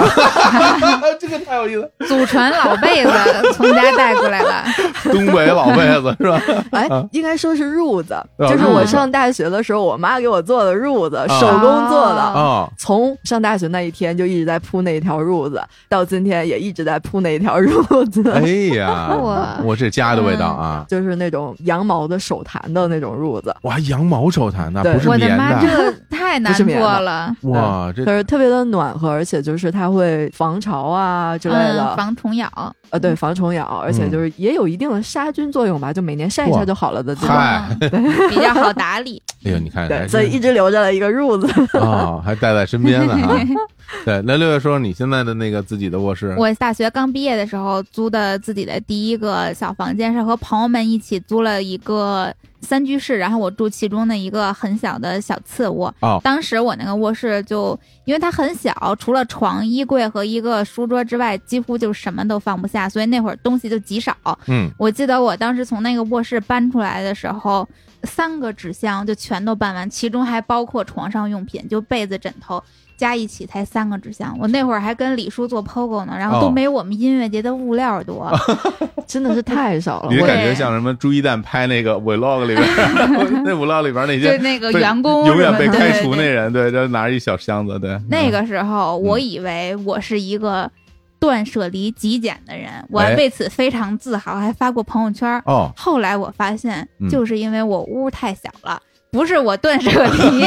Speaker 1: 这个太有意思了，
Speaker 2: 祖传老被 子从家带过来了。
Speaker 1: 东北老被子是吧？
Speaker 3: 哎，应该说是褥子，
Speaker 1: 啊
Speaker 3: 就是
Speaker 2: 褥
Speaker 3: 我
Speaker 2: 子
Speaker 3: 上大学的时候，我妈给我做的褥子，
Speaker 1: 啊
Speaker 3: 手工做的。
Speaker 1: 哦，
Speaker 3: 从上大学那一天就一直在铺那一条褥子，到今天也一直在铺那一条褥子，
Speaker 1: 哎呀，
Speaker 2: 哇嗯
Speaker 1: 我这家的味道啊！
Speaker 3: 就是那种羊毛的手弹的那种褥子，
Speaker 1: 哇，羊毛手弹呢，
Speaker 3: 对
Speaker 1: 不是
Speaker 2: 我的
Speaker 1: 棉
Speaker 2: 妈，嗯
Speaker 1: 的，
Speaker 2: 这太难
Speaker 3: 不是棉
Speaker 2: 过
Speaker 3: 的
Speaker 2: 了。
Speaker 1: 哇，这
Speaker 3: 但是特别的暖和，而且就是它会防潮啊之类的，
Speaker 2: 嗯，防虫咬。
Speaker 3: 呃，对，防虫咬，而
Speaker 1: 嗯
Speaker 3: 且就是也有一定的杀菌作用吧，就每年晒一
Speaker 1: 哇
Speaker 3: 晒就好了的这种。
Speaker 1: 嗨
Speaker 2: 嗯，比较好打理。
Speaker 1: 哎呦，你看，还
Speaker 3: 对，
Speaker 1: 真
Speaker 3: 所以一直留着了一个褥 子。
Speaker 1: 啊，还带在身边呢哈。对，那六月说说你现在的那个自己的卧室，
Speaker 2: 我大学刚毕业的时候租的自己的第一个小房间，是和朋友们一起租了一个三居室，然后我住其中的一个很小的小次卧。
Speaker 1: 哦
Speaker 2: 当时我那个卧室就因为它很小，除了床、衣柜和一个书桌之外，几乎就什么都放不下，所以那会儿东西就极少。
Speaker 1: 嗯，
Speaker 2: 我记得我当时从那个卧室搬出来的时候，三个纸箱就全都搬完，其中还包括床上用品，就被子、枕头加一起才三个纸箱。我那会儿还跟李叔做 POGO 呢，然后
Speaker 1: 哦
Speaker 2: 都没我们音乐节的物料多。
Speaker 3: 真的是太少了。
Speaker 1: 你
Speaker 3: 我
Speaker 1: 就
Speaker 2: 对
Speaker 1: 感觉像什么朱一蛋拍那个 vlog 里边，那 vlog 里边那
Speaker 2: 就是
Speaker 1: 些
Speaker 2: 那个
Speaker 1: 被
Speaker 2: 员工
Speaker 1: 永远
Speaker 2: 什么
Speaker 1: 被
Speaker 2: 的
Speaker 1: 开
Speaker 2: 对
Speaker 1: 除
Speaker 2: 对啊
Speaker 1: 那人，对，就拿着一小箱子，对，
Speaker 2: 那个时候，我
Speaker 1: 嗯
Speaker 2: 以为我是一个断舍离极简的人，我
Speaker 1: 哎
Speaker 2: 还为此非常自豪，还发过朋友圈儿。
Speaker 1: 哦，
Speaker 2: 后来我发现
Speaker 1: 嗯，
Speaker 2: 就是因为我屋太小了，不是我断舍 离，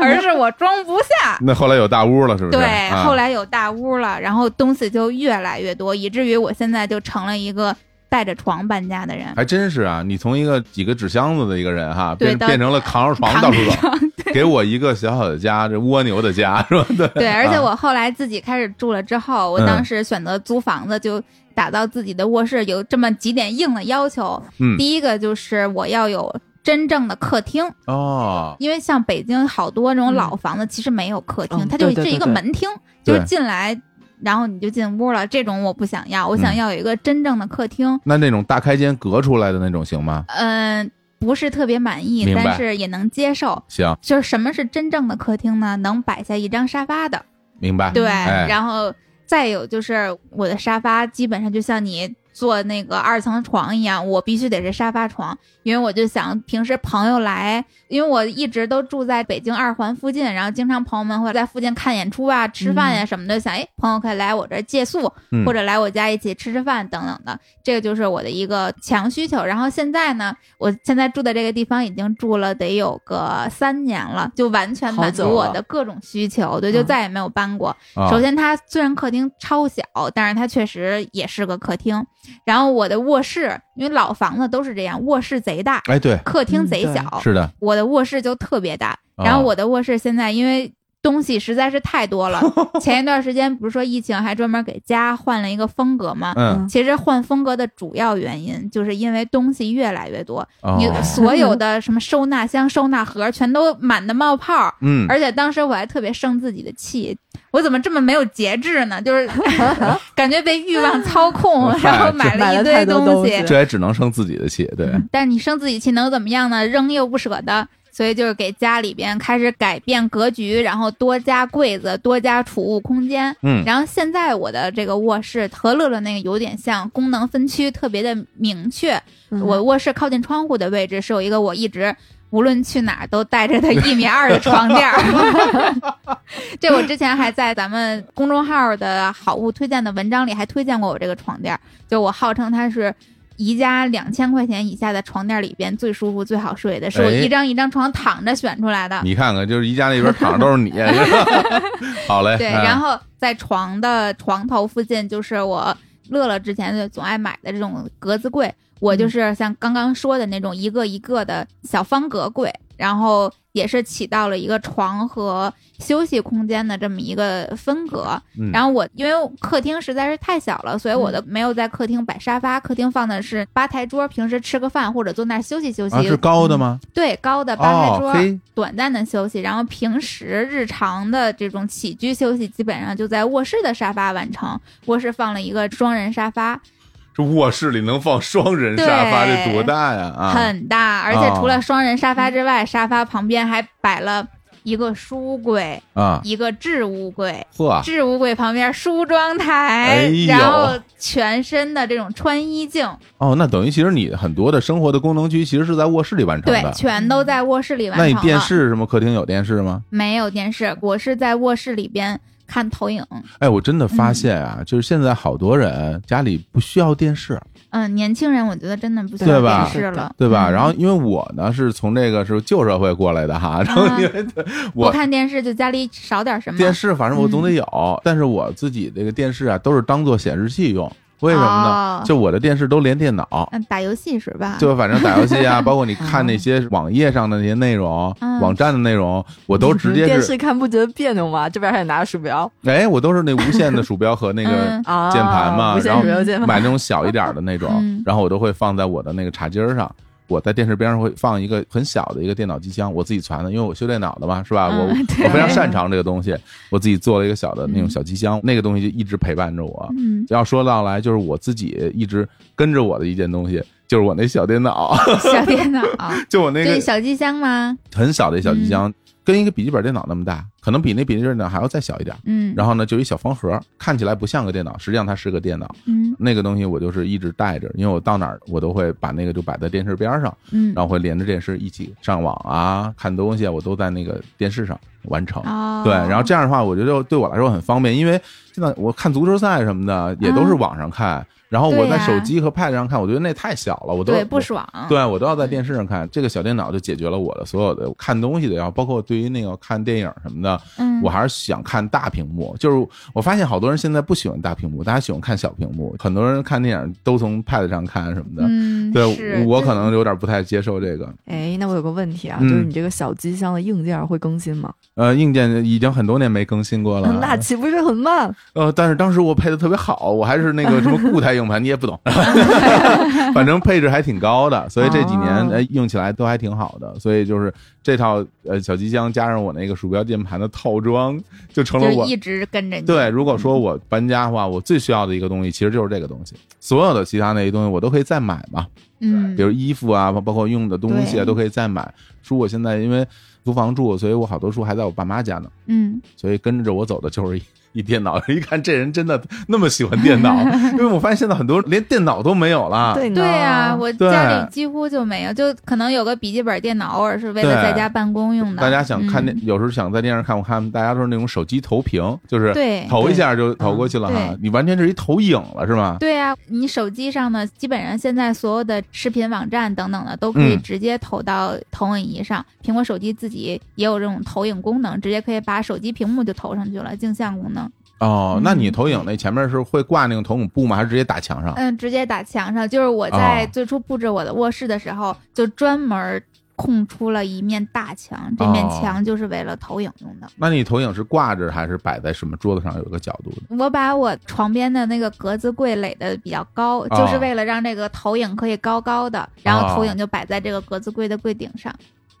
Speaker 2: 而是我装不下。
Speaker 1: 那后来有大屋了，是不是？
Speaker 2: 对，
Speaker 1: 啊
Speaker 2: 后来有大屋了，然后东西就越来越多，以至于我现在就成了一个带着床搬家的人。
Speaker 1: 还真是啊，你从一个几个纸箱子的一个人哈，变
Speaker 2: 对到
Speaker 1: 变成了扛着床
Speaker 2: 扛
Speaker 1: 到
Speaker 2: 着
Speaker 1: 处走， 给我一个小小的家，这蜗牛的家是吧？对，
Speaker 2: 对，而且
Speaker 1: 啊
Speaker 2: 我后来自己开始住了之后，我
Speaker 1: 嗯
Speaker 2: 当时选择租房子就打造自己的卧室，有这么几点硬的要求。
Speaker 1: 嗯
Speaker 2: 第一个就是我要有真正的客厅，
Speaker 1: 哦，
Speaker 2: 因为像北京好多那种老房子其实没有客厅，
Speaker 3: 嗯
Speaker 2: 它就
Speaker 3: 对对
Speaker 2: 是
Speaker 3: 对
Speaker 2: 一个
Speaker 3: 对
Speaker 2: 门厅，
Speaker 1: 对
Speaker 2: 就是进来然后你就进屋了。这种我不想要，我想
Speaker 1: 嗯
Speaker 2: 要有一个真正的客厅。
Speaker 1: 那那种大开间隔出来的那种行吗？
Speaker 2: 嗯、不是特别满意
Speaker 1: 明，白
Speaker 2: 但是也能接受。
Speaker 1: 行，
Speaker 2: 就是什么是真正的客厅呢？能摆下一张沙发的，
Speaker 1: 明白。
Speaker 2: 对，
Speaker 1: 哎
Speaker 2: 然后再有就是我的沙发基本上就像你坐那个二层床一样，我必须得是沙发床，因为我就想平时朋友来，因为我一直都住在北京二环附近，然后经常朋友们会在附近看演出啊、吃饭
Speaker 3: 嗯
Speaker 2: 呀、什么的，想哎朋友可以来我这儿借宿，
Speaker 1: 嗯
Speaker 2: 或者来我家一起吃吃饭等等的，这个就是我的一个强需求。然后现在呢，我现在住的这个地方已经住了得有个三年了，就完全
Speaker 3: 好
Speaker 2: 满足
Speaker 3: 久
Speaker 2: 我
Speaker 3: 了
Speaker 2: 的各种需求，对，就
Speaker 3: 嗯
Speaker 2: 再也没有搬过。
Speaker 1: 啊
Speaker 2: 首先，它虽然客厅超小，但是它确实也是个客厅。然后我的卧室，因为老房子都是这样，卧室贼大，
Speaker 1: 哎，对，
Speaker 2: 客厅贼
Speaker 3: 嗯对
Speaker 2: 小。
Speaker 1: 是的，
Speaker 2: 我的卧室就特别大。
Speaker 1: 哦
Speaker 2: 然后我的卧室现在因为东西实在是太多 了，前一段时间不是说疫情还专门给家换了一个风格吗？
Speaker 1: 嗯，
Speaker 2: 其实换风格的主要原因就是因为东西越来越多，
Speaker 1: 哦
Speaker 2: 你所有的什么收纳箱、收纳盒全都满的冒泡儿，
Speaker 1: 嗯，，
Speaker 2: 而且当时我还特别生自己的气，我怎么这么没有节制呢？就是 感觉被欲望操控 然后买
Speaker 3: 买
Speaker 2: 一
Speaker 3: 了
Speaker 2: 堆
Speaker 3: 太多东
Speaker 2: 西
Speaker 3: 西。
Speaker 1: 这还只能生自己的气，对，
Speaker 2: 但你生自己气能怎么样呢？扔又不舍得，所以就是给家里边开始改变格局，然后多加柜子，多加储物空间。
Speaker 1: 嗯
Speaker 2: 然后现在我的这个卧室和乐乐那个有点像，功能分区特别的明确。
Speaker 3: 嗯
Speaker 2: 我卧室靠近窗户的位置是有一个我一直无论去哪儿都带着的一米二的床垫儿。这我之前还在咱们公众号的好物推荐的文章里还推荐过我这个床垫儿，就我号称它是。宜家两千块钱以下的床垫里边最舒服、最好睡的，是我
Speaker 1: 哎
Speaker 2: 一张一张床躺着选出来的。
Speaker 1: 你看看，就是宜家那边躺着都是你， 是 吧好 嘞，
Speaker 2: 对，
Speaker 1: 哎
Speaker 2: 然后在床的床头附近，就是我乐乐之前就总爱买的这种格子柜，我
Speaker 1: 嗯
Speaker 2: 就是像刚刚说的那种一个一个的小方格柜，然后也是起到了一个床和休息空间的这么一个分隔。
Speaker 1: 嗯
Speaker 2: 然后我因为客厅实在是太小了，所以我的没有在客厅摆沙发，客厅放的是吧台桌，平时吃个饭或者坐那儿休息休息。
Speaker 1: 啊是高的吗？
Speaker 2: 对，高的吧台
Speaker 1: 哦
Speaker 2: 嗯桌，，
Speaker 1: 嘿，
Speaker 2: 短暂的休息，然后平时日常的这种起居休息，基本上就在卧室的沙发完成。卧室放了一个双人沙发，
Speaker 1: 这卧室里能放双人沙发，
Speaker 2: 对
Speaker 1: 这多大呀？啊，
Speaker 2: 很大，而且
Speaker 1: 哦
Speaker 2: 除了双人沙发之外，沙发旁边还摆了一个书柜，
Speaker 1: 啊，
Speaker 2: 一个置物柜。
Speaker 1: 嚯，
Speaker 2: 置物柜旁边梳妆
Speaker 1: 啊哎
Speaker 2: 台，
Speaker 1: 呦
Speaker 2: 然后全身的这种穿衣镜，
Speaker 1: 哦，那等于其实你很多的生活的功能区其实是在卧室里完成
Speaker 2: 对，
Speaker 1: 的。
Speaker 2: 全都在卧室里完
Speaker 1: 那
Speaker 2: 成
Speaker 1: 你
Speaker 2: 了。
Speaker 1: 电视什么客厅有电视吗？
Speaker 2: 没有电视，我是在卧室里边看投影。
Speaker 1: 哎，我真的
Speaker 3: 嗯
Speaker 1: 发现啊，就是现在好多人家里不需要电视，
Speaker 2: 嗯，年轻人我觉得真的不需
Speaker 1: 对
Speaker 2: 要
Speaker 1: 吧
Speaker 2: 电视了，
Speaker 1: 对吧？
Speaker 2: 嗯
Speaker 1: 然后因为我呢是从这个是旧社会过来的哈，然
Speaker 3: 啊
Speaker 1: 后因为
Speaker 2: 啊不
Speaker 1: 我
Speaker 2: 看电视就家里少点什么。
Speaker 1: 电视反正我总
Speaker 3: 嗯
Speaker 1: 得有，但是我自己这个电视啊都是当做显示器用，为什么呢？
Speaker 2: 哦
Speaker 1: 就我的电视都连电脑。
Speaker 2: 嗯，打游戏是吧？
Speaker 1: 就反正打游戏 啊，包括你看
Speaker 3: 嗯
Speaker 1: 那些网页上的那些内容、
Speaker 2: 嗯
Speaker 1: 网站的内容，我都直接
Speaker 3: 嗯电
Speaker 1: 是
Speaker 3: 视看不觉得别扭吗？这边还得拿着鼠标
Speaker 1: 哎，我都是那无线的鼠标和那个
Speaker 2: 嗯
Speaker 3: 啊，
Speaker 1: 键盘嘛
Speaker 3: 无线
Speaker 1: 然后
Speaker 3: 鼠标键盘，
Speaker 1: 买那种小一点的那种
Speaker 2: 嗯，
Speaker 1: 然后我都会放在我的那个茶几儿上。我在电视边上会放一个很小的一个电脑机箱，我自己攒的，因为我修电脑的嘛，是吧？啊我
Speaker 2: 嗯对
Speaker 1: 我非常擅长这个东西，我自己做了一个小的那种小机箱，那个东西就一直陪伴着我。
Speaker 2: 嗯，
Speaker 1: 要说到来，就是我自己一直跟着我的一件东西，就是我那小电脑，
Speaker 2: 小电脑，
Speaker 1: 就我那
Speaker 2: 这
Speaker 1: 个
Speaker 2: 是小嗯机箱吗？
Speaker 1: 很小的一小机箱，跟一个笔记本电脑那么大，可能比那笔记本电脑还要再小一点。
Speaker 2: 嗯，
Speaker 1: 然
Speaker 2: 后
Speaker 1: 后呢，就一小方盒，看起来不像个电脑，实际上它是个电脑。
Speaker 2: 嗯
Speaker 1: 那个东西我就是一直带着，因为我到哪儿我都会把那个就摆在电视边上，
Speaker 2: 嗯
Speaker 1: 然后会连着电视一起上网啊、看东西啊，我都在那个电视上完成。
Speaker 2: 哦，
Speaker 1: 对，然后这样的话，我觉得对我来说很方便，因为现在我看足球赛什么的也都是网上看，然后我
Speaker 2: 啊对
Speaker 1: 在
Speaker 2: 呀
Speaker 1: 手机和 Pad 上看，我觉得那太小了，我都
Speaker 2: 对，不
Speaker 1: 我
Speaker 2: 爽。嗯
Speaker 1: 对我都要在电视上看，这个小电脑就解决了我的所有的看东西的，然后包括对于那个看电影什么的，
Speaker 2: 嗯
Speaker 1: 我还是想看大屏幕。就是我发现好多人现在不喜欢大屏幕，大家喜欢看小屏幕，很多人看电影都从 Pad 上看什么的。
Speaker 2: 嗯，
Speaker 1: 对
Speaker 2: 是
Speaker 1: 我
Speaker 2: 真
Speaker 1: 可能有点不太接受这个，
Speaker 3: 哎，那我有个问题啊，
Speaker 1: 嗯
Speaker 3: 就是你这个小机箱的硬件会更新吗？
Speaker 1: 呃，硬件已经很多年没更新过了。
Speaker 3: 那岂不是很慢？
Speaker 1: 呃，但是当时我配的特别好，我还是 那个什么固态硬盘，你也不懂，反正配置还挺高的，所以这几年
Speaker 3: 哦
Speaker 1: 哎用起来都还挺好的。所以就是这套呃小机箱加上我那个鼠标键盘的套装，就成了
Speaker 2: 就
Speaker 1: 我
Speaker 2: 一直跟着你。
Speaker 1: 对。如果说我搬家的话，我最需要的一个东西其实就是这个东西，所有的其他那些东西我都可以再买嘛。
Speaker 2: 嗯，
Speaker 1: 比如衣服啊，包包括用的东西啊，
Speaker 2: 对
Speaker 1: 都可以再买。书我现在因为租房住，所以我好多书还在我爸妈家呢，
Speaker 2: 嗯，
Speaker 1: 所以跟着我走的就是一。 一电脑，一看这人真的那么喜欢 电脑，因为我发现现在很多人连电脑都没有了。
Speaker 3: 对
Speaker 2: 对啊，
Speaker 3: 呀，，
Speaker 2: 我
Speaker 1: 对
Speaker 2: 家里几乎就没有，就可能有个笔记本电脑，偶尔是为了
Speaker 1: 对
Speaker 2: 在家办公用的。
Speaker 1: 大家想看
Speaker 2: 嗯
Speaker 1: 电，有时候想在电视上看，我看大家都是那种手机投屏，就是
Speaker 2: 对
Speaker 1: 投一下就投过去了哈
Speaker 2: 对，
Speaker 1: 你完全是一投影了是吧？
Speaker 2: 对啊，你手机上呢，基本上现在所有的视频网站等等的都可以
Speaker 1: 嗯
Speaker 2: 直接投到投影仪上。苹果手机自己也有这种投影功能，直接可以把手机屏幕就投上去了，镜像功能。
Speaker 1: 哦，
Speaker 2: 嗯
Speaker 1: 那你投影那前面是会挂那个投影布吗？还是直接打墙上？
Speaker 2: 嗯，直接打墙上。就是我在
Speaker 1: 哦
Speaker 2: 最初布置我的卧室的时候，就专门空出了一面大墙，这面
Speaker 1: 哦
Speaker 2: 墙就是为了投影用的。
Speaker 1: 那你投影是挂着还是摆在什么桌子上有一个角度的？
Speaker 2: 我把我床边的那个格子柜垒的比较高，就是
Speaker 1: 哦
Speaker 2: 为了让这个投影可以高高的，然后投影就摆在这个格子柜的柜顶上。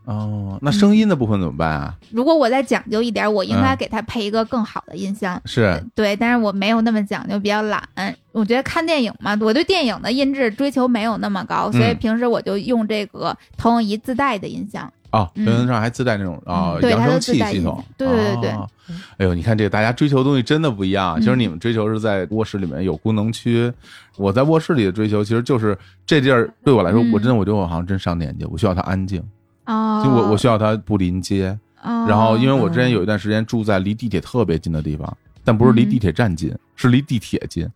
Speaker 1: 哦，那声音的部分怎么办啊？
Speaker 2: 如果我再讲究一点，我应该
Speaker 1: 嗯
Speaker 2: 给它配一个更好的音箱。
Speaker 1: 是
Speaker 2: 对，但是我没有那么讲究，比较懒。嗯我觉得看电影嘛，我对电影的音质追求没有那么高，所以
Speaker 1: 嗯
Speaker 2: 平时我就用这个投影仪自带的音箱。
Speaker 1: 哦，
Speaker 2: 嗯
Speaker 1: 原则上还自带那种哦
Speaker 2: 嗯对
Speaker 1: 扬
Speaker 2: 它
Speaker 1: 声
Speaker 2: 都自
Speaker 1: 器
Speaker 2: 带
Speaker 1: 系
Speaker 2: 音
Speaker 1: 统。
Speaker 2: 对对对对
Speaker 1: 哦哎呦，你看这个大家追求的东西真的不一样。啊
Speaker 2: 嗯
Speaker 1: 其实你们追求是在卧室里面有功能区，我在卧室里的追求其实就是这地儿对我来说，
Speaker 2: 嗯
Speaker 1: 我真的我觉得我好像真上年纪，我需要它安静，
Speaker 2: 哦，
Speaker 1: 就我我需要它不临街。
Speaker 2: 哦，
Speaker 1: 然后因为我之前有一段时间住在离地铁特别近的地方，但不是离地铁站近，是离地铁近。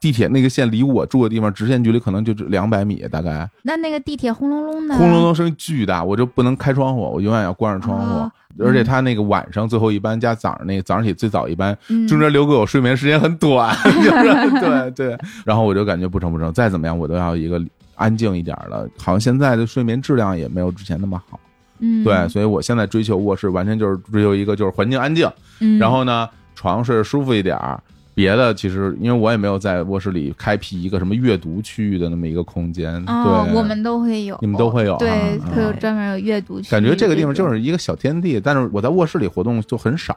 Speaker 1: 地铁那个线离我住的地方直线距离可能就两百米，大概
Speaker 2: 那那个地铁轰隆隆的，
Speaker 1: 轰隆隆声音巨大，我就不能开窗户，我永远要关上窗户。
Speaker 2: 哦
Speaker 1: 而且他那个晚上最后一班加早上那个早上起最早一班，
Speaker 2: 嗯
Speaker 1: 中间留给我睡眠时间很 短，就是对对。然后我就感觉不成不成，再怎么样我都要一个安静一点儿的。好像现在的睡眠质量也没有之前那么好，
Speaker 2: 嗯，
Speaker 1: 对，所以我现在追求卧室完全就是追求一个就是环境安静，
Speaker 2: 嗯，
Speaker 1: 然后呢床上睡着舒服一点儿。别的其实，因为我也没有在卧室里开辟一个什么阅读区域的那么一个空间，
Speaker 2: 哦，
Speaker 1: 对，
Speaker 2: 我们都会有，
Speaker 1: 你们都会有啊
Speaker 2: 对，
Speaker 1: 嗯
Speaker 2: 会有专门有阅读区。
Speaker 1: 感觉这个地方就
Speaker 2: 种，
Speaker 1: 是一个小天地，但是我在卧室里活动就很少，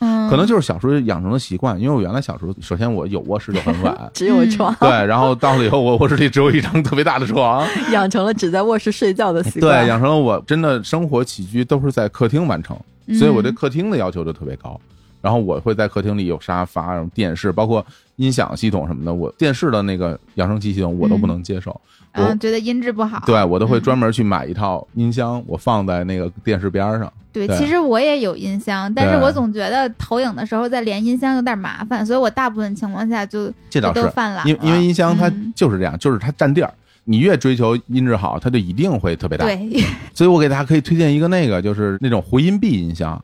Speaker 2: 嗯，
Speaker 1: 可能就是小时候养成的习惯。因为我原来小时候，首先我有卧室就很晚
Speaker 3: 只有
Speaker 2: 嗯
Speaker 3: 床
Speaker 1: 对，然后到了以后，我卧室里只有一张特别大的 床，
Speaker 3: 养成了只在卧室睡觉的习
Speaker 1: 对，
Speaker 3: 惯。
Speaker 1: 养成了我真的生活起居都是在客厅完成，
Speaker 2: 嗯
Speaker 1: 所以我对客厅的要求就特别高。然后我会在客厅里有沙发、然后电视，包括音响系统什么的，我电视的那个扬声器系统我都不能接受，
Speaker 2: 嗯
Speaker 1: 我
Speaker 2: 啊觉得音质不好。
Speaker 1: 对我都会
Speaker 2: 嗯
Speaker 1: 专门去买一套音箱，我放在那个电视边儿上。
Speaker 2: 对
Speaker 1: 对
Speaker 2: 其实我也有音箱，但是
Speaker 1: 对
Speaker 2: 我总觉得投影的时候再连音箱有点麻烦，所以我大部分情况下就
Speaker 1: 这倒
Speaker 2: 就是都犯懒
Speaker 1: 因因为音箱它
Speaker 2: 嗯
Speaker 1: 就是这样，就是它占地儿。你越追求音质好，它就一定会特别大。
Speaker 2: 对，
Speaker 1: 所以我给大家可以推荐一个那个，就是那种回音壁音箱，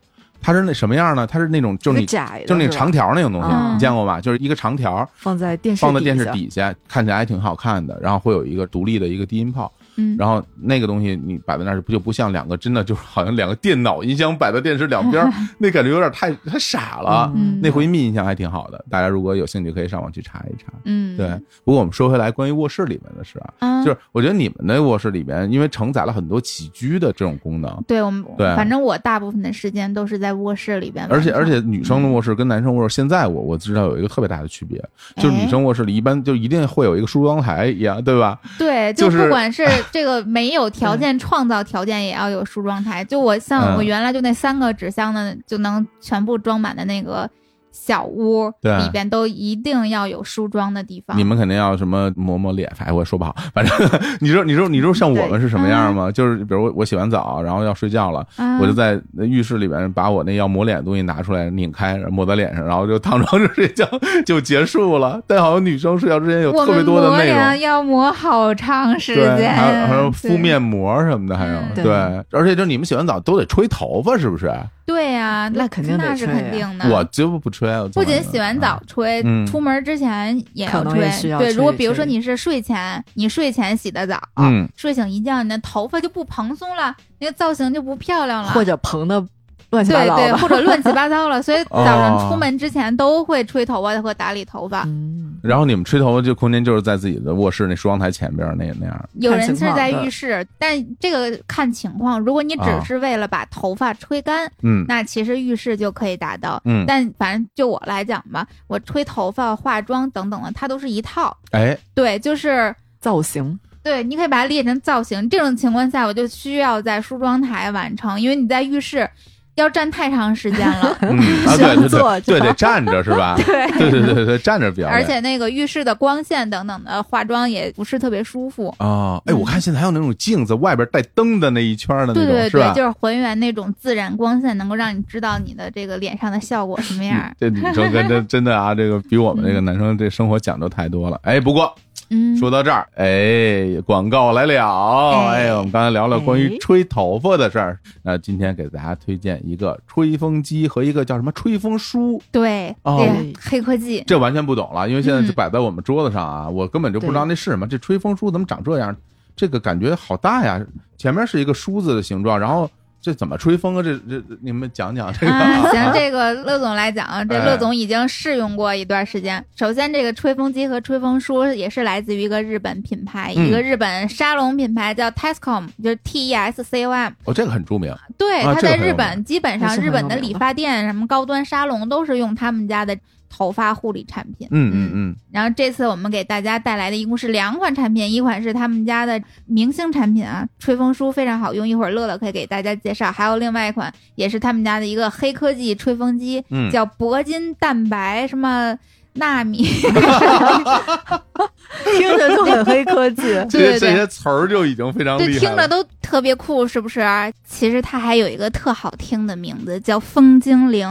Speaker 1: 它是那什么样呢？它是那种就是
Speaker 3: 个
Speaker 1: 你
Speaker 3: 窄的，
Speaker 1: 就是那
Speaker 3: 是
Speaker 1: 个
Speaker 3: 吧
Speaker 1: 长条那种东西，
Speaker 3: 嗯
Speaker 1: 你见过吧？就是一个长条
Speaker 3: 放在电视
Speaker 1: 放在电视
Speaker 3: 下，
Speaker 1: 底下，看起来还挺好看的，然后会有一个独立的一个低音炮，
Speaker 2: 嗯，
Speaker 1: 然后那个东西你摆在那儿就不就不像两个真的就是好像两个电脑音箱摆在电视两边儿，那感觉有点太太傻了。
Speaker 2: 嗯
Speaker 1: 那回音壁音箱还挺好的，大家如果有兴趣可以上网去查一查。
Speaker 2: 嗯，
Speaker 1: 对，不过我们说回来，关于卧室里面的事啊，
Speaker 2: 啊，
Speaker 1: 就是我觉得你们的卧室里面，因为承载了很多起居的这种功能，
Speaker 2: 对我们
Speaker 1: 对
Speaker 2: 反正我大部分的时间都是在卧室里边完成，
Speaker 1: 而且而且女生的卧室跟男生卧室，现在我我知道有一个特别大的区别，就是女生卧室里一般就一定会有一个梳妆台一样，对吧？
Speaker 2: 对，
Speaker 1: 就
Speaker 2: 就是不管 是这个没有条件创造条件，也要有梳妆台。就我像
Speaker 1: 嗯
Speaker 2: 我原来就那三个纸箱呢，就能全部装满的那个小屋
Speaker 1: 对
Speaker 2: 里边都一定要有梳妆的地方。
Speaker 1: 你们肯定要什么抹抹脸，哎，我也说不好， 反正你说你说你说像我们是什么样吗？就是比如我我洗完澡，然后要睡觉了，
Speaker 2: 啊
Speaker 1: 我就在浴室里边把我那要抹脸的东西拿出来拧开，然后抹在脸上，然后就躺床上睡觉 就结束了。但好像女生睡觉之前有
Speaker 2: 我
Speaker 1: 特别
Speaker 2: 们
Speaker 1: 多的
Speaker 2: 磨
Speaker 1: 内容
Speaker 2: 脸。要磨好长时
Speaker 1: 对，
Speaker 2: 间，
Speaker 1: 还有还有
Speaker 2: 对
Speaker 1: 敷面膜什么的，还有
Speaker 2: 嗯
Speaker 1: 对
Speaker 3: 对，
Speaker 1: 而且就你们洗完澡都得吹头发，是不是？
Speaker 2: 对呀，
Speaker 3: 那肯定得
Speaker 2: 那是
Speaker 3: 吹呀
Speaker 2: 肯定的。
Speaker 1: 我就不吹，我
Speaker 2: 不仅洗完澡吹，
Speaker 1: 嗯
Speaker 2: 出门之前也要
Speaker 3: 可能
Speaker 2: 吹。
Speaker 3: 也需要
Speaker 2: 对，
Speaker 3: 吹
Speaker 2: 如果比如说
Speaker 3: 吹
Speaker 2: 你是睡前，你睡前洗的澡，
Speaker 1: 嗯
Speaker 2: 睡醒一觉，你的头发就不蓬松了，那个造型就不漂亮了，
Speaker 3: 或者蓬的乱七八
Speaker 2: 对
Speaker 3: 糟
Speaker 2: 对，
Speaker 3: 的。
Speaker 2: 或者乱七八糟了。所以早上
Speaker 1: 哦
Speaker 2: 出门之前都会吹头发和打理头发。
Speaker 3: 嗯，
Speaker 1: 然后你们吹头发就空间就是在自己的卧室那梳妆台前边那那样，
Speaker 2: 有人是在
Speaker 3: 看情况
Speaker 2: 浴室，但这个看情况。如果你
Speaker 1: 啊
Speaker 2: 只是为了把头发吹干，
Speaker 1: 嗯
Speaker 2: 那其实浴室就可以达到。
Speaker 1: 嗯，
Speaker 2: 但反正就我来讲吧，我吹头发、化妆等等的，它都是一套。
Speaker 1: 哎，。
Speaker 2: 对，就是
Speaker 3: 造型
Speaker 2: 对，你可以把它列成造型。这种情况下，我就需要在梳妆台完成，因为你在浴室要站太长时间了
Speaker 1: 嗯啊，对对
Speaker 3: 想
Speaker 1: 对
Speaker 3: 做
Speaker 1: 对，
Speaker 3: 就
Speaker 1: 得站着是吧？
Speaker 2: 对
Speaker 1: 对对对对，站着比较累。
Speaker 2: 而且那个浴室的光线等等的化妆也不是特别舒服。
Speaker 1: 哦，哎，我看现在还有那种镜子外边带灯的那一圈的那种，
Speaker 2: 嗯对对
Speaker 1: 是
Speaker 2: 对，
Speaker 1: 吧？
Speaker 2: 就是还原那种自然光线，能够让你知道你的这个脸上的效果什么样儿
Speaker 1: 嗯。这女生跟真真的啊，这个比我们这个男生这生活讲究太多了。哎，不过
Speaker 2: 嗯，
Speaker 1: 说到这儿，哎，广告来了。
Speaker 2: 哎
Speaker 1: 哎，我们刚才聊了关于
Speaker 3: 哎
Speaker 1: 吹头发的事儿，那今天给大家推荐一个吹风机和一个叫什么吹风梳。
Speaker 2: 对，
Speaker 1: 哦
Speaker 2: 对，黑科技。
Speaker 1: 这完全不懂了，因为现在就
Speaker 2: 嗯
Speaker 1: 摆在我们桌子上啊，我根本就不知道那是什么。这吹风梳怎么长这样？这个感觉好大呀！前面是一个梳子的形状，然后这怎么吹风啊？这这你们讲讲这个、
Speaker 2: 啊，行，这个乐总来讲啊，这
Speaker 1: 哎
Speaker 2: 乐总已经试用过一段时间。首先，这个吹风机和吹风梳也是来自于一个日本品牌，
Speaker 1: 嗯
Speaker 2: 一个日本沙龙品牌叫 Tescom，就是 T E S C O M。
Speaker 1: 哦，这个很著名。
Speaker 2: 对，
Speaker 1: 啊
Speaker 2: 它
Speaker 1: 这个
Speaker 2: 在
Speaker 1: 很
Speaker 2: 日
Speaker 1: 有名哎
Speaker 2: 本基本
Speaker 3: 还
Speaker 2: 上
Speaker 3: 是很
Speaker 2: 日本的
Speaker 3: 有名
Speaker 2: 理
Speaker 3: 的
Speaker 2: 发店、什么高端沙龙都是用他们家的头发护理产品。
Speaker 1: 嗯嗯嗯，
Speaker 2: 然后这次我们给大家带来的一共是两款产品，一款是他们家的明星产品啊，吹风梳非常好用，一会儿乐乐可以给大家介绍。还有另外一款也是他们家的一个黑科技吹风机，
Speaker 1: 嗯
Speaker 2: 叫铂金蛋白什么纳 米，
Speaker 3: 听着就很黑科技。
Speaker 1: 这
Speaker 2: 对对
Speaker 1: 些
Speaker 2: 对
Speaker 1: 这些词儿就已经非常
Speaker 2: 这
Speaker 1: 厉害
Speaker 2: 听
Speaker 1: 了
Speaker 2: 着。都特别酷，是不是？其实它还有一个特好听的名字叫风精灵，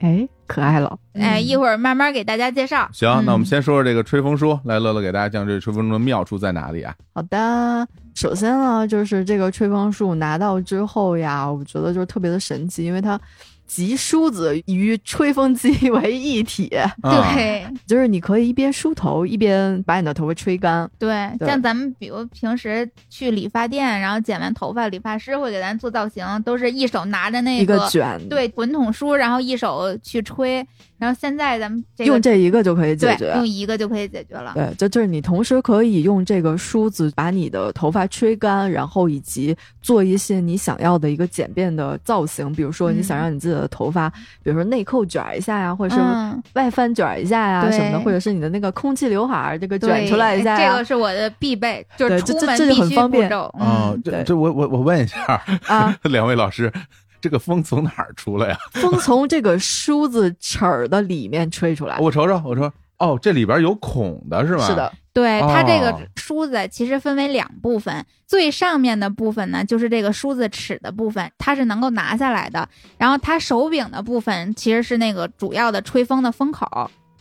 Speaker 3: 哎，可爱了。嗯
Speaker 2: 哎，一会儿慢慢给大家介绍。
Speaker 1: 行，那我们
Speaker 2: 嗯
Speaker 1: 先说说这个吹风梳。来，乐乐给大家讲这吹风梳的妙处在哪里啊？
Speaker 3: 好的，首先呢，就是这个吹风术拿到之后呀，我觉得就是特别的神奇，因为它集梳子与吹风机 为一体，
Speaker 1: 啊，
Speaker 2: 对
Speaker 3: 就是你可以一边梳头，一边把你的头发吹干。
Speaker 2: 对，
Speaker 3: 对
Speaker 2: 像咱们比如平时去理发店，然后剪完头发，理发师会给咱做造型，都是一手拿着那
Speaker 3: 一个卷，，
Speaker 2: 对滚筒梳，然后一手去吹。然后现在咱们这个
Speaker 3: 用这一个就可以解
Speaker 2: 对
Speaker 3: 决。
Speaker 2: 用一个就可以解决了。
Speaker 3: 对，这就是你同时可以用这个梳子把你的头发吹干，然后以及做一些你想要的一个简便的造型，比如说你想
Speaker 2: 嗯
Speaker 3: 让你自己的头发，比如说内扣卷儿一下呀，或者是
Speaker 2: 嗯，
Speaker 3: 外翻卷一下呀
Speaker 2: 对
Speaker 3: 什么的，或者是你的那个空气刘海儿这个
Speaker 2: 对
Speaker 3: 卷出来一下
Speaker 2: 这
Speaker 3: 呀
Speaker 2: 个是我的必备，就是
Speaker 3: 对
Speaker 2: 出
Speaker 3: 这这
Speaker 2: 门
Speaker 3: 这就
Speaker 2: 必
Speaker 3: 很
Speaker 2: 须
Speaker 3: 方
Speaker 2: 步
Speaker 3: 便
Speaker 2: 骤。
Speaker 1: 哦
Speaker 2: 嗯，，
Speaker 1: 这
Speaker 3: 对
Speaker 1: 这我我我问一下，
Speaker 3: 啊，
Speaker 1: 两位老师，这个风从哪儿出 来呀、啊
Speaker 3: 风从这个梳子齿儿的里面吹出来。
Speaker 1: 我瞅瞅，我说哦，这里边有孔的是吗？
Speaker 3: 是的，
Speaker 2: 对
Speaker 1: 哦
Speaker 2: 它这个梳子其实分为两部分，最上面的部分呢，就是这个梳子齿的部分，它是能够拿下来的。然后它手柄的部分其实是那个主要的吹风的风口，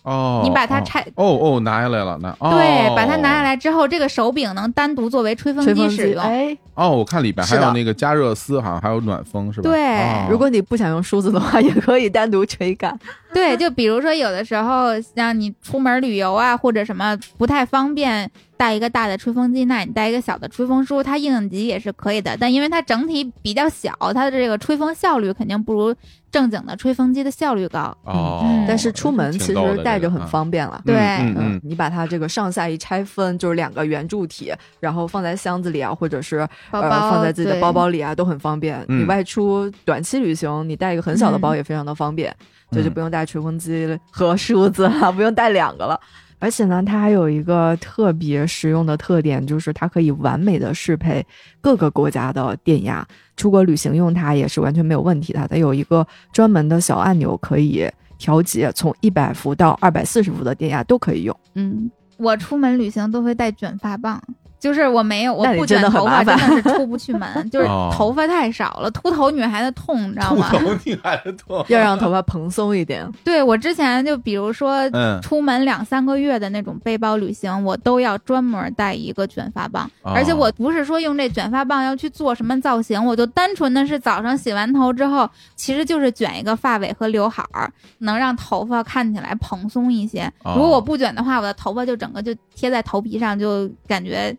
Speaker 1: 哦，
Speaker 2: 你把它
Speaker 1: 哦
Speaker 2: 拆
Speaker 1: 哦哦，拿下来了，拿哦，
Speaker 2: 对，把它拿下来之后，这个手柄能单独作为吹风
Speaker 3: 吹
Speaker 2: 机
Speaker 3: 风
Speaker 2: 使
Speaker 3: 机。
Speaker 2: 用。
Speaker 3: 哎，
Speaker 1: 哦，我看里边还
Speaker 3: 是
Speaker 1: 有
Speaker 3: 的
Speaker 1: 那个加热丝，好像还有暖风，是吧？
Speaker 2: 对
Speaker 1: 哦
Speaker 3: 如果你不想用梳子的话，也可以单独吹干。
Speaker 2: 对，就比如说有的时候像你出门旅游啊，或者什么不太方便带一个大的吹风机，那你带一个小的吹风梳，它应急也是可以的。但因为它整体比较小，它的这个吹风效率肯定不如正经的吹风机的效率高。
Speaker 1: 哦
Speaker 2: 嗯，
Speaker 3: 但是出门
Speaker 1: 挺
Speaker 3: 其
Speaker 1: 逗的
Speaker 3: 实
Speaker 1: 这
Speaker 3: 带着
Speaker 1: 个
Speaker 3: 很
Speaker 1: 啊
Speaker 3: 方便了。
Speaker 2: 对
Speaker 1: 嗯嗯嗯
Speaker 3: 你把它这个上下一拆分，就是两个圆柱体，然后放在箱子里啊，或者是
Speaker 2: 包包、
Speaker 3: 呃放在自己的
Speaker 2: 对
Speaker 3: 包包里啊，都很方便。
Speaker 1: 嗯
Speaker 3: 你外出短期旅行，你带一个很小的包
Speaker 2: 嗯
Speaker 3: 也非常的方便，这就
Speaker 1: 嗯
Speaker 3: 不用带吹风机和梳子了，不用带两个了。而且呢，它还有一个特别实用的特点，就是它可以完美的适配各个国家的电压。出国旅行用它也是完全没有问题的，它有一个专门的小按钮可以调节，从一百伏到二百四十伏的电压都可以用。
Speaker 2: 嗯，我出门旅行都会带卷发棒，就是我没有，我
Speaker 3: 那你
Speaker 2: 不
Speaker 3: 真
Speaker 2: 卷
Speaker 3: 的很
Speaker 2: 头发
Speaker 3: 麻
Speaker 2: 真
Speaker 3: 烦
Speaker 2: 的是出不去 门，就是
Speaker 1: 哦
Speaker 2: 头发太少了，秃头女孩子痛，你知道
Speaker 1: 秃
Speaker 2: 吗？
Speaker 1: 头你还是秃，
Speaker 3: 要让头发蓬松一点，
Speaker 2: 对我之前就比如说
Speaker 1: 嗯，
Speaker 2: 出门两三个月的那种背包旅行，我都要专门带一个卷发棒，
Speaker 1: 哦
Speaker 2: 而且我不是说用这卷发棒要去做什么造型，我就单纯的是早上洗完头之后，其实就是卷一个发尾和刘海儿，能让头发看起来蓬松一些。
Speaker 1: 哦
Speaker 2: 如果我不卷的话，我的头发就整个就贴在头皮上，就感觉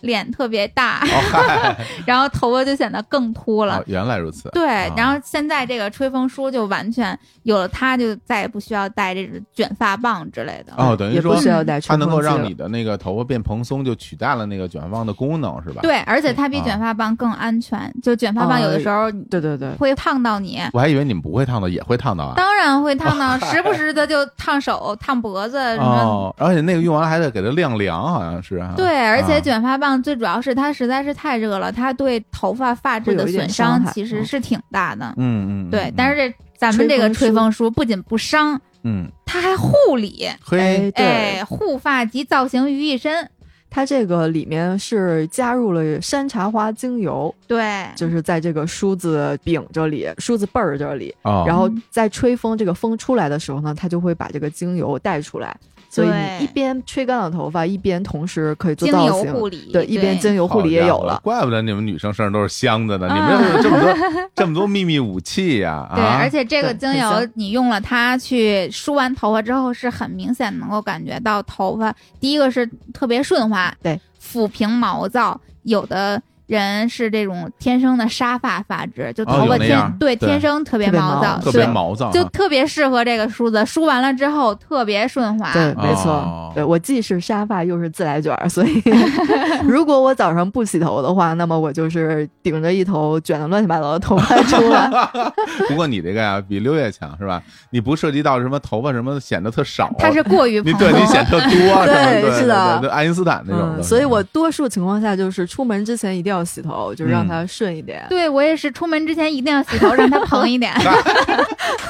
Speaker 2: 脸特别 大，
Speaker 1: 哦 嗨，
Speaker 2: 然后头发就显得更秃了
Speaker 1: 哦。原来如此，
Speaker 2: 对
Speaker 1: 啊，
Speaker 2: 然后现在这个吹风梳就完全有了它，就再也不需要带这种卷发棒之类的。
Speaker 1: 哦，等于
Speaker 3: 也不
Speaker 1: 说
Speaker 3: 需要带吹
Speaker 1: 它
Speaker 3: 风
Speaker 1: 能够
Speaker 3: 机
Speaker 1: 让
Speaker 3: 了
Speaker 1: 你的那个头发变蓬松，就取代了那个卷发棒的功能，是吧？，
Speaker 2: 对，而
Speaker 3: 嗯
Speaker 2: 且它比
Speaker 1: 啊
Speaker 2: 卷发棒更安全。就卷
Speaker 3: 啊
Speaker 2: 发棒
Speaker 3: 呃
Speaker 2: 有的时候
Speaker 3: 对对对，
Speaker 2: 会烫到你，
Speaker 3: 啊
Speaker 1: 我还以为你们不会烫到，也会烫到啊。
Speaker 2: 当然会烫
Speaker 3: 哦
Speaker 2: 到，时不时的就烫手、烫脖子什么。
Speaker 1: 哦，而且那个用完了还得给它晾凉，好像是啊。
Speaker 2: 对，而
Speaker 1: 啊
Speaker 2: 且卷发棒最主要是它实在是太热了，它对头发发质
Speaker 3: 会有
Speaker 2: 的
Speaker 3: 一点
Speaker 2: 损
Speaker 3: 伤害
Speaker 2: 其实
Speaker 3: 嗯
Speaker 2: 是挺大的。
Speaker 1: 嗯嗯，
Speaker 2: 对
Speaker 1: 嗯，
Speaker 2: 但是这咱们这个
Speaker 3: 吹
Speaker 2: 吹
Speaker 3: 风
Speaker 2: 风梳不仅不伤，
Speaker 1: 嗯，
Speaker 2: 它还护理，
Speaker 1: 嘿，
Speaker 3: 对，
Speaker 2: 哎，护发及造型于一身。
Speaker 3: 它这个里面是加入了山茶花精油，
Speaker 2: 对，
Speaker 3: 就是在这个梳子柄这里、梳子背儿这里，
Speaker 1: 哦，
Speaker 3: 然后在吹风，这个风出来的时候呢，它就会把这个精油带出来，所以
Speaker 2: 对
Speaker 3: 你一边吹干了头发，一边同时可以做
Speaker 2: 精
Speaker 3: 造
Speaker 2: 油
Speaker 3: 型，
Speaker 2: 护理，
Speaker 3: 对，一边精油护理也有了。啊
Speaker 1: 怪不得你们女生身上都是香的呢。你
Speaker 2: 嗯
Speaker 1: 们要有这么多 这么多秘密武器呀！
Speaker 2: 对，
Speaker 1: 啊，
Speaker 2: 而且这个
Speaker 3: 对
Speaker 2: 精
Speaker 3: 很
Speaker 2: 油
Speaker 3: 香
Speaker 2: 你用了它去梳完头发之后，是很明显能够感觉到头发，第一个是特别顺滑，
Speaker 3: 对，
Speaker 2: 抚平毛躁。有的人是这种天生的沙发发质，就
Speaker 1: 哦
Speaker 2: 头发
Speaker 1: 有那
Speaker 2: 天、
Speaker 1: 样儿
Speaker 2: 对
Speaker 1: 对
Speaker 2: 天生特别
Speaker 3: 特别
Speaker 2: 毛
Speaker 3: 毛
Speaker 2: 躁，
Speaker 1: 特
Speaker 2: 对
Speaker 1: 别，毛躁啊，
Speaker 2: 就特别适合这个梳子，梳完了之后特别顺滑。
Speaker 3: 对，没错，
Speaker 1: 哦
Speaker 3: 对我既是沙发又是自来卷儿，所 以如果我早上不洗头的话，那么我就是顶着一头卷的乱七八糟的头发出来。
Speaker 1: 不过你这个呀，比六月强是吧？你不涉及到什么头发什么显得特少，
Speaker 2: 它是过于蓬
Speaker 1: 你
Speaker 2: 松，
Speaker 1: 对你显特多什么，
Speaker 3: 对
Speaker 1: 对
Speaker 3: 是的
Speaker 1: 对对对爱因斯坦那种的。
Speaker 3: 嗯，所以我多数情况下就是出门之前一定要洗头，就
Speaker 1: 嗯
Speaker 3: 让它顺一点，
Speaker 2: 对我也是，出门之前一定要洗头，让它蓬一点。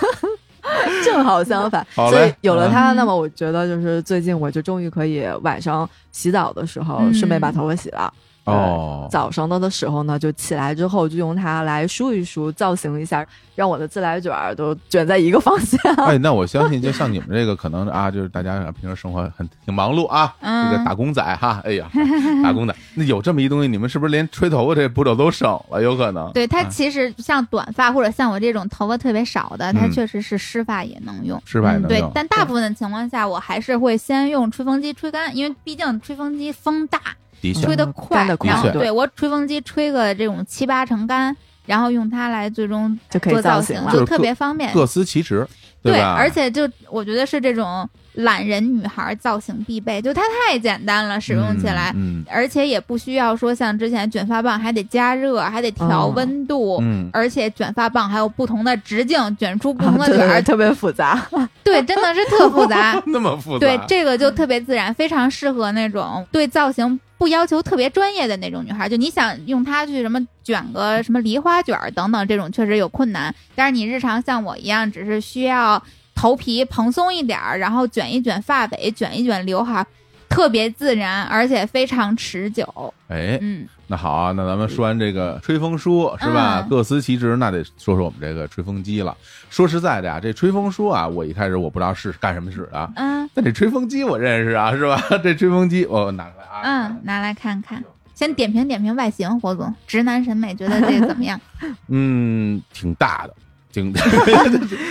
Speaker 3: 正好相反。
Speaker 1: 好
Speaker 3: 所
Speaker 1: 嘞
Speaker 3: 以有了它，
Speaker 2: 嗯
Speaker 3: 那么我觉得就是最近我就终于可以晚上洗澡的时候
Speaker 2: 嗯
Speaker 3: 顺便把头发洗了。
Speaker 1: 哦，
Speaker 3: 早上的的时候呢，就起来之后就用它来梳一梳，造型一下，让我的自来卷儿都卷在一个方向。
Speaker 1: 哎，那我相信，就像你们这个，可能啊，就是大家平时生活很挺忙碌啊，
Speaker 2: 嗯
Speaker 1: 这个打工仔哈，哎呀， 打工仔，那有这么一东西，你们是不是连吹头发这步骤都省了？有可能，
Speaker 2: 对它
Speaker 1: 啊
Speaker 2: 其实像短发或者像我这种头发特别少的，它
Speaker 1: 嗯
Speaker 2: 确实是湿发也能用。
Speaker 1: 失败
Speaker 3: 嗯
Speaker 1: 能
Speaker 2: 对
Speaker 1: 用，，
Speaker 2: 但大部分的情况下，我还是会先用吹风机吹干，因为毕竟吹风机风大，
Speaker 1: 的确
Speaker 2: 吹得
Speaker 3: 嗯
Speaker 2: 快
Speaker 3: 干得，快
Speaker 2: 然后
Speaker 1: 的确
Speaker 2: 对我吹风机吹个这种七八成干，然后用它来最终
Speaker 3: 就可以
Speaker 2: 做
Speaker 3: 造
Speaker 2: 造
Speaker 3: 型
Speaker 2: 型，
Speaker 3: 了
Speaker 2: 就特别方便。
Speaker 1: 各司其职，
Speaker 2: 哎对，
Speaker 1: 吧？
Speaker 2: 而且就我觉得是这种懒人女孩造型必备，就它太简单了，使用起来。
Speaker 1: 嗯
Speaker 2: 而且也不需要说像之前卷发棒还得加热，还得调
Speaker 3: 嗯
Speaker 2: 温度，
Speaker 1: 哦嗯，
Speaker 2: 而且卷发棒还有不同的直径，卷出不
Speaker 3: 啊
Speaker 2: 同的
Speaker 3: 对
Speaker 2: 卷儿、
Speaker 3: 特别复杂。
Speaker 2: 对，真的是特复杂
Speaker 1: 。那么复杂，
Speaker 2: 对，这个就特别自然，非常适合那种对造型不要求特别专业的那种女孩。就你想用它去什么卷个什么梨花卷儿等等，这种确实有困难。但是你日常像我一样，只是需要头皮蓬松一点儿，然后卷一卷发尾，卷一卷刘海儿，特别自然，而且非常持久。
Speaker 1: 哎，
Speaker 2: 嗯，
Speaker 1: 那好啊，那咱们说完这个吹风梳是吧？
Speaker 2: 嗯
Speaker 1: 各司其职，那得说说我们这个吹风机了。说实在的呀、这吹风梳啊，我一开始我不知道是干什么使的，
Speaker 2: 嗯
Speaker 1: 但这吹风机我认识啊，是吧？ 这吹风机我拿出来啊，
Speaker 2: 嗯，拿来看看。先点评点评外形，火总，直男审美觉得这个怎么样？
Speaker 1: 嗯，挺大的，挺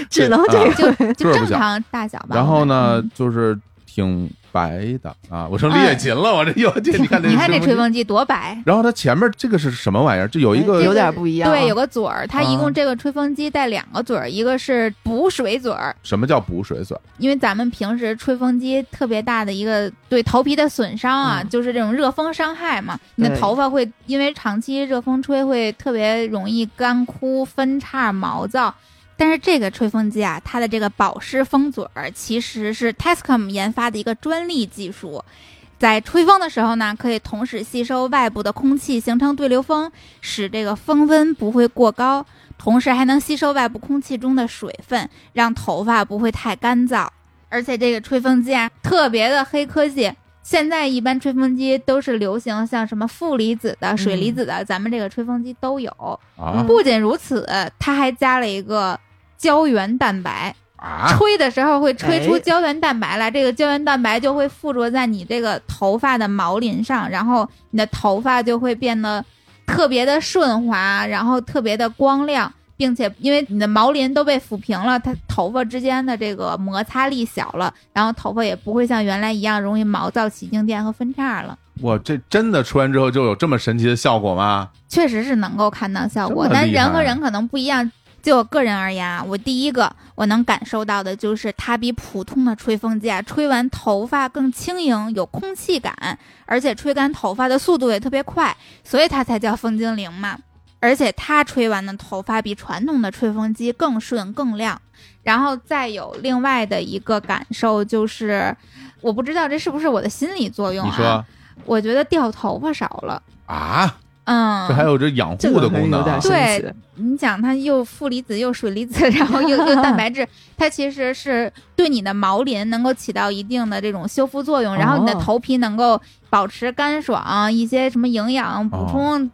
Speaker 3: 只能这
Speaker 1: 啊
Speaker 3: 个
Speaker 2: 就
Speaker 1: 个
Speaker 2: 就
Speaker 1: 儿不
Speaker 2: 正
Speaker 1: 小
Speaker 2: 常大小吧。
Speaker 1: 然后呢
Speaker 2: 嗯，
Speaker 1: 就是挺白的啊，我成李雪琴了，我这又这你看这
Speaker 2: 你看这吹
Speaker 1: 机。
Speaker 2: 风呃机多白，
Speaker 1: 然后它前面这个是什么玩意儿？这有一个
Speaker 3: 有点不一样。
Speaker 2: 对，有个嘴儿，它一
Speaker 1: 啊
Speaker 2: 共这个吹风机带两个嘴儿，一个是补水嘴儿。
Speaker 1: 什么叫补水嘴？
Speaker 2: 因为咱们平时吹风机特别大的一个对头皮的损伤啊，
Speaker 3: 嗯
Speaker 2: 就是这种热风伤害嘛。你的
Speaker 3: 对
Speaker 2: 头发会因为长期热风吹，会特别容易干枯、分叉、毛躁。但是这个吹风机啊，它的这个保湿风嘴儿其实是 Tascam 研发的一个专利技术。在吹风的时候呢，可以同时吸收外部的空气，形成对流风，使这个风温不会过高，同时还能吸收外部空气中的水分，让头发不会太干燥。而且这个吹风机啊，特别的黑科技。现在一般吹风机都是流行像什么负离子的、水离子的，咱们这个吹风机都有。
Speaker 3: 嗯
Speaker 1: 啊
Speaker 2: 不仅如此，它还加了一个胶原蛋白，
Speaker 1: 啊！
Speaker 2: 吹的时候会吹出
Speaker 3: 哎
Speaker 2: 胶原蛋白来，这个胶原蛋白就会附着在你这个头发的毛鳞上，然后你的头发就会变得特别的顺滑，然后特别的光亮，并且因为你的毛鳞都被抚平了，它头发之间的这个摩擦力小了，然后头发也不会像原来一样容易毛躁、起静电和分叉了。
Speaker 1: 哇，这真的吹完之后就有这么神奇的效果吗？
Speaker 2: 确实是能够看到效果，
Speaker 1: 这么
Speaker 2: 但
Speaker 1: 厉害
Speaker 2: 人和人可能不一样。就我个人而言啊，我第一个我能感受到的就是它比普通的吹风机啊，吹完头发更轻盈，有空气感，而且吹干头发的速度也特别快，所以它才叫风精灵嘛。而且它吹完的头发比传统的吹风机更顺更亮。然后再有另外的一个感受就是，我不知道这是不是我的心理作用
Speaker 1: 你
Speaker 2: 啊
Speaker 1: 说，
Speaker 2: 我觉得掉头发少了，
Speaker 1: 啊，
Speaker 2: 嗯，
Speaker 1: 这还有这养
Speaker 3: 这
Speaker 1: 护
Speaker 3: 个
Speaker 1: 的
Speaker 3: 还是
Speaker 1: 功能啊
Speaker 3: 有点神
Speaker 2: 对
Speaker 3: 奇。
Speaker 2: 你想，它又负离子又水离子， 然后又又蛋白质，它其实是对你的毛鳞能够起到一定的这种修复作用，然后你的
Speaker 3: 哦
Speaker 2: 头皮能够保持干爽，一些什么营养补充。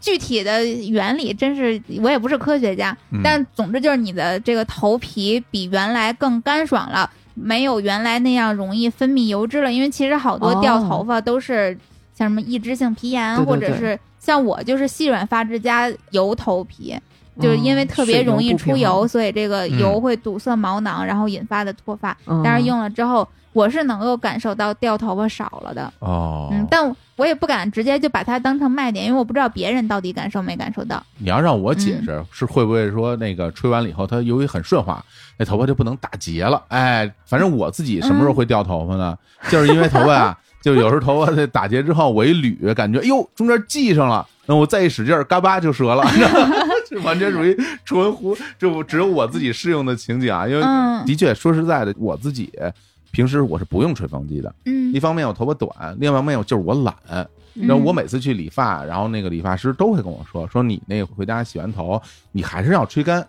Speaker 2: 具体的原理真是我也不是科学家，
Speaker 1: 嗯
Speaker 2: 但总之就是你的这个头皮比原来更干爽了，没有原来那样容易分泌油脂了。因为其实好多掉
Speaker 3: 哦
Speaker 2: 头发都是像什么抑制性皮炎，
Speaker 3: 对对
Speaker 2: 或者
Speaker 3: 对
Speaker 2: 是像我就是细软发质加油头皮，
Speaker 1: 嗯
Speaker 2: 就是因为特别容易出油，，所以这个油会堵塞毛囊，然后引发的脱发。
Speaker 3: 嗯、
Speaker 2: 但是用了之后，我是能够感受到掉头发少了的。
Speaker 1: 哦。
Speaker 2: 嗯，但我也不敢直接就把它当成卖点，因为我不知道别人到底感受没感受到。
Speaker 1: 你要让我解
Speaker 3: 嗯
Speaker 1: 释，是会不会说那个吹完了以后，它由于很顺滑，那头发就不能打结了？哎，反正我自己什么时候会掉头发呢？
Speaker 3: 嗯
Speaker 1: 就是因为头发啊， 就有时候头发在打结之后，我一捋，感觉哟中间系上了，那我再一使劲儿，嘎巴就折了， 这完全属于纯胡，这我只有我自己适用的情景啊。因为
Speaker 2: 嗯
Speaker 1: 的确说实在的，我自己平时我是不用吹风机的，
Speaker 2: 嗯
Speaker 1: 一，方面我头发短，另一方面我就是我懒。然后我每次去理发，然后那个理发师都会跟我说，说你那个回家洗完头，你还是要吹干，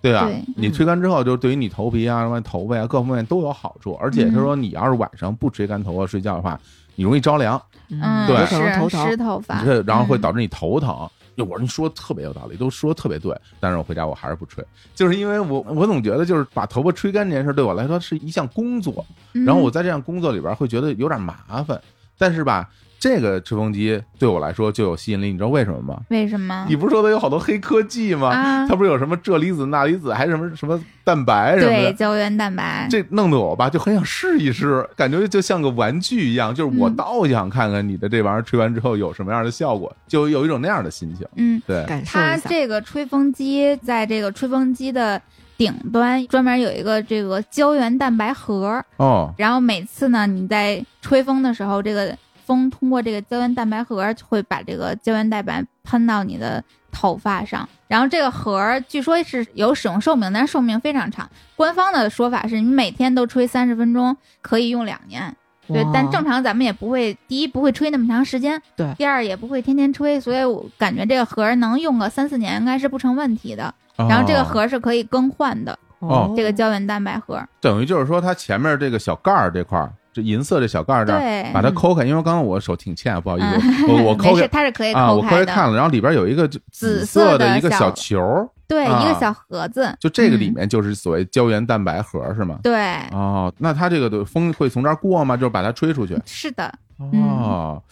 Speaker 1: 对吧？
Speaker 2: 对
Speaker 1: 你吹干之后，就是对于你头皮啊、什么头发啊各方面都有好
Speaker 2: 嗯
Speaker 1: 处。而且他说，你要是晚上不吹干头发睡觉的话，你容易着凉，
Speaker 2: 嗯，
Speaker 1: 对
Speaker 3: 有可能头
Speaker 2: 是
Speaker 3: 疼
Speaker 2: 湿头发，
Speaker 1: 这然后会
Speaker 2: 嗯
Speaker 1: 导致你头疼。就我说你说得特别有道理，都说得特别对，但是我回家我还是不吹，就是因为我我总觉得就是把头发吹干这件事对我来说是一项工作，
Speaker 2: 嗯
Speaker 1: 然后我在这样工作里边会觉得有点麻烦，但是吧，这个吹风机对我来说就有吸引力，你知道为什么吗？
Speaker 2: 为什么
Speaker 1: 你不是说它有好多黑科技吗？
Speaker 2: 嗯啊
Speaker 1: 它？不是有什么这离子、钠离子，还什么什么蛋白什么
Speaker 2: 对，
Speaker 1: 的。
Speaker 2: 胶原蛋白。
Speaker 1: 这弄得我吧就很想试一试，感觉就像个玩具一样，就是我
Speaker 2: 嗯
Speaker 1: 倒想看看你的这玩意儿吹完之后有什么样的效果，就有一种那样的心情。
Speaker 2: 嗯，
Speaker 1: 对，
Speaker 3: 感受
Speaker 2: 它
Speaker 3: 一下。
Speaker 2: 这个吹风机在这个吹风机的顶端专门有一个这个胶原蛋白盒，
Speaker 1: 哦，
Speaker 2: 然后每次呢你在吹风的时候，这个风通过这个胶原蛋白盒就会把这个胶原蛋白喷到你的头发上。然后这个盒儿据说是有使用寿命，但是寿命非常长。官方的说法是你每天都吹三十分钟，可以用两年。对，但
Speaker 3: 哇
Speaker 2: 正常咱们也不会，第一不会吹那么长时间，
Speaker 3: 对
Speaker 2: 第二也不会天天吹，所以我感觉这个盒儿能用个三四年应该是不成问题的。然后这个盒儿是可以更换的，
Speaker 1: 哦
Speaker 2: 这个胶原蛋白盒儿，
Speaker 1: 等于就是说它前面这个小盖儿这块儿，这银色这小盖儿这儿，
Speaker 2: 对
Speaker 1: 把，它抠开，因为刚刚我手挺欠，不好意思，
Speaker 2: 嗯
Speaker 1: 我我抠
Speaker 2: 没
Speaker 1: 开
Speaker 2: 事，它是可以
Speaker 1: 啊，我
Speaker 2: 抠
Speaker 1: 后来
Speaker 2: 开的，
Speaker 1: 看了，然后里边有一个就
Speaker 2: 紫
Speaker 1: 色
Speaker 2: 色的
Speaker 1: 一个
Speaker 2: 小
Speaker 1: 小球儿，
Speaker 2: 对，
Speaker 1: 啊
Speaker 2: 一个小盒子，
Speaker 1: 就这个
Speaker 2: 嗯
Speaker 1: 里面就是所谓胶原蛋白盒是吗？
Speaker 2: 对，
Speaker 1: 哦，那它这个的风会从这儿过吗？就是把它吹出去？
Speaker 2: 是的，
Speaker 1: 哦，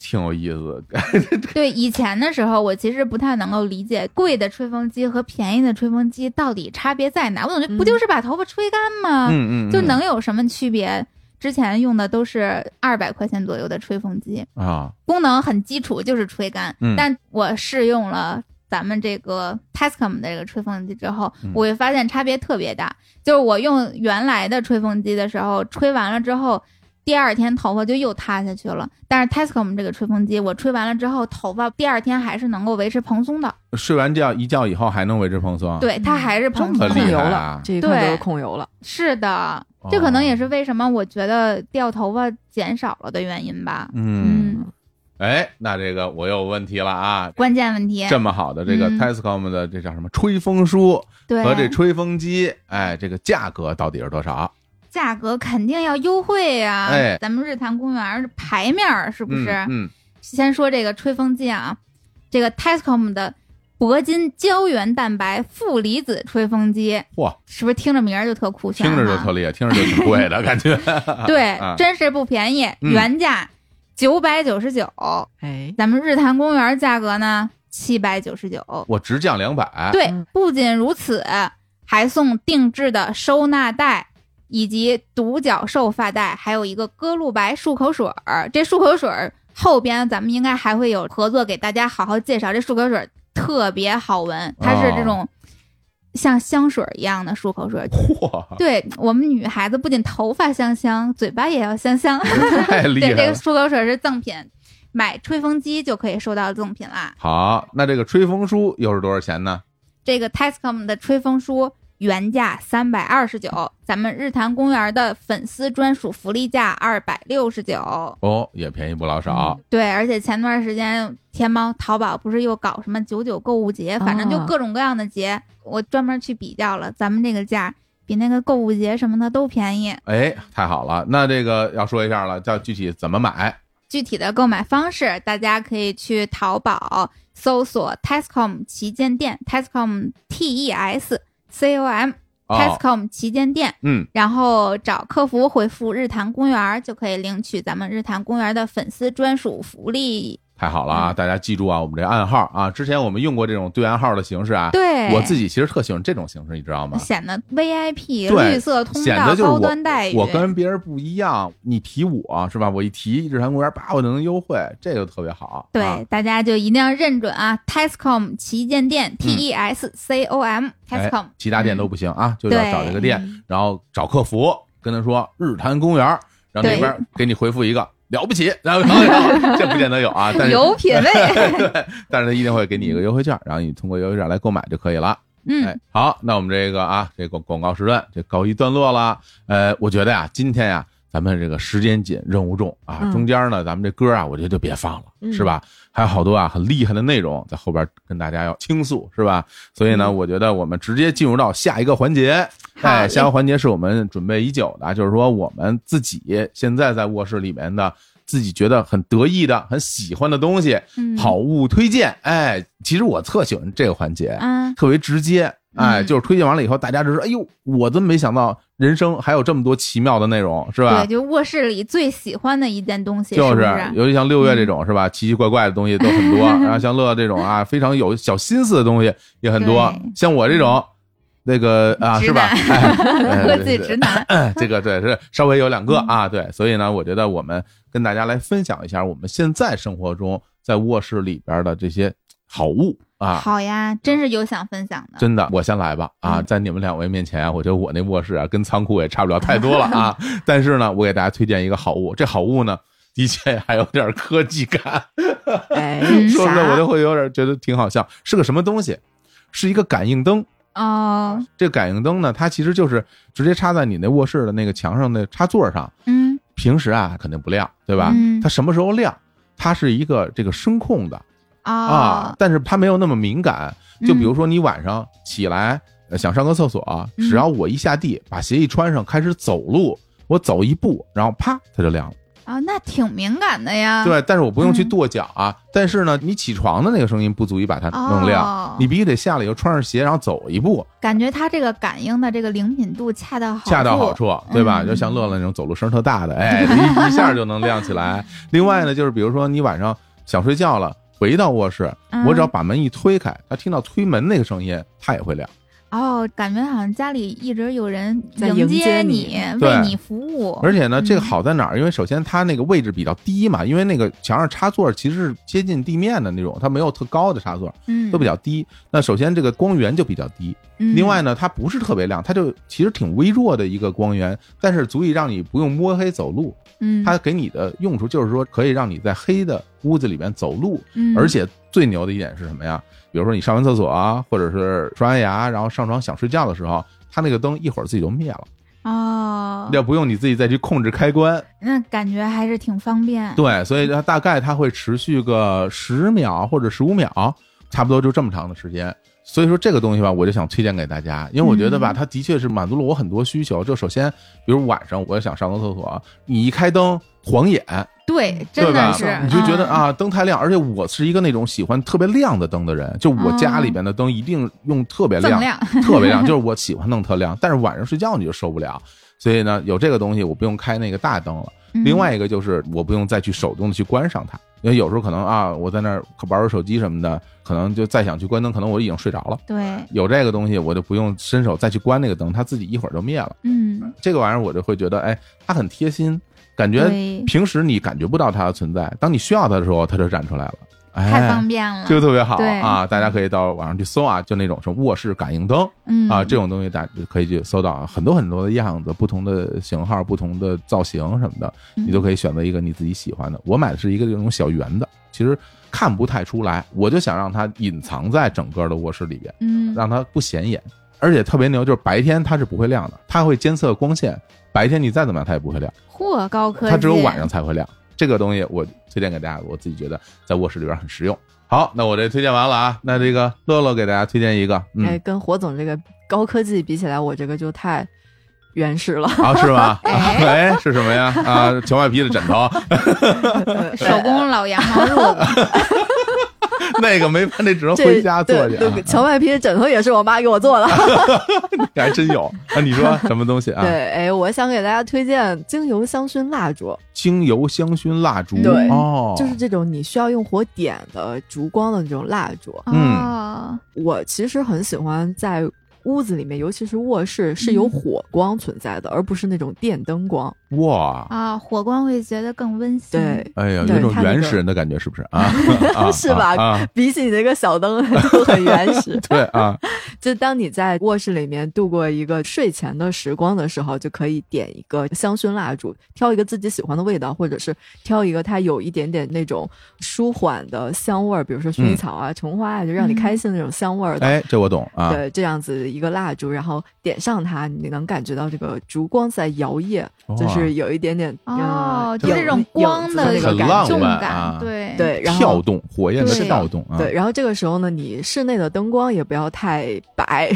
Speaker 1: 挺有意思的。
Speaker 2: 啊对。以前的时候，我其实不太能够理解贵的吹风机和便宜的吹风机到底差别在哪，我总觉得不
Speaker 3: 嗯
Speaker 2: 就是把头发吹干吗？
Speaker 1: 嗯嗯，
Speaker 2: 就
Speaker 1: 嗯
Speaker 2: 能有什么区别？之前用的都是二百块钱左右的吹风机，
Speaker 1: 啊，
Speaker 2: 功能很基础，就是吹干。
Speaker 1: 嗯
Speaker 2: 但我试用了咱们这个 Tascam 的这个吹风机之后
Speaker 1: 嗯，
Speaker 2: 我会发现差别特别大。就是我用原来的吹风机的时候，吹完了之后，第二天头发就又塌下去了。但是 Tesco 我们这个吹风机，我吹完了之后，头发第二天还是能够维持蓬松的，
Speaker 1: 睡完觉一觉以后还能维持蓬松，，啊
Speaker 2: 对，它还是蓬松
Speaker 1: 很
Speaker 2: 的。
Speaker 1: 厉害
Speaker 3: 控油
Speaker 1: 啊
Speaker 3: 了，这一块
Speaker 2: 对
Speaker 3: 都是控油了。
Speaker 2: 是的，
Speaker 1: 哦
Speaker 2: 这可能也
Speaker 1: 是，
Speaker 2: 是为什么我觉得掉头发减少了的原因吧。
Speaker 1: 嗯，
Speaker 2: 嗯，
Speaker 1: 哎，那这个我又有问题了啊。
Speaker 2: 关键问题
Speaker 1: 这么好的这个
Speaker 2: 嗯
Speaker 1: Tescom 的这叫什么吹风梳
Speaker 2: 对啊
Speaker 1: 和这吹风机，哎，这个价格到底是多少？
Speaker 2: 价格肯定要优惠呀、
Speaker 1: 哎
Speaker 2: 咱们日坛公园牌面儿是不是？
Speaker 1: 嗯，嗯
Speaker 2: 先说这个吹风机啊，这个 Tescom 的铂金胶原蛋白负离子吹风机，
Speaker 1: 嚯，
Speaker 2: 是不是听着名儿就特酷炫、
Speaker 1: 听
Speaker 2: 啊？
Speaker 1: 着就特厉害，听着就挺贵 的感觉。
Speaker 2: 对，
Speaker 1: 啊
Speaker 2: 真是不便宜，
Speaker 1: 嗯
Speaker 2: 原价九百九十九，
Speaker 3: 哎，
Speaker 2: 咱们日坛公园价格呢七百九十九。
Speaker 1: 我直降两百，
Speaker 2: 对
Speaker 3: 嗯，
Speaker 2: 不仅如此，还送定制的收纳袋。以及独角兽发带，还有一个歌露白漱口水儿。这漱口水儿后边咱们应该还会有合作，给大家好好介绍。这漱口水儿特别好闻，它
Speaker 1: 哦
Speaker 2: 是这种像香水儿一样的漱口水儿。
Speaker 1: 嚯，
Speaker 2: 对我们女孩子，不仅头发香香，嘴巴也要香香。
Speaker 1: 太
Speaker 2: 对，
Speaker 1: 厉
Speaker 2: 这
Speaker 1: 害
Speaker 2: 个
Speaker 1: 了。
Speaker 2: 漱口水儿是赠品，买吹风机就可以收到赠品啦。
Speaker 1: 好，那这个吹风梳又是多少钱呢？
Speaker 2: 这个 Tescom 的吹风梳原价三百二十九，咱们日坛公园的粉丝专属福利价二百六十九。
Speaker 1: 哦，也便宜不老少。
Speaker 2: 对，而且前段时间天猫、淘宝不是又搞什么九九购物节，反正就
Speaker 3: 哦
Speaker 2: 各种各样的节，我专门去比较了，咱们这个价比那个购物节什么的都便宜。
Speaker 1: 哎，太好了，那这个要说一下了，叫具体怎么买？
Speaker 2: 具体的购买方式，大家可以去淘宝搜索 Tescom 旗舰店，Tescom T E S C O M
Speaker 1: 哦，
Speaker 2: Tescom 旗舰店。
Speaker 1: 嗯，
Speaker 2: 然后找客服回复“日坛公园儿”就可以领取咱们日坛公园儿的粉丝专属福利。
Speaker 1: 太好了啊！大家记住啊，我们这暗号啊，之前我们用过这种对暗号的形式啊。
Speaker 2: 对，
Speaker 1: 我自己其实特喜欢这种形式，你知道吗？
Speaker 2: 显得 VIP
Speaker 1: 对
Speaker 2: 绿色通
Speaker 1: 显
Speaker 2: 道
Speaker 1: 得就是
Speaker 2: 高
Speaker 1: 我
Speaker 2: 端待遇。
Speaker 1: 我跟别人不一样，你提我是吧？我一提日坛公园，叭，我就能优惠，这就特别好。
Speaker 2: 对、
Speaker 1: 啊
Speaker 2: 大家就一定要认准啊，Tescom 旗舰店 T E S C O M、
Speaker 1: 嗯哎
Speaker 2: Tescom，
Speaker 1: 其他店都不行
Speaker 2: 嗯
Speaker 1: 啊，就要找这个店，然后找客服跟他说日坛公园，然后那
Speaker 2: 对
Speaker 1: 边给你回复一个了不起， 然后然后这不见得有啊，但是
Speaker 2: 有品 位。
Speaker 1: 对，但是他一定会给你一个优惠券，然后你通过优惠券来购买就可以了。哎
Speaker 2: 嗯，，
Speaker 1: 好，那我们这个啊，这个广告时段这告一段落了。呃，我觉得呀、今天呀、咱们这个时间紧，任务重啊，
Speaker 3: 嗯
Speaker 1: 中间呢，咱们这歌啊，我觉得就别放了，
Speaker 3: 嗯
Speaker 1: 是吧？还有好多啊很厉害的内容在后边跟大家要倾诉，是吧？所以呢，
Speaker 3: 嗯
Speaker 1: 我觉得我们直接进入到下一个环节。
Speaker 2: 好
Speaker 1: 哎，
Speaker 2: 嘞
Speaker 1: 下一个环节是我们准备已久的，就是说我们自己现在在卧室里面的。自己觉得很得意的、很喜欢的东西，
Speaker 2: 嗯
Speaker 1: 好物推荐。哎，其实我特喜欢这个环节，
Speaker 2: 嗯，
Speaker 1: 特别直接，哎，
Speaker 2: 嗯
Speaker 1: 就是推荐完了以后，大家就说：“哎呦，我真没想到人生还有这么多奇妙的内容，是吧
Speaker 2: 对，？”就卧室里最喜欢的一件东西，
Speaker 1: 就是是
Speaker 2: 不
Speaker 1: 尤其像六月这
Speaker 2: 嗯
Speaker 1: 种是吧，奇奇怪怪的东西都很多，然后像乐乐这种啊，非常有小心思的东西也很多
Speaker 2: 对，嗯
Speaker 1: 像我这种，那个啊，
Speaker 2: 直
Speaker 1: 是吧？哎，
Speaker 2: 是？
Speaker 1: 呃
Speaker 2: 各自直男，
Speaker 1: 这个对是稍微有两
Speaker 2: 嗯
Speaker 1: 个啊，对，所以呢，我觉得我们跟大家来分享一下我们现在生活中在卧室里边的这些好物啊，
Speaker 2: 好呀，真是有想分享的。
Speaker 1: 真的，我先来吧啊，
Speaker 3: 嗯
Speaker 1: 在你们两位面前啊，我觉得我那卧室啊跟仓库也差不了太多了啊。但是呢，我给大家推荐一个好物，这好物呢，的确还有点科技感，
Speaker 3: 哎，
Speaker 2: 嗯
Speaker 1: 说出来我
Speaker 3: 啥
Speaker 1: 都会有点觉得挺好笑。是个什么东西？是一个感应灯。
Speaker 2: 哦，
Speaker 1: 这感应灯呢，它其实就是直接插在你那卧室的那个墙上的插座上。
Speaker 2: 嗯，
Speaker 1: 平时啊肯定不亮，对吧？
Speaker 2: 嗯
Speaker 1: 它什么时候亮？它是一个这个声控的，啊
Speaker 2: 哦，，
Speaker 1: 但是它没有那么敏感。就比如
Speaker 2: 嗯
Speaker 1: 说你晚上起来、呃想上个厕所，
Speaker 2: 嗯
Speaker 1: 只要我一下地，把鞋一穿上，开始走路，我走一步，然后啪它就亮了。
Speaker 2: 啊、那挺敏感的呀。
Speaker 1: 对，但是我不用去
Speaker 2: 嗯
Speaker 1: 跺脚啊。但是呢，你起床的那个声音不足以把它弄亮，
Speaker 2: 哦
Speaker 1: 你必须得下来以后穿上鞋，然后走一步，
Speaker 2: 感觉它这个感应的这个灵敏度恰到好，
Speaker 1: 恰到好。处，对吧？
Speaker 2: 嗯
Speaker 1: 就像乐乐那种走路声特大的， 哎，一一下就能亮起来。另外呢，就是比如说你晚上想睡觉了，回到卧室，
Speaker 2: 嗯
Speaker 1: 我只要把门一推开，他听到推门那个声音，他也会亮。
Speaker 2: 哦，感觉好像家里一直有人
Speaker 3: 在迎接
Speaker 2: 接
Speaker 3: 你
Speaker 2: 为
Speaker 1: 对
Speaker 2: 你服务。
Speaker 1: 而且呢，这
Speaker 2: 嗯
Speaker 1: 个好在哪儿？因为首先它那个位置比较低嘛，因为那个墙上插座其实是接近地面的那种，它没有特高的插座，
Speaker 2: 嗯，
Speaker 1: 都比较低。那首先这个光源就比较低，
Speaker 2: 嗯。
Speaker 1: 另外呢，它不是特别亮，它就其实挺微弱的一个光源，但是足以让你不用摸黑走路。
Speaker 2: 嗯，
Speaker 1: 它给你的用处就是说，可以让你在黑的屋子里面走路，
Speaker 2: 嗯，
Speaker 1: 而且最牛的一点是什么呀？比如说你上完厕所啊，或者是刷完牙，然后上床想睡觉的时候，它那个灯一会儿自己就灭了，
Speaker 2: 哦，
Speaker 1: 要不用你自己再去控制开关。
Speaker 2: 那感觉还是挺方便。
Speaker 1: 对，所以它大概它会持续个十秒或者十五秒，差不多就这么长的时间。所以说这个东西吧，我就想推荐给大家，因为我觉得吧，
Speaker 2: 嗯
Speaker 1: 它的确是满足了我很多需求。就首先，比如晚上我想上个厕所，你一开灯晃眼，
Speaker 2: 对，
Speaker 1: 对
Speaker 2: 真
Speaker 1: 吧
Speaker 2: 的是，
Speaker 1: 你就觉得
Speaker 2: 嗯，
Speaker 1: 啊，灯太亮，而且我是一个那种喜欢特别亮的灯的人，就我家里边的灯一定用特别
Speaker 2: 锃
Speaker 1: 亮，
Speaker 2: 亮，
Speaker 1: 特别亮，就是我喜欢弄特亮，但是晚上睡觉你就受不了。所以呢，有这个东西，我不用开那个大灯了。
Speaker 2: 嗯
Speaker 1: 另外一个就是，我不用再去手动的去关上它，因为有时候可能啊，我在那儿玩玩手机什么的，可能就再想去关灯，可能我已经睡着了。
Speaker 2: 对，
Speaker 1: 有这个东西，我就不用伸手再去关那个灯，它自己一会儿就灭了。
Speaker 2: 嗯，
Speaker 1: 这个玩意儿我就会觉得，哎，它很贴心，感觉
Speaker 2: 对，
Speaker 1: 平时你感觉不到它的存在，当你需要它的时候，它就站出来了，
Speaker 2: 太
Speaker 1: 哎
Speaker 2: 方，便了，
Speaker 1: 这个特别好
Speaker 2: 对
Speaker 1: 啊！大家可以到网上去搜啊，就那种什么卧室感应灯
Speaker 2: 嗯
Speaker 1: 啊，这种东西大家可以去搜到啊很多很多的样子，不同的型号、不同的造型什么的，
Speaker 2: 嗯
Speaker 1: 你都可以选择一个你自己喜欢的。我买的是一个这种小圆的，其实看不太出来，我就想让它隐藏在整个的卧室里边。
Speaker 2: 嗯，
Speaker 1: 让它不显眼，而且特别牛，就是白天它是不会亮的，它会监测光线，白天你再怎么样它也不会亮，
Speaker 2: 嚯，高科技，
Speaker 1: 它只有晚上才会亮。这个东西我推荐给大家，我自己觉得在卧室里边很实用。好，那我这推荐完了啊，那这个乐乐给大家推荐一个，
Speaker 3: 哎，
Speaker 1: 嗯，
Speaker 3: 跟火总这个高科技比起来，我这个就太原始了。
Speaker 1: 啊是 吗？哎，是什么呀？啊，荞麦皮的枕头，
Speaker 2: 手工老羊毛褥子，
Speaker 1: 那个没办，那只能
Speaker 3: 这
Speaker 1: 回家做去
Speaker 3: 对对，
Speaker 1: 啊。
Speaker 3: 荞麦皮的枕头也是我妈给我 做的。
Speaker 1: 你还真有啊？你 说什么东西啊？
Speaker 3: 对，哎，我想给大家推荐精油香薰蜡
Speaker 1: 哦
Speaker 3: 烛，
Speaker 1: 精油香薰蜡烛，
Speaker 3: 对
Speaker 1: 哦，
Speaker 3: 就是这种你需要用火点的烛光的这种蜡烛。
Speaker 1: 嗯
Speaker 2: 哦，
Speaker 3: 我其实很喜欢在屋子里面，尤其是卧室，是有
Speaker 2: 嗯
Speaker 3: 火光存在的，而不是那种电灯光。
Speaker 1: 哇，
Speaker 2: 啊，火光会觉得更温馨，
Speaker 3: 对，，
Speaker 1: 哎呀，有
Speaker 3: 对
Speaker 1: 一种
Speaker 3: 它那
Speaker 1: 原
Speaker 3: 个
Speaker 1: 始人的感觉，是不是 啊？啊
Speaker 3: 是吧
Speaker 1: 啊啊
Speaker 3: 比起你那个小灯 就很原始。
Speaker 1: 对 啊，
Speaker 3: 就当你在卧室里面度过一个睡前的时光的时候，就可以点一个香薰蜡烛，挑一个自己喜欢的味道，或者是挑一个它有一点点那种舒缓的香味儿，比如说薰衣草啊、橙花啊，就让你
Speaker 2: 嗯
Speaker 3: 开心的那种香味儿
Speaker 1: 嗯
Speaker 3: 的。
Speaker 1: 哎，这我懂啊。
Speaker 3: 对，这样子一个蜡烛，然后点上它，你能感觉到这个烛光在摇曳，
Speaker 1: 哇
Speaker 3: 就是有一点点
Speaker 2: 哦
Speaker 3: 嗯，
Speaker 2: 就是
Speaker 3: 影
Speaker 2: 这种光的
Speaker 3: 影子那
Speaker 1: 很
Speaker 3: 个
Speaker 1: 浪
Speaker 3: 感
Speaker 2: 重
Speaker 3: 觉。
Speaker 1: 漫啊
Speaker 2: 感，对，
Speaker 3: 对，然
Speaker 1: 跳
Speaker 3: 后
Speaker 1: 动，火焰的
Speaker 3: 对
Speaker 1: 跳动啊。
Speaker 3: 对，，然后这个时候呢，你室内的灯光也不要太白，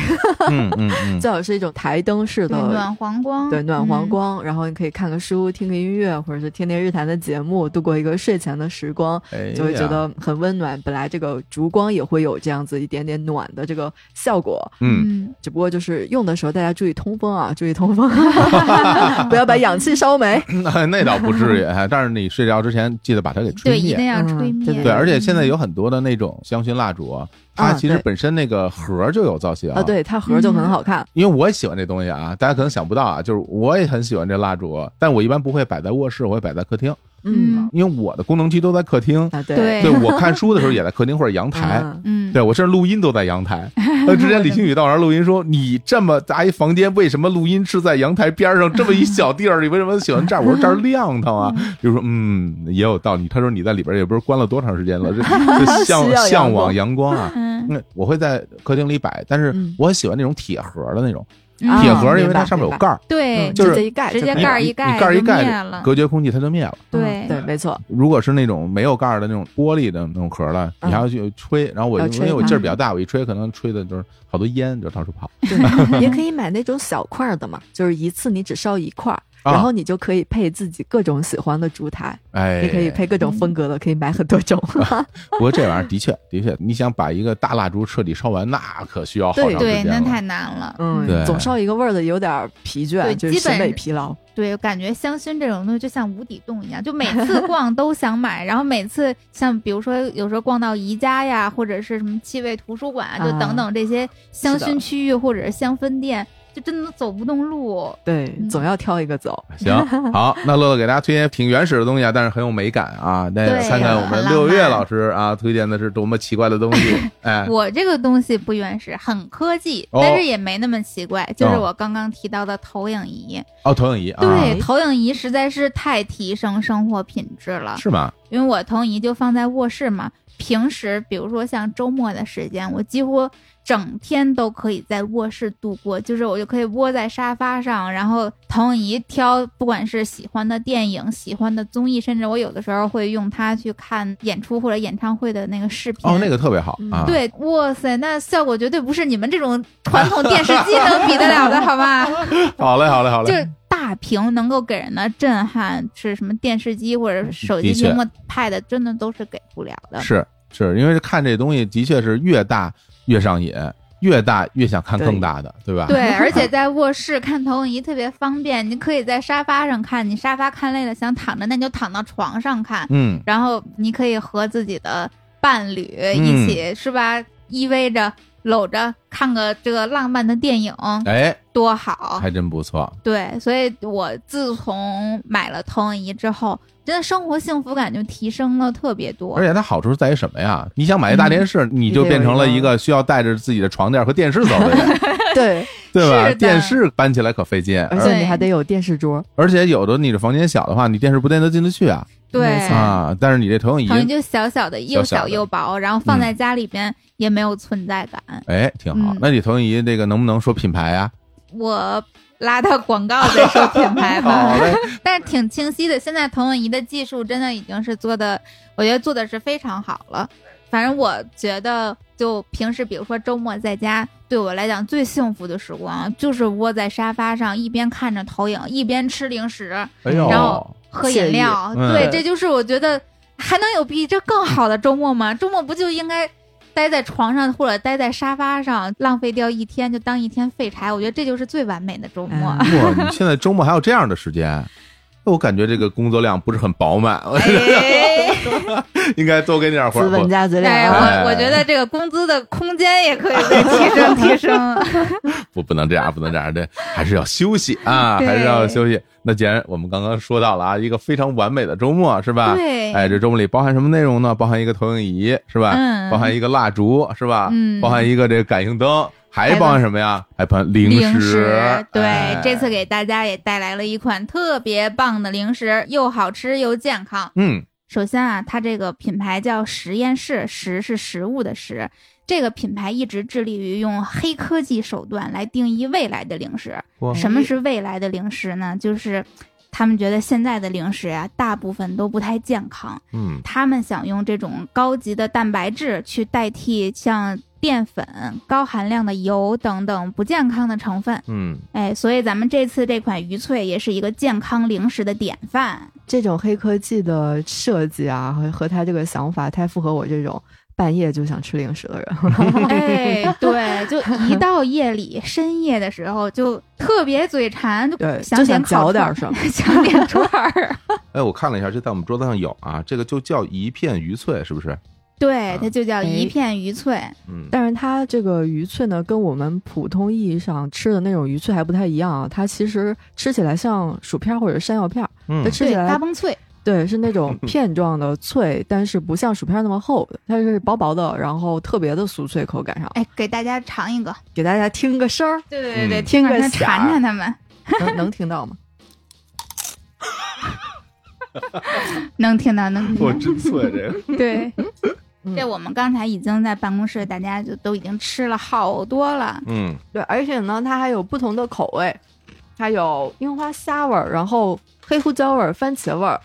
Speaker 1: 嗯嗯嗯，
Speaker 3: 最好是一种台灯式
Speaker 2: 对，
Speaker 3: 的，
Speaker 2: 暖黄光，
Speaker 3: 对，暖黄
Speaker 2: 嗯，
Speaker 3: 光。然后你可以看个书、听个音乐，或者是听听日坛的节目，度过一个睡前的时光，
Speaker 1: 哎
Speaker 3: 就会觉
Speaker 1: 呀
Speaker 3: 得很温暖。本来这个烛光也会有这样子一点点暖的这个效果，
Speaker 1: 嗯，
Speaker 2: 嗯，
Speaker 3: 只不过就是用的时候大家注意通风啊，注意通风，
Speaker 1: 嗯
Speaker 3: 不要把氧气烧没。
Speaker 1: 那那倒不至于，哎但是你睡觉之前记得把它给
Speaker 2: 对，
Speaker 1: 吹
Speaker 2: 一定
Speaker 1: 灭。
Speaker 2: 要
Speaker 3: 嗯
Speaker 2: 吹
Speaker 3: 对
Speaker 2: 灭，
Speaker 3: 对
Speaker 1: 对，而且现在有很多的那种香薰蜡烛啊，它
Speaker 3: 啊
Speaker 1: 其实
Speaker 3: 对
Speaker 1: 本身那个盒儿就有造型
Speaker 3: 啊，，对，它盒就很好看。
Speaker 1: 因为我也喜欢这东西啊，大家可能想不到啊，就是我也很喜欢这蜡烛，但我一般不会摆在卧室，我会摆在客厅，
Speaker 2: 嗯
Speaker 3: 嗯，
Speaker 1: 因为我的功能区都在客厅。
Speaker 3: 啊，对
Speaker 2: 对
Speaker 1: 对我看书的时候也在客厅或者阳台，
Speaker 3: 嗯
Speaker 2: 嗯，
Speaker 1: 对我甚至录音都在阳 台。那之前李星宇到我那儿录音说：“你这么大一房间，为什么录音是在阳台边上这么一小地儿？你为什么喜欢这儿？”我 说：“这儿亮堂啊。”就说：“嗯，也有道理。”他说：“你在里边也不是关了多长时间 了，这这
Speaker 3: 需要
Speaker 1: 向
Speaker 3: 阳光
Speaker 1: 向往阳光 啊。”
Speaker 2: 嗯，
Speaker 1: 嗯，我会在客厅里摆，但是
Speaker 3: 嗯
Speaker 1: 我很喜欢那种铁盒的那种
Speaker 2: 嗯
Speaker 1: 铁
Speaker 3: 啊
Speaker 1: 盒，因为
Speaker 3: 明白
Speaker 1: 它上面有
Speaker 3: 明白
Speaker 1: 盖儿，
Speaker 2: 对，
Speaker 1: 就是
Speaker 3: 直接一盖就
Speaker 2: 直接
Speaker 3: 可以
Speaker 1: 你
Speaker 2: 盖
Speaker 3: 了
Speaker 2: 儿一
Speaker 1: 你
Speaker 2: 盖
Speaker 1: 盖儿一
Speaker 2: 就灭
Speaker 1: 盖
Speaker 2: 了，
Speaker 1: 隔绝空气它就灭了。
Speaker 2: 对
Speaker 3: 嗯对，没错，
Speaker 1: 如果是那种没有盖儿的那种玻璃的那种壳的，
Speaker 2: 嗯
Speaker 1: 你还要去吹。然后我
Speaker 3: 要
Speaker 1: 就因为
Speaker 3: 吹
Speaker 1: 我
Speaker 3: 它
Speaker 1: 劲儿比较大，我一吹可能吹的就是好多烟就到处跑。
Speaker 3: 对，也可以买那种小块儿的嘛，就是一次你只烧一块儿，
Speaker 1: 啊
Speaker 3: 然后你就可以配自己各种喜欢的烛台，
Speaker 1: 哎，
Speaker 3: 你可以配各种风格的，可以买很多种。
Speaker 1: 不过这玩意儿的确的确，你想把一个大蜡烛彻底烧完，那可需要好长时
Speaker 3: 对
Speaker 1: 间
Speaker 2: 对，
Speaker 1: 了。
Speaker 2: 那太难了，
Speaker 3: 嗯
Speaker 1: 对，
Speaker 3: 总烧一个味儿的有点疲倦，
Speaker 2: 对
Speaker 3: 就是
Speaker 2: 基本
Speaker 3: 审美疲劳。
Speaker 2: 对，感觉香薰这种东西就像无底洞一样，就每次逛都想买，然后每次像比如说有时候逛到宜家呀，或者是什么气味图书馆啊，就
Speaker 3: 啊
Speaker 2: 等等这些香
Speaker 3: 是的
Speaker 2: 薰区域或者是香氛店，就真的走不动路。
Speaker 3: 对，
Speaker 2: 嗯
Speaker 3: 总要挑 一个走。
Speaker 1: 哎行，好，那乐乐给大家推荐挺原始的东西啊，但是很有美感啊。那
Speaker 2: 对
Speaker 1: 看看我
Speaker 2: 很
Speaker 1: 们
Speaker 2: 浪
Speaker 1: 六月
Speaker 2: 漫
Speaker 1: 老师啊推荐的是多么奇怪的东 西。哎，
Speaker 2: 我这个东西不原始，很科技，
Speaker 1: 哦
Speaker 2: 但是也没那么奇怪，就是
Speaker 1: 哦
Speaker 2: 我刚刚提到的投影仪。
Speaker 1: 哦，投影仪啊，
Speaker 2: 对，投影仪实在是太提升生活品质了，
Speaker 1: 是吗？
Speaker 2: 因为我投影仪就放在卧室嘛。平时，比如说像周末的时间，我几乎整天都可以在卧室度过，就是我就可以窝在沙发上，然后投影仪挑不管是喜欢的电影、喜欢的综艺，甚至我有的时候会用它去看演出或者演唱会的那个视频。
Speaker 1: 哦，那个特别好啊。
Speaker 3: 嗯，
Speaker 2: 对，哇塞，那效果绝对不是你们这种传统电视机能比得了 的，好吧？
Speaker 1: 好嘞，好嘞，好
Speaker 2: 就
Speaker 1: 嘞。
Speaker 2: 是大屏能够给人的震撼，是什么电视机或者手机
Speaker 1: 的确
Speaker 2: 屏幕、Pad 真的都是给不了的。
Speaker 1: 是是，因为看这东西的确是越大越上瘾，越大越想看更大的，对吧？
Speaker 2: 对，而 且在卧室看投影仪特别方便，你可以在沙发上看，你沙发看累了想躺着，那你就躺到床上看，
Speaker 1: 嗯，
Speaker 2: 然后你可以和自己的伴侣
Speaker 1: 嗯
Speaker 2: 一起，是吧？依偎着搂着看个这个浪漫的电影，
Speaker 1: 哎，
Speaker 2: 多好！
Speaker 1: 还真不错。
Speaker 2: 对，所以我自从买了投影仪之后，真的生活幸福感就提升了特别多
Speaker 1: 而。且它好处在于什么呀？你想买
Speaker 2: 嗯
Speaker 1: 一大电视，你就变成了一个需要带着自己的床垫和电视走的 人，
Speaker 3: 对，
Speaker 1: 对吧？
Speaker 2: 是的
Speaker 1: 电视搬起来可费劲，
Speaker 3: 而
Speaker 1: 而
Speaker 3: 且你还得有电视桌，
Speaker 1: 而且有的你的房间小的话，你电视不见得进得去啊
Speaker 2: 对
Speaker 3: 没，错
Speaker 1: 啊！但是你这投影
Speaker 2: 投影仪
Speaker 1: 仪，
Speaker 2: 就小小的，又
Speaker 1: 小小的嗯
Speaker 2: 又薄，然后放在家里边也没有存在感。
Speaker 1: 哎，挺好
Speaker 2: 嗯。
Speaker 1: 那你投影仪这个能不能说品牌啊？
Speaker 2: 我拉到广告再 说品牌吧
Speaker 1: 好，嘞，
Speaker 2: 但是挺清晰的。现在投影仪的技术真的已经是做的，我觉得做的是非常好了。反正我觉得，就平时比如说周末在家，对我来讲最幸福的时光就是窝在沙发上，一边看着投影，一边吃零食，
Speaker 1: 哎呦，
Speaker 2: 然后喝饮料。
Speaker 1: 惬意嗯
Speaker 2: 对，这就是我觉得还能有比这更好的周末吗？周末不就应该待在床上或者待在沙发上，浪费掉一天就当一天废柴？我觉得这就是最完美的周末。
Speaker 3: 嗯
Speaker 1: 哇，你现在周末还有这样的时间？我感觉这个工作量不是很饱满，我觉 得
Speaker 2: 哎
Speaker 1: 应该多给你点活
Speaker 3: 资
Speaker 1: 儿。
Speaker 3: 本家嘴
Speaker 2: 哎，
Speaker 3: 脸啊。
Speaker 1: 哎
Speaker 2: 我我觉得这个工资的空间也可以再提升 提
Speaker 1: 啊
Speaker 2: 升。
Speaker 1: 不，不能这样，不能这样，这还是要休息啊，
Speaker 2: 对
Speaker 1: 还是要休息。那既然我们刚刚说到了啊，一个非常完美的周末是吧？
Speaker 2: 对
Speaker 1: 哎，这周末里包含什么内容呢？包含一个投影仪是吧？
Speaker 2: 嗯
Speaker 1: 包含一个蜡烛是吧？
Speaker 2: 嗯
Speaker 1: 包含一个这个感应灯，还包含什么呀？还包含零食。
Speaker 2: 零食，对，
Speaker 1: 哎
Speaker 2: 这次给大家也带来了一款特别棒的零食，又好吃又健康。
Speaker 1: 嗯
Speaker 2: 首先啊，它这个品牌叫实验室，实是食物的实。这个品牌一直致力于用黑科技手段来定义未来的零食
Speaker 1: 哇。
Speaker 3: 哦
Speaker 2: 什么是未来的零食呢？就是他们觉得现在的零食啊，大部分都不太健康，
Speaker 1: 嗯
Speaker 2: 他们想用这种高级的蛋白质去代替像淀粉、高含量的油等等不健康的成分。
Speaker 1: 嗯，
Speaker 2: 哎，所以咱们这次这款鱼脆也是一个健康零食的典范。
Speaker 3: 这种黑科技的设计啊，和和他这个想法太符合我这种半夜就想吃零食的 人。
Speaker 2: 哎，对，就一到夜里深夜的时候，就特别嘴馋，就
Speaker 3: 对，啊
Speaker 2: 想
Speaker 3: 就想
Speaker 2: 点
Speaker 3: 嚼
Speaker 2: 烤
Speaker 3: 点
Speaker 2: 串
Speaker 3: 儿什么。
Speaker 2: 儿， 想点串 儿。
Speaker 1: 哎，我看了一下，这在我们桌子上有啊，这个就叫一片鱼脆，是不是？
Speaker 2: 对，它就
Speaker 3: 哎
Speaker 2: 叫一片鱼脆。
Speaker 1: 嗯，
Speaker 3: 但是它这个鱼脆呢，跟我们普通意义上吃的那种鱼脆还不太一样啊，它其实吃起来像薯片或者山药片儿，它
Speaker 1: 嗯
Speaker 3: 吃
Speaker 2: 对，
Speaker 3: 起来
Speaker 2: 嘎嘣脆，
Speaker 3: 对，是那种片状的脆，但是不像薯片那么厚的，它是薄薄的，然后特别的酥脆口感上。
Speaker 2: 哎，给大家尝一个，
Speaker 3: 给大家听个 声儿，
Speaker 2: 对对
Speaker 1: 嗯
Speaker 2: 对，
Speaker 3: 听
Speaker 2: 让
Speaker 3: 个
Speaker 2: 他
Speaker 3: 响
Speaker 2: 馋馋他们，
Speaker 3: 能能听到吗？
Speaker 2: 能听到，能听
Speaker 1: 我
Speaker 2: 到。
Speaker 1: 真脆这个。
Speaker 2: 对，
Speaker 3: 嗯
Speaker 2: 这我们刚才已经在办公室，大家就都已经吃了好多了。
Speaker 1: 嗯，
Speaker 3: 对，而且呢，它还有不同的口味，它有樱花虾味儿，然后黑胡椒味儿、番茄味儿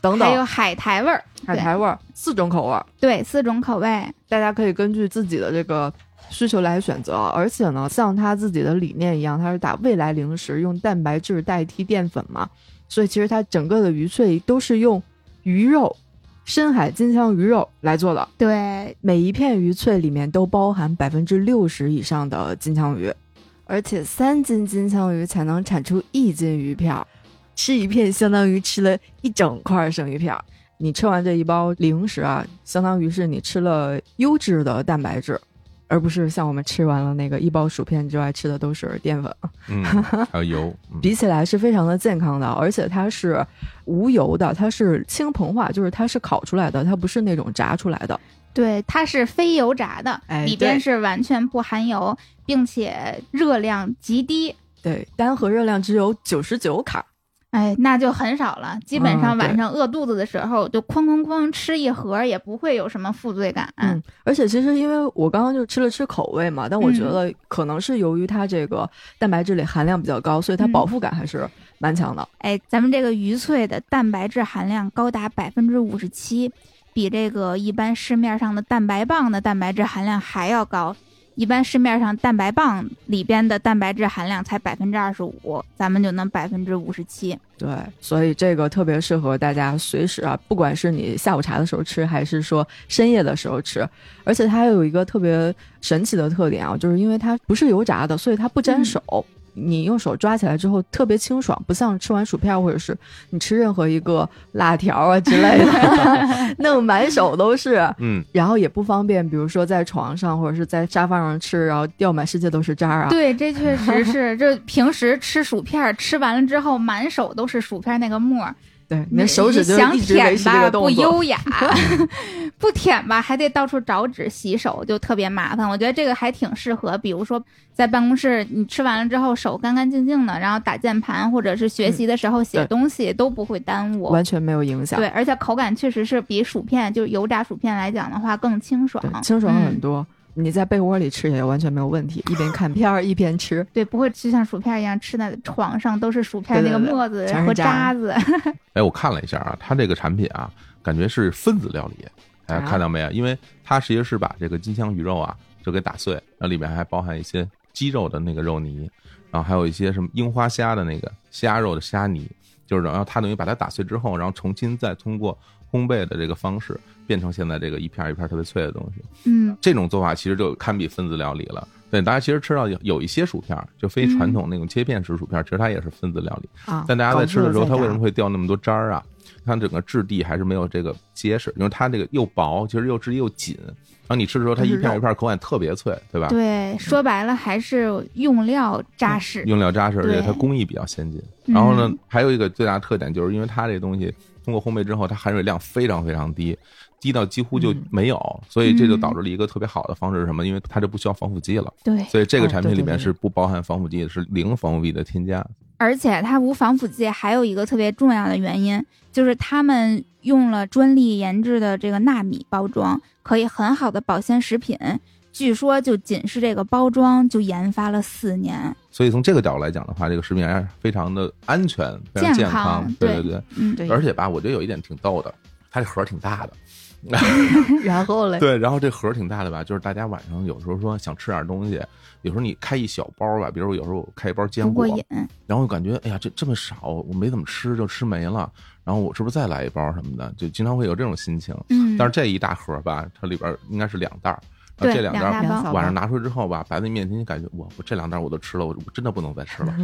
Speaker 3: 等
Speaker 2: 还有
Speaker 3: 等，
Speaker 2: 海苔味儿，
Speaker 3: 海
Speaker 2: 对
Speaker 3: 苔味儿四种口味儿，
Speaker 2: 对，四种口味，
Speaker 3: 大家可以根据自己的这个需求来选择。而且呢，像他自己的理念一样，他是打未来零食，用蛋白质代替淀粉嘛，所以其实它整个的鱼脆都是用鱼肉。深海金枪鱼肉来做的，
Speaker 2: 对，
Speaker 3: 每一片鱼脆里面都包含百分之六十以上的金枪鱼，而且三斤金枪鱼才能产出一斤鱼片儿。吃一片相当于吃了一整块生鱼片儿。你吃完这一包零食啊，相当于是你吃了优质的蛋白质，而不是像我们吃完了那个一包薯片之外吃的都是淀粉。
Speaker 1: 嗯，还有油，嗯
Speaker 3: 比起来是非常的健康的，而且它是无油的，它是轻膨化，就是它是烤出来的，它不是那种炸出来的。
Speaker 2: 对，它是非油炸的，
Speaker 3: 哎
Speaker 2: 里边
Speaker 3: 对
Speaker 2: 是完全不含油，并且热量极低。
Speaker 3: 对，单核热量只有九十九卡，
Speaker 2: 哎，那就很少了。基本上
Speaker 3: 嗯
Speaker 2: 晚
Speaker 3: 对
Speaker 2: 上饿肚子的时候，就哐哐哐吃一盒，也不会有什么负罪感。啊
Speaker 3: 嗯，而且其实因为我刚刚就吃了吃口味嘛，但我觉得可能是由于它这个蛋白质里含量比较高，所以它
Speaker 2: 嗯
Speaker 3: 饱腹感还是蛮强的。
Speaker 2: 哎，咱们这个鱼脆的蛋白质含量高达百分之五十七，比这个一般市面上的蛋白棒的蛋白质含量还要高。一般市面上蛋白棒里边的蛋白质含量才百分之二十五，咱们就能百分之五十七。
Speaker 3: 对，所以这个特别适合大家随时啊，不管是你下午茶的时候吃，还是说深夜的时候吃。而且它还有一个特别神奇的特点啊，就是因为它不是油炸的，所以它不沾
Speaker 2: 嗯
Speaker 3: 手。你用手抓起来之后特别清爽，不像吃完薯片或者是你吃任何一个辣条啊之类 的， 弄满手都是。
Speaker 1: 嗯，
Speaker 3: 然后也不方便，比如说在床上或者是在沙发上吃，然后掉满世界都是渣儿啊。
Speaker 2: 对，这确实是，这平时吃薯片儿吃完了之后，满手都是薯片儿那个沫儿，
Speaker 3: 对，你的手指就是
Speaker 2: 想
Speaker 3: 一直维
Speaker 2: 舔
Speaker 3: 持这
Speaker 2: 吧
Speaker 3: 个
Speaker 2: 不
Speaker 3: 动作。
Speaker 2: 优雅， 不舔吧还得到处找纸洗手，就特别麻烦。我觉得这个还挺适合，比如说在办公室你吃完了之后手干干净净的，然后打键盘或者是学习的时候写
Speaker 3: 嗯对
Speaker 2: 东西、都不会耽误。
Speaker 3: 完全没有影响，
Speaker 2: 对，而且口感确实是比薯片，就是油炸薯片来讲的话更清爽
Speaker 3: 对，，清爽很
Speaker 2: 嗯
Speaker 3: 多。你在被窝里吃也完全没有问题，一边看片儿一 边吃。
Speaker 2: 对，不会就像薯片一样吃在床上都是薯片
Speaker 3: 对
Speaker 2: 那
Speaker 3: 对
Speaker 2: 个
Speaker 3: 对
Speaker 2: 沫子
Speaker 3: 全是
Speaker 2: 和
Speaker 3: 渣
Speaker 2: 渣子。
Speaker 1: 哎，我看了一下啊，它这个产品啊，感觉是分子料理，哎，
Speaker 3: 啊
Speaker 1: 看到没有？因为它其实是把这个金枪鱼肉啊，就给打碎，然后里面还包含一些鸡肉的那个肉泥，然后还有一些什么樱花虾的那个虾肉的虾泥，就是然后它等于把它打碎之后，然后重新再通过烘焙的这个方式，变成现在这个一片儿一片儿特别脆的东西。
Speaker 2: 嗯，
Speaker 1: 这种做法其实就堪比分子料理了。对，大家其实吃到有有一些薯片儿，就非传统那种切片式薯片儿，其实它也是分子料理。
Speaker 3: 啊，
Speaker 1: 但大家在吃的时候，它
Speaker 3: 搞
Speaker 1: 为
Speaker 3: 错了
Speaker 1: 什么
Speaker 3: 再炸
Speaker 1: 会掉那么多渣儿啊？它整个质地还是没有这个结实，因为它这个又薄，其实又质地又紧。然后你吃的时候，它一片一片口感特别脆，对吧？
Speaker 2: 对，说白了还是用料扎实。
Speaker 1: 用料扎实，而且
Speaker 2: 对
Speaker 1: 它工艺比较先进。然后呢
Speaker 2: 嗯，
Speaker 1: 还有一个最大的特点就是，因为它这东西通过烘焙之后，它含水量非常非常低，低到几乎就
Speaker 3: 嗯
Speaker 1: 没有，所以这就
Speaker 2: 嗯
Speaker 1: 导致了一个特别好的方式是什么？因为它就不需要防腐剂了，
Speaker 2: 对，
Speaker 1: 所以这个
Speaker 3: 哦
Speaker 1: 产品
Speaker 3: 对
Speaker 1: 里
Speaker 3: 对
Speaker 1: 面
Speaker 3: 对
Speaker 1: 是不包含防腐剂的，是零防腐剂的添加。
Speaker 2: 而且它无防腐剂还有一个特别重要的原因，就是他们用了专利研制的这个纳米包装，可以很好的保鲜食品。据说就仅是这个包装就研发了四年。
Speaker 1: 所以从这个角度来讲的话，这个食品还是非常的安全、非常
Speaker 2: 健
Speaker 1: 健
Speaker 2: 康
Speaker 1: 对
Speaker 2: 对
Speaker 1: 对对。
Speaker 2: 嗯，
Speaker 3: 对
Speaker 1: 而且吧，我觉得有一点挺逗的，它这盒儿挺大的。
Speaker 3: 然后嘞，
Speaker 1: 对，然后这盒儿挺大的吧，就是大家晚上有时候说想吃点东西，有时候你开一小包吧，比如有时候我开一包
Speaker 2: 不
Speaker 1: 坚果
Speaker 2: 过，瘾。
Speaker 1: 然后感觉哎呀这这么少，我没怎么吃就吃没了，然后我是不是再来一包什么的，就经常会有这种心情。
Speaker 2: 嗯，
Speaker 1: 但是这一大盒儿吧，它里边儿应该是两袋儿，然
Speaker 2: 对
Speaker 1: 后这两袋
Speaker 2: 两
Speaker 1: 儿
Speaker 2: 大包
Speaker 1: 晚上拿出来之后吧，摆在你面前，你感觉我我这两袋儿我都吃了，我我真的不能再吃了。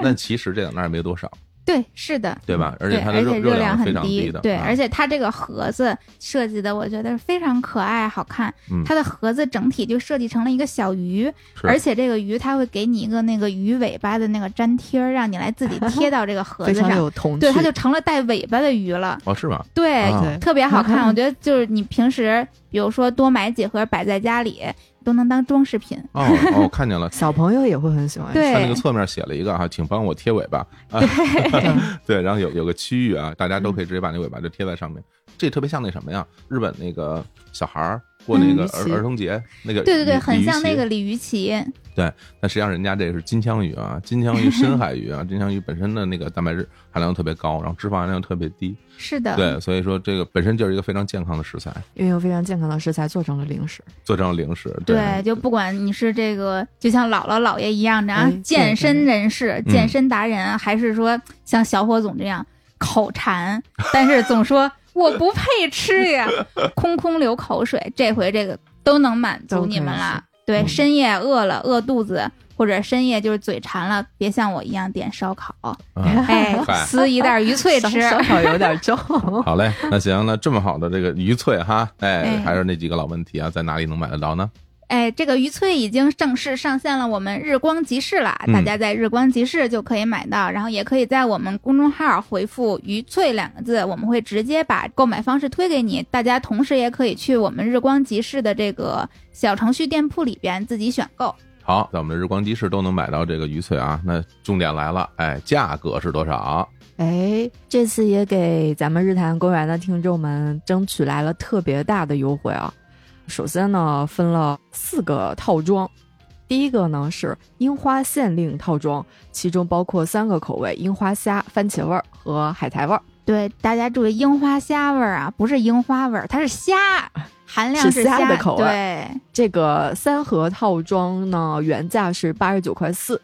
Speaker 1: 但其实这两袋儿也没多少，
Speaker 2: 对，是的。
Speaker 1: 对吧？而
Speaker 2: 对，
Speaker 1: 且它的热热
Speaker 2: 量
Speaker 1: 是
Speaker 2: 很
Speaker 1: 非常的，
Speaker 2: 对，
Speaker 1: 啊
Speaker 2: 而且它这个盒子设计的，我觉得非常可爱好看
Speaker 1: 嗯。
Speaker 2: 它的盒子整体就设计成了一个小鱼，
Speaker 1: 是
Speaker 2: 而且这个鱼它会给你一个那个鱼尾巴的那个粘贴儿，让你来 自己贴到这个盒
Speaker 3: 非
Speaker 2: 子
Speaker 3: 常
Speaker 2: 上。
Speaker 3: 有童趣。
Speaker 2: 对，它就成了带尾巴的鱼了。
Speaker 1: 哦是吗？
Speaker 2: 对，
Speaker 1: 啊
Speaker 3: 对
Speaker 2: 特别好看。
Speaker 3: 嗯。
Speaker 2: 我觉得就是你平时，比如说多买几盒摆在家里，都能当装饰品。
Speaker 1: 哦哦，我看见了
Speaker 3: 小朋友也会很喜欢。
Speaker 1: 它那
Speaker 2: 对
Speaker 1: 个，侧面写了一个哈，请帮我 贴尾巴。啊、 对，然后有有个区域啊，大家都可以直接把那尾巴就贴在上面。这特别像那什么呀？日本那个小孩儿过那个
Speaker 3: 嗯
Speaker 1: 儿、
Speaker 3: 鱼鳍
Speaker 1: 儿童节那个鲤，
Speaker 2: 对对对，
Speaker 1: 鲤
Speaker 2: 很
Speaker 1: 鱼
Speaker 2: 像那
Speaker 1: 鳍
Speaker 2: 个鲤鱼鳍。
Speaker 1: 但实际上人家这个是金枪鱼啊，金枪鱼、深海鱼啊，金枪鱼本身的那个蛋白质含量特别高，然后脂肪含量特别低，
Speaker 2: 是的，
Speaker 1: 对，所以说这个本身就是一个非常健康的食材，
Speaker 3: 运用非常健康的食材做成了零食，
Speaker 1: 做成零食，
Speaker 2: 对，就不管你是这个，就像姥姥姥爷一样的啊
Speaker 3: 哎，
Speaker 2: 健
Speaker 3: 对
Speaker 2: 身人士、
Speaker 1: 嗯
Speaker 2: 健身达人，还是说像小火总这样口馋， 但是总说我不配吃呀，空空流口水。这回这个都能满足你们
Speaker 3: 都可以
Speaker 2: 了
Speaker 3: 吃。
Speaker 2: 对，
Speaker 1: 嗯
Speaker 2: 深夜饿了，饿肚子。或者深夜就是嘴馋了，别像我一样点烧烤，
Speaker 1: 啊
Speaker 2: 哎
Speaker 1: 嗨，
Speaker 2: 撕一袋 鱼脆吃。
Speaker 3: 烧烤有点重。
Speaker 1: 好嘞，那行，那这么好的这个鱼脆哈，哎
Speaker 2: 哎，
Speaker 1: 还是那几个老问题啊，在哪里能买得着呢？
Speaker 2: 哎，这个鱼脆已经正式上线了我们日光集市啦，
Speaker 1: 嗯
Speaker 2: 大家在日光集市就可以买到，然后也可以在我们公众号回复“鱼脆”两个字，我们会直接把购买方式推给你。大家同时也可以去我们日光集市的这个小程序店铺里边自己选购。
Speaker 1: 好，在我们的日光集市都能买到这个鱼脆啊。那重点来了，哎，价格是多少？
Speaker 3: 哎，这次也给咱们日坛公园的听众们争取来了特别大的优惠啊！首先呢，分了四个套装。第一个呢是樱花限令套装，其中包括三个口味：樱花虾、番茄味儿和海苔味儿。
Speaker 2: 对，大家注意，樱花虾味儿啊，不是樱花味儿，它是虾，含量
Speaker 3: 是
Speaker 2: 虾
Speaker 3: 虾的口味
Speaker 2: 对，
Speaker 3: 这个三盒套装呢，原价是八十九块四，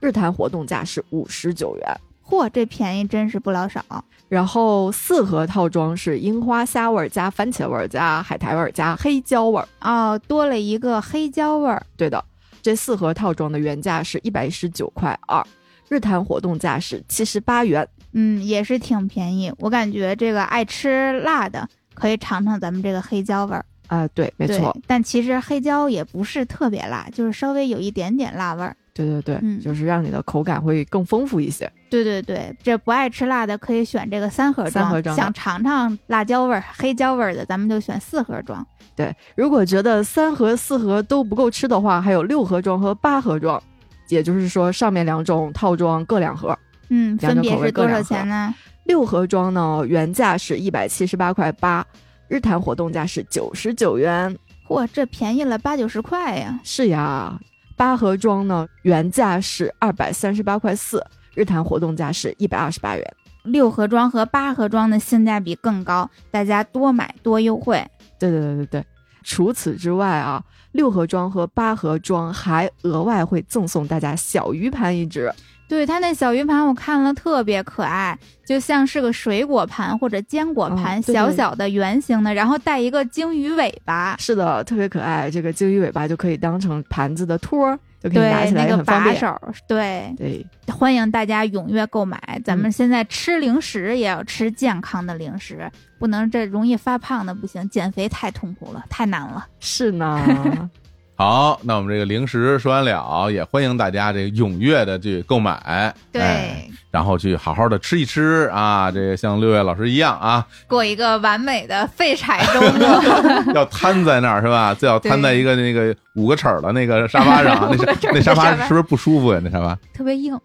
Speaker 3: 日坛活动价是五十九元。
Speaker 2: 嚯，这便宜真是不老少。
Speaker 3: 然后四盒套装是樱花虾味儿加番茄味儿加海苔味儿加黑椒味儿。
Speaker 2: 哦，多了一个黑椒味儿，
Speaker 3: 对的，这四盒套装的原价是一百一十九块二，日坛活动价是七十八元。
Speaker 2: 嗯，也是挺便宜。我感觉这个爱吃辣的可以尝尝咱们这个黑椒味儿，
Speaker 3: 啊、对，没
Speaker 2: 对
Speaker 3: 错，。
Speaker 2: 但其实黑椒也不是特别辣，就是稍微有一点点辣味儿。
Speaker 3: 对对对，
Speaker 2: 嗯
Speaker 3: 就是让你的口感会更丰富一些。
Speaker 2: 对对对，这不爱吃辣的可以选这个三盒装，
Speaker 3: 三盒装的
Speaker 2: 想尝尝辣椒味儿、黑椒味儿的，咱们就选四盒装。
Speaker 3: 对，如果觉得三盒、四盒都不够吃的话，还有六盒装和八盒装，也就是说上面两种套装各两盒。
Speaker 2: 嗯，
Speaker 3: 两
Speaker 2: 分
Speaker 3: 种口
Speaker 2: 别
Speaker 3: 味
Speaker 2: 是
Speaker 3: 各
Speaker 2: 多少
Speaker 3: 两盒
Speaker 2: 钱呢？
Speaker 3: 六盒装呢，原价是一百七十八块八，日坛活动价是九十九元。
Speaker 2: 嚯，这便宜了八九十块呀！
Speaker 3: 是呀，八盒装呢，原价是二百三十八块四，日坛活动价是一百二十八元。
Speaker 2: 六盒装和八盒装的性价比更高，大家多买多优惠。
Speaker 3: 对对对对对。除此之外啊，六盒装和八盒装还额外会赠送大家小鱼盘一只。
Speaker 2: 对它那小鱼盘，我看了特别可爱，就像是个水果盘或者坚果盘，
Speaker 3: 嗯对
Speaker 2: 小小的圆形的，然后带一个鲸鱼尾巴。
Speaker 3: 是的，特别可爱。这个鲸鱼尾巴就可以当成盘子的托儿，就可以拿
Speaker 2: 对，
Speaker 3: 起
Speaker 2: 那
Speaker 3: 来也
Speaker 2: 个
Speaker 3: 很方
Speaker 2: 把
Speaker 3: 便。
Speaker 2: 手，对，
Speaker 3: 对，
Speaker 2: 欢迎大家踊跃购买。咱们
Speaker 3: 嗯
Speaker 2: 现在吃零食也要吃健康的零食，不能这容易发胖的不行，减肥太痛苦了，太难了。
Speaker 3: 是呢。
Speaker 1: 好，那我们这个零食说完了，也欢迎大家这个踊跃的去购买，哎，然后去好好的吃一吃啊，这个像六月老师一样啊，
Speaker 2: 过一个完美的废柴周 末。
Speaker 1: 要瘫在那儿是吧？最好瘫在
Speaker 2: 对
Speaker 1: 一个那个五个齿儿的那个沙发 上，那
Speaker 2: 五个齿
Speaker 1: 沙
Speaker 2: 儿的
Speaker 1: 那沙发
Speaker 2: 沙发
Speaker 1: 是不是不舒服呀？那沙发
Speaker 2: 特别 硬，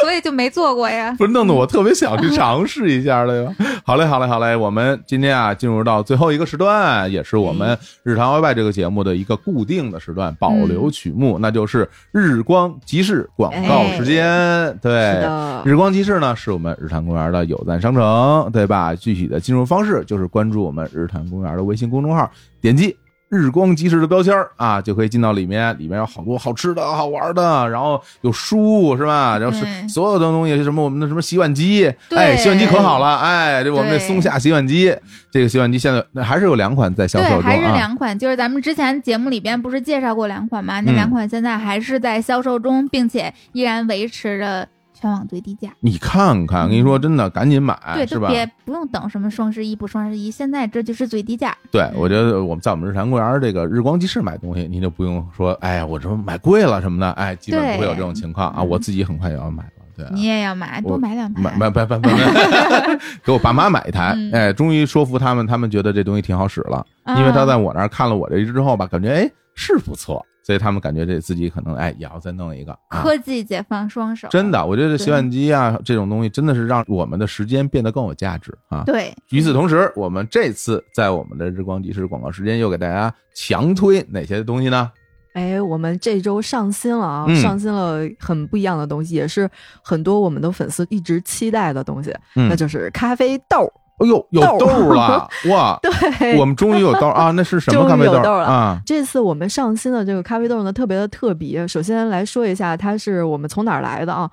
Speaker 2: 所以就没做过呀。
Speaker 1: 不是弄得我特别想去尝试一下了哟。好嘞，好嘞，好嘞，我们今天啊进入到最后一个时段，也是我们日常 YY 这个节目的一个固定的时段，保
Speaker 3: 嗯
Speaker 1: 留曲目，那就是日光集市广告时间。
Speaker 3: 哎是
Speaker 1: 对。
Speaker 2: 啊
Speaker 3: 的，
Speaker 1: 日光集市呢，是我们日坛公园的有赞商城，对吧？具体的进入方式就是关注我们日坛公园的微信公众号，点击日光集市的标签儿啊，就可以进到里面，里面有好多好吃的、好玩的，然后有书是
Speaker 2: 嗯
Speaker 1: 吧？然后是
Speaker 2: 对
Speaker 1: 所有的东西，什么我们的什么洗碗机，
Speaker 2: 对
Speaker 1: 哎，洗碗机可好了，哎，这我们这
Speaker 2: 对
Speaker 1: 松下洗碗机，这个洗碗机现在那还是有两款在销售
Speaker 2: 对，
Speaker 1: 中
Speaker 2: 还是
Speaker 1: 啊。
Speaker 2: 两款，就是咱们之前节目里边不是介绍过两款吗？那
Speaker 1: 嗯
Speaker 2: 两款现在还是在销售中，并且依然维持着全网最低价。
Speaker 1: 你看看，跟你说真的，赶紧买
Speaker 2: 对，
Speaker 1: 哎是
Speaker 2: 都
Speaker 1: 吧？
Speaker 2: 别不用等什么双十一不双十一，现在这就是最低价。
Speaker 1: 对，我觉得我们在我们日坛公园这个日光集市买东西，你就不用说，哎呀，我这买贵了什么的，哎，基本不会有这种情况啊。
Speaker 2: 嗯
Speaker 1: 我自己很快也要买了，对啊、
Speaker 2: 你也要买，
Speaker 1: 我
Speaker 2: 多买两
Speaker 1: 买
Speaker 2: 盘。
Speaker 1: 买买买买买，给我爸妈买一台，
Speaker 2: 嗯
Speaker 1: 哎，终于说服他们，他们觉得这东西挺好使了，因为他在
Speaker 2: 嗯
Speaker 1: 我那儿看了我这之后吧，感觉哎是不错，所以他们感觉这自己可能哎也要再弄一个。啊
Speaker 2: 科技解放双手，
Speaker 1: 嗯真的，我觉得
Speaker 2: 对
Speaker 1: 洗碗机啊这种东西真的是让我们的时间变得更有价值啊。
Speaker 2: 对，
Speaker 1: 与此同时，我们这次在我们的日光集市广告时间又给大家强推哪些东西呢？
Speaker 3: 哎，我们这周上新了啊，
Speaker 1: 嗯
Speaker 3: 上新了很不一样的东西，也是很多我们的粉丝一直期待的东西，
Speaker 1: 嗯
Speaker 3: 那就是咖啡豆。
Speaker 1: 哎呦，有
Speaker 3: 豆
Speaker 1: 豆儿了哇！
Speaker 3: 对，
Speaker 1: 我们终于有豆儿啊！那是什么
Speaker 3: 终于
Speaker 1: 咖啡
Speaker 3: 有
Speaker 1: 豆
Speaker 3: 豆
Speaker 1: 儿
Speaker 3: 儿了
Speaker 1: 啊？
Speaker 3: 这次我们上新的这个咖啡豆呢，特别的特别。首先来说一下，它是我们从哪儿来的啊？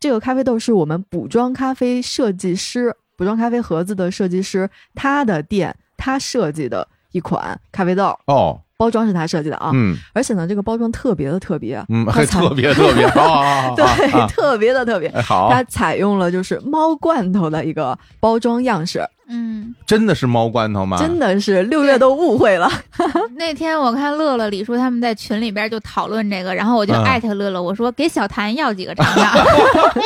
Speaker 3: 这个咖啡豆是我们补装咖啡设计师、补装咖啡盒子的设计师他的店他设计的一款咖啡豆。
Speaker 1: 哦，
Speaker 3: 包装是他设计的啊，
Speaker 1: 嗯
Speaker 3: 而且呢，这个包装特别的特别，
Speaker 1: 嗯，
Speaker 3: 它
Speaker 1: 还
Speaker 3: 采
Speaker 1: 特别特 别好，
Speaker 3: 对、
Speaker 1: 啊啊
Speaker 3: 特别的特别，
Speaker 1: 哎好，
Speaker 3: 它采用了就是猫罐头的一个包装样式，
Speaker 1: 啊
Speaker 2: 嗯，
Speaker 1: 真的是猫罐头吗？
Speaker 3: 真的是六月都误会了。
Speaker 2: 那天我看乐乐、李叔他们在群里边就讨论这个，然后我就
Speaker 1: 嗯
Speaker 2: 艾特乐乐，我说给小谭要几个尝尝。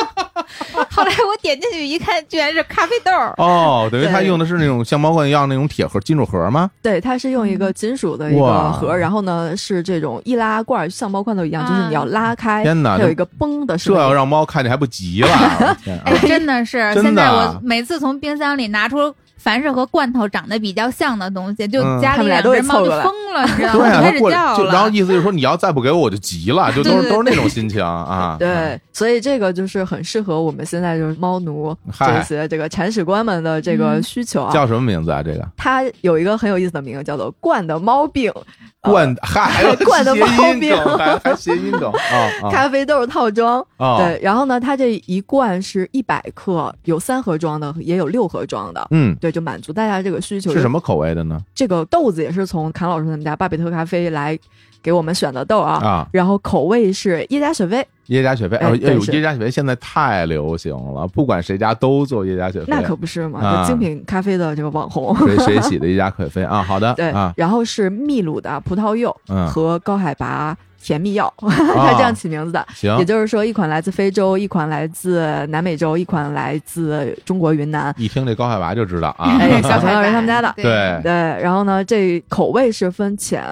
Speaker 2: 后来我点进去一看，居然是咖啡豆儿。
Speaker 1: 哦，等于它
Speaker 3: 对
Speaker 1: 用的是那种像猫罐一样那种铁盒、金属盒吗？
Speaker 3: 对，它是用一个金属的一
Speaker 1: 哇
Speaker 3: 个盒，然后呢是这种易拉罐，像猫罐头一样，就是你要拉开，
Speaker 1: 天哪
Speaker 3: 它有一个嘣的声
Speaker 1: 这要
Speaker 3: 音。
Speaker 1: 让猫看见还不急了？我天啊
Speaker 2: 哎， 真的是！
Speaker 1: 真的
Speaker 2: 现在
Speaker 1: 啊
Speaker 2: 我每次从冰箱里拿出凡是和罐头长得比较像的东西，就
Speaker 1: 嗯
Speaker 2: 家里两只猫就疯了，你知道
Speaker 1: 对
Speaker 2: 吗？
Speaker 1: 啊，
Speaker 2: 开
Speaker 1: 它
Speaker 2: 始
Speaker 1: 过
Speaker 2: 叫
Speaker 1: 来就然后
Speaker 2: 了。
Speaker 1: 意思就是说，你要再不给我，我就急了，就都
Speaker 2: 对
Speaker 1: 是
Speaker 2: 对
Speaker 1: 都是那种心情啊。
Speaker 3: 对，所以这个就是很适合我们现在就是猫奴
Speaker 1: 嗨
Speaker 3: 这些这个铲屎官们的这个
Speaker 2: 嗯
Speaker 3: 需求啊。
Speaker 1: 叫什么名字啊？这个
Speaker 3: 它有一个很有意思的名字，叫做“惯的猫病”， 呃
Speaker 1: 罐嗨，还 有
Speaker 3: 罐的
Speaker 1: 谐
Speaker 3: 猫
Speaker 1: 音
Speaker 3: 饼
Speaker 1: 梗，还还谐音 梗啊
Speaker 3: 咖啡豆套装。
Speaker 1: 啊啊！
Speaker 3: 对，然后呢，它这一罐是一百克，有三盒装的，也有六盒装的。
Speaker 1: 嗯，
Speaker 3: 对，就满足大家这个需求。
Speaker 1: 是什么口味的呢？
Speaker 3: 这个豆子也是从侃老师他们家巴比特咖啡来给我们选的豆啊，
Speaker 1: 啊，
Speaker 3: 然后口味是耶加雪菲，
Speaker 1: 耶加雪菲，
Speaker 3: 哎
Speaker 1: 哦，
Speaker 3: 对
Speaker 1: 哎呦
Speaker 3: 是
Speaker 1: 耶加雪菲现在太流行了，不管谁家都做耶加雪菲，
Speaker 3: 那可不是嘛，
Speaker 1: 啊
Speaker 3: 就精品咖啡的这个网红。
Speaker 1: 谁谁洗的耶加雪菲啊？好的，
Speaker 3: 对，
Speaker 1: 啊，
Speaker 3: 然后是秘鲁的葡萄柚
Speaker 1: 嗯啊
Speaker 3: 和高海拔甜蜜药，它这样起名字的。
Speaker 1: 行
Speaker 3: 也，就是说，一款来自非洲，一款来自南美洲，一款来自中国云南。
Speaker 1: 一听这高海拔就知道啊，
Speaker 3: 哎
Speaker 2: 小
Speaker 3: 小
Speaker 2: 孩
Speaker 3: 朋友是他们家的
Speaker 1: 对，
Speaker 3: 对，然后呢，这口味是分浅、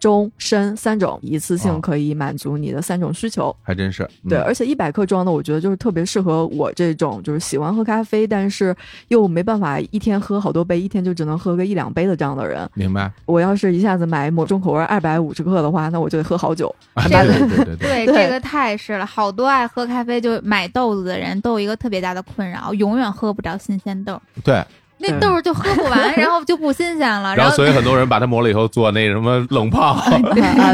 Speaker 3: 中、深三种，一次
Speaker 1: 哦
Speaker 3: 性可以满足你的三种需求。
Speaker 1: 还真是，嗯
Speaker 3: 对，而且一百克装的，我觉得就是特别适合我这种就是喜欢喝咖啡，但是又没办法一天喝好多杯，一天就只能喝个一两杯的这样的人。
Speaker 1: 明白，
Speaker 3: 我要是一下子买某种口味二百五十克的话，那我就得喝好久。
Speaker 1: 啊
Speaker 2: 这个
Speaker 1: 对对对对
Speaker 2: 对，
Speaker 1: 对，
Speaker 3: 对
Speaker 2: 这个太是了，好多爱喝咖啡就买豆子的人都有一个特别大的困扰，永远喝不着新鲜豆，
Speaker 1: 对，
Speaker 2: 那豆儿就喝不完，然后就不新鲜 了，
Speaker 1: 然
Speaker 2: 然
Speaker 1: 后所以很多人把它磨了以后做那什么冷泡，
Speaker 3: 啊，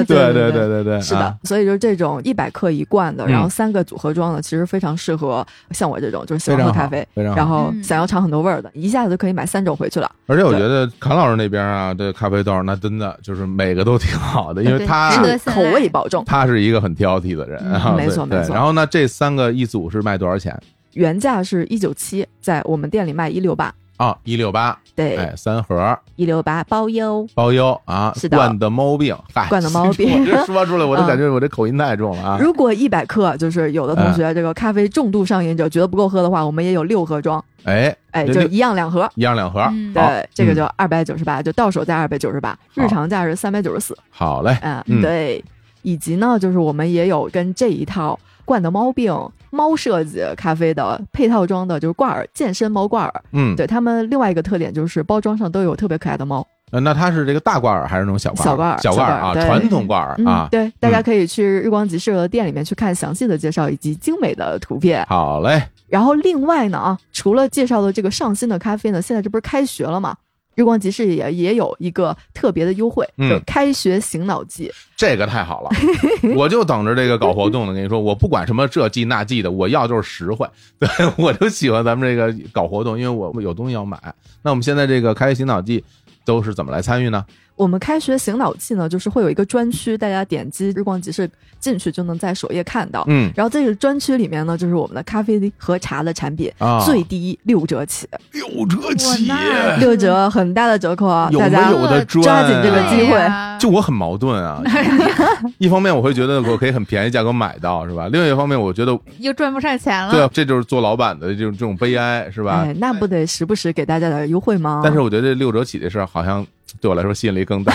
Speaker 1: 对
Speaker 3: 对
Speaker 1: 对对对对，
Speaker 3: 是的
Speaker 1: 啊，，
Speaker 3: 所以就这种一百克一罐的，
Speaker 1: 嗯
Speaker 3: 然后三个组合装的，其实非常适合像我这种就是喜
Speaker 1: 非
Speaker 3: 欢
Speaker 1: 常
Speaker 3: 喝
Speaker 1: 好
Speaker 3: 咖啡，
Speaker 1: 非常好
Speaker 3: 然后
Speaker 2: 嗯
Speaker 3: 想要尝很多味儿的，一下子就可以买三种回去了。
Speaker 1: 而且我觉得侃老师那边啊，这咖啡豆那真的就是每个都挺好的，因为
Speaker 2: 对
Speaker 1: 他
Speaker 2: 值得信赖
Speaker 3: 口味保证，
Speaker 1: 他是一个很挑剔的人，
Speaker 2: 嗯
Speaker 1: 啊
Speaker 3: 没错
Speaker 1: 对
Speaker 3: 没错
Speaker 1: 然后呢，这三个一组是卖多少钱
Speaker 3: 原价是一九七，在我们店里卖一六八，
Speaker 1: 啊？一六八，
Speaker 3: 对
Speaker 1: 哎，，三盒
Speaker 3: 一六八包邮。
Speaker 1: 包邮啊，
Speaker 3: 是的
Speaker 1: 惯的猫病，嗨，
Speaker 3: 惯的猫病
Speaker 1: 我
Speaker 3: 嗯
Speaker 1: 这说出 来我都感觉我这口音太重了啊。
Speaker 3: 如果一百克，就是有的同学这个咖啡重度上瘾者觉得不够喝的话，我们也有六盒装，
Speaker 1: 哎
Speaker 3: 哎，
Speaker 1: 对
Speaker 3: 就
Speaker 1: 对
Speaker 3: 一样两盒。
Speaker 1: 一样两盒，
Speaker 2: 嗯
Speaker 1: 好，
Speaker 3: 对，这个就二百九十八，就到手价二百九十八，
Speaker 1: 好
Speaker 3: 日常价是三百九十四。
Speaker 1: 好嘞，
Speaker 3: 啊，
Speaker 1: 嗯
Speaker 3: 对，以及呢，就是我们也有跟这一套罐的猫病猫设计咖啡的配套装的，就是挂耳健身猫挂耳。
Speaker 1: 嗯，
Speaker 3: 对他们另外一个特点就是包装上都有特别可爱的猫。
Speaker 1: 呃那它是这个大挂耳还是那种小挂
Speaker 3: 小挂耳
Speaker 1: 小挂耳啊，
Speaker 3: 小挂耳对
Speaker 1: 传统挂耳
Speaker 3: 嗯，
Speaker 1: 啊。
Speaker 3: 对，大家可以去日光集市的店里面去看详细的介绍以及精美的图片。
Speaker 1: 好嘞，
Speaker 3: 然后另外呢啊，除了介绍的这个上新的咖啡呢，现在这不是开学了吗？日光集市也也有一个特别的优惠，
Speaker 1: 嗯
Speaker 3: 就是开学醒脑季。
Speaker 1: 这个太好了， 我就等着这个搞活动的。跟你说，我不管什么这季那季的，我要就是实惠。 对，我就喜欢咱们这个搞活动，因为我有东西要买。那我们现在这个开学洗脑季都是怎么来参与呢？
Speaker 3: 我们开学醒脑季呢，就是会有一个专区，大家点击日光集市进去就能在首页看到。
Speaker 1: 嗯
Speaker 3: 然后这个专区里面呢，就是我们的咖啡和茶的产品，
Speaker 1: 啊，
Speaker 3: 最低六 折起，
Speaker 1: 六折
Speaker 2: 我
Speaker 1: 起，
Speaker 2: 那
Speaker 3: 六折很大的折扣啊！
Speaker 1: 有
Speaker 3: 大
Speaker 1: 没
Speaker 3: 家
Speaker 1: 有的赚
Speaker 3: 抓紧这个机会
Speaker 2: 对呀
Speaker 1: 就我很矛盾啊， 一方面我会觉得我可以很便宜价格买到，是吧？另一方面，我觉得
Speaker 2: 又赚不上钱了。
Speaker 1: 对，啊这就是做老板的这种这种悲哀，是吧？
Speaker 3: 啊哎，那不得时不时给大家点优惠吗？
Speaker 1: 但是我觉得这六折起这事儿，好像对我来说吸引力更 大。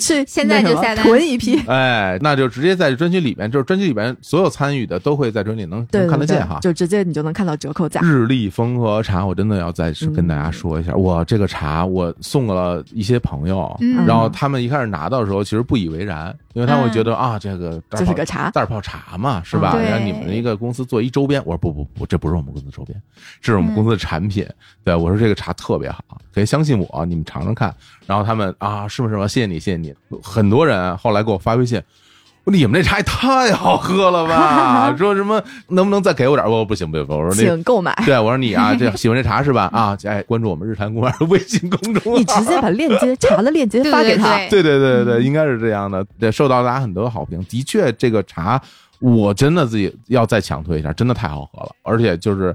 Speaker 3: 去
Speaker 2: 现在就
Speaker 3: 那什么
Speaker 2: 下单
Speaker 3: 囤一批，
Speaker 1: 哎，那就直接在专区里面，就是专区里面所有参与的都会在专区里能
Speaker 3: 对
Speaker 1: 能
Speaker 3: 对
Speaker 1: 看得
Speaker 3: 对
Speaker 1: 见哈。
Speaker 3: 就直接你就能看到折扣价。
Speaker 1: 日立风和茶，我真的要再是跟大家
Speaker 3: 嗯
Speaker 1: 说一下，我这个茶我送了一些朋友，
Speaker 2: 嗯，
Speaker 1: 然后他们一开始拿到的时候，其实不以为然，因为他会觉得、啊，这个袋儿
Speaker 3: 嗯就是
Speaker 1: 泡
Speaker 3: 个茶
Speaker 1: 袋儿泡茶嘛，是吧？
Speaker 2: 嗯对
Speaker 1: 然后你们一个公司做一周边，我说不不不，这不是我们公司周边，这是我们公司的产品。
Speaker 3: 嗯
Speaker 1: 对我说这个茶特别好，可以相信我，你们尝尝看。然后他们啊，是不是吗？谢谢你，谢谢你。很多人后来给我发微信。你们这茶也太好喝了 吧？说什么能不能再给我点儿？我说不行不行，不行我说那
Speaker 3: 请购买。
Speaker 1: 对，我说你啊，这喜欢这茶是吧？啊，哎，关注我们日坛公园的微信公 众号。
Speaker 3: 你直接把链接茶的链接
Speaker 2: 对
Speaker 3: 发给他，
Speaker 2: 对对
Speaker 1: 对对对对对，应该是这样的。对，受到大家很多好评。的确，这个茶我真的自己要再强推一下，真的太好喝了，而且就是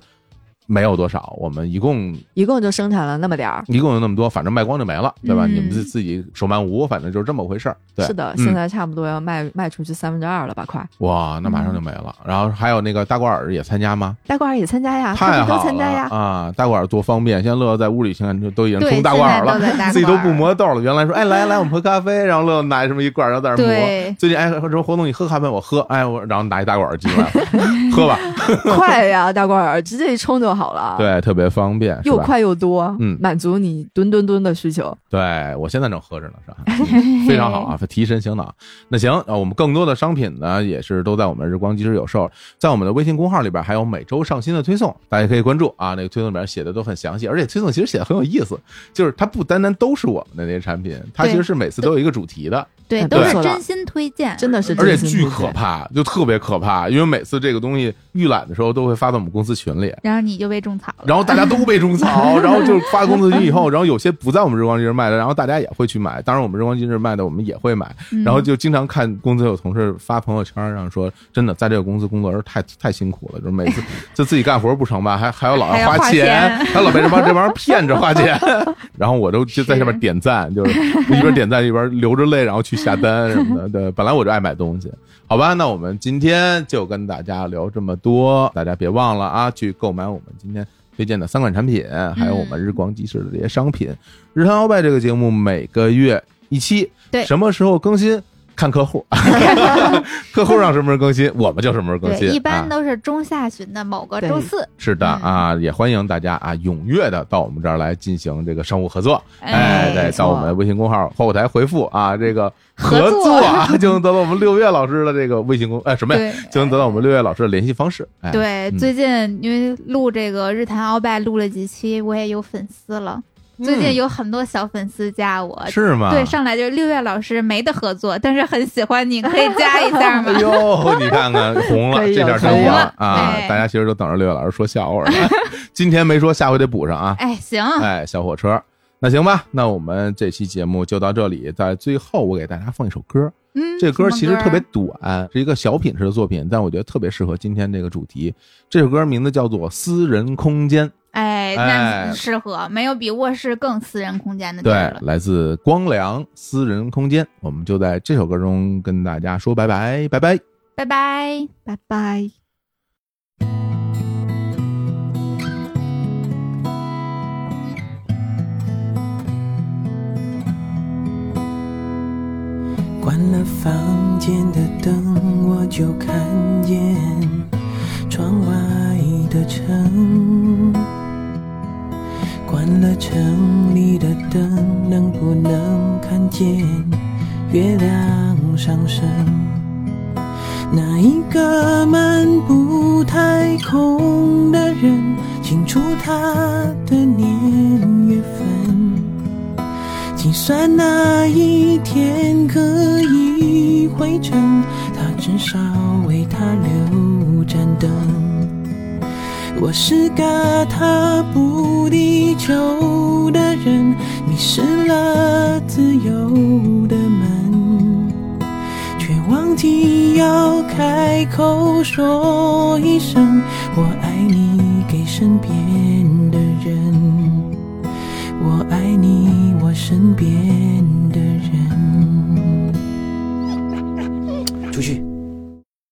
Speaker 1: 没有多少，我们一共
Speaker 3: 一共就生产了那么点儿。
Speaker 1: 一共有那么多，反正卖光就没了，对吧？
Speaker 2: 嗯
Speaker 1: 你们自自己手慢无，反正就是这么回事儿。对，
Speaker 3: 是的，
Speaker 1: 嗯
Speaker 3: 现在差不多要卖、卖出去三分之二了吧，快！
Speaker 1: 哇，那马上就没了。然后还有那个大罐儿也参加吗？
Speaker 3: 大罐儿也参加呀，
Speaker 1: 太
Speaker 3: 他们
Speaker 1: 好
Speaker 3: 都
Speaker 1: 了
Speaker 3: 参加呀。
Speaker 1: 啊！大罐儿多方便，现在乐乐在屋里现在都已经
Speaker 2: 对，
Speaker 1: 冲大罐儿
Speaker 2: 现在
Speaker 1: 了
Speaker 2: 都。在大罐儿
Speaker 1: 自己都不磨豆了，原来说哎来来我们喝咖啡，然后乐乐拿这么一罐儿，然后在那儿磨，
Speaker 2: 对，
Speaker 1: 最近哎，什么活动你喝咖啡我喝，哎我然后拿一大管儿进 来喝吧，
Speaker 3: 快呀，大罐儿，直接一冲就好了。，
Speaker 1: 对，特别方便，是
Speaker 3: 又
Speaker 1: 吧？
Speaker 3: 快又多，
Speaker 1: 嗯
Speaker 3: 满足你吨吨吨的需求。
Speaker 1: 对我现在正喝着呢，是吧？嗯非常好 啊，提神醒脑。那行啊，我们更多的商品呢也是都在我们日光即时有售，在我们的微信公号里边还有每周上新的推送，大家可以关注啊。那个推送里边写的都很详细，而且推送其实写的很有意思，就是它不单单都是我们的那些产品，它
Speaker 2: 对
Speaker 1: 其实是每次都有一个主题的。
Speaker 2: 对，
Speaker 3: 哎
Speaker 2: 都是
Speaker 3: 对
Speaker 2: 真心推荐，
Speaker 3: 真的是
Speaker 1: 而
Speaker 3: 真
Speaker 1: 且
Speaker 3: 心
Speaker 1: 巨
Speaker 3: 不
Speaker 1: 可
Speaker 3: 减
Speaker 1: 怕，就特别可怕，因为每次这个东西预览的时候都会发到我们公司群里，
Speaker 2: 然后你就被种 草了，
Speaker 1: 然后大家都被种草， 然后就是发工资金以后，然后有些不在我们日光今日卖的，然后大家也会去买。当然，我们日光今日卖的我们也会买，
Speaker 2: 嗯
Speaker 1: 然后就经常看公司有同事发朋友圈上说，真的在这个公司工作人太太辛苦了，就是每次 就自己干活不成吧，还还要老
Speaker 2: 还要
Speaker 1: 花
Speaker 2: 花
Speaker 1: 钱，
Speaker 2: 钱
Speaker 1: 还老被这帮这帮人骗着花 钱。然后我都就在
Speaker 2: 是
Speaker 1: 下边点赞，就是 一边点赞一边流着泪，然后去下单什么的。对，本来我就爱买东西，好吧，那我们今天就跟大家聊这么多，大家别忘了啊，去购买我们今天推荐的三款产品，还有我们日光集市的这些商品。日常鳌拜这个节目每个月一期，
Speaker 2: 对
Speaker 1: 什么时候更新看客户，客户让什么时候更新，我们就什么时候更
Speaker 2: 对，
Speaker 1: 新。
Speaker 2: 一般
Speaker 1: 啊、
Speaker 2: 都是中下旬的某个周四，
Speaker 1: 是的
Speaker 2: 嗯
Speaker 1: 啊，也欢迎大家啊踊跃的到我们这儿来进行这个商务合作。哎，
Speaker 3: 哎
Speaker 1: 对，
Speaker 3: 没
Speaker 1: 到我
Speaker 3: 错
Speaker 1: 们微信公号后台回复啊，这个
Speaker 2: 合
Speaker 1: 合
Speaker 2: 作
Speaker 1: 作 啊，就能得到我们六月老师的这个微信公哎什么呀，
Speaker 2: 对
Speaker 1: 就能得到我们六月老师的联系方式。哎，
Speaker 2: 对，
Speaker 1: 嗯
Speaker 2: 最近因为录这个日坛鳌拜录了几期，我也有粉丝了。
Speaker 1: 嗯
Speaker 2: 最近有很多小粉丝加我，
Speaker 1: 是吗？
Speaker 2: 对，上来就是六月老师没得合作，但是很喜欢你，可以加一 下吗
Speaker 1: 哎？呦，你看看 红了，
Speaker 3: 可以
Speaker 1: 这
Speaker 3: 有
Speaker 1: 下真
Speaker 3: 红
Speaker 1: 了
Speaker 2: 了
Speaker 1: 啊！
Speaker 2: 对
Speaker 1: 大家其实都等着六月老师说笑 话呢，今天没说，下回得补上啊！
Speaker 2: 哎，行，
Speaker 1: 哎，小火车，那行吧，那我们这期节目就到这里，在最后我给大家放一首歌，
Speaker 2: 嗯，
Speaker 1: 这歌
Speaker 2: 什么啊
Speaker 1: 其实特别短，是一个小品式的作品，但我觉得特别适合今天这个主题。这首歌名字叫做《私人空间》。
Speaker 2: 哎，
Speaker 1: 哎
Speaker 2: 那适合，没有比卧室更私人空间的地
Speaker 1: 对
Speaker 2: 儿，了。
Speaker 1: 来自光良《私人空间》，我们就在这首歌中跟大家说拜拜，拜拜。
Speaker 2: 拜拜。
Speaker 3: 拜拜。
Speaker 5: 关了房间的灯，我就看见窗外的城。关了城里的灯，能不能看见月亮上升？那一个漫步太空的人，清楚他的年月份。计算那一天可以回程，他至少为他留盏灯。我是个踏不地球的人，迷失了自由的门，却忘记要开口说一声“我爱你”给身边的人。我爱你，我身边的人。出去。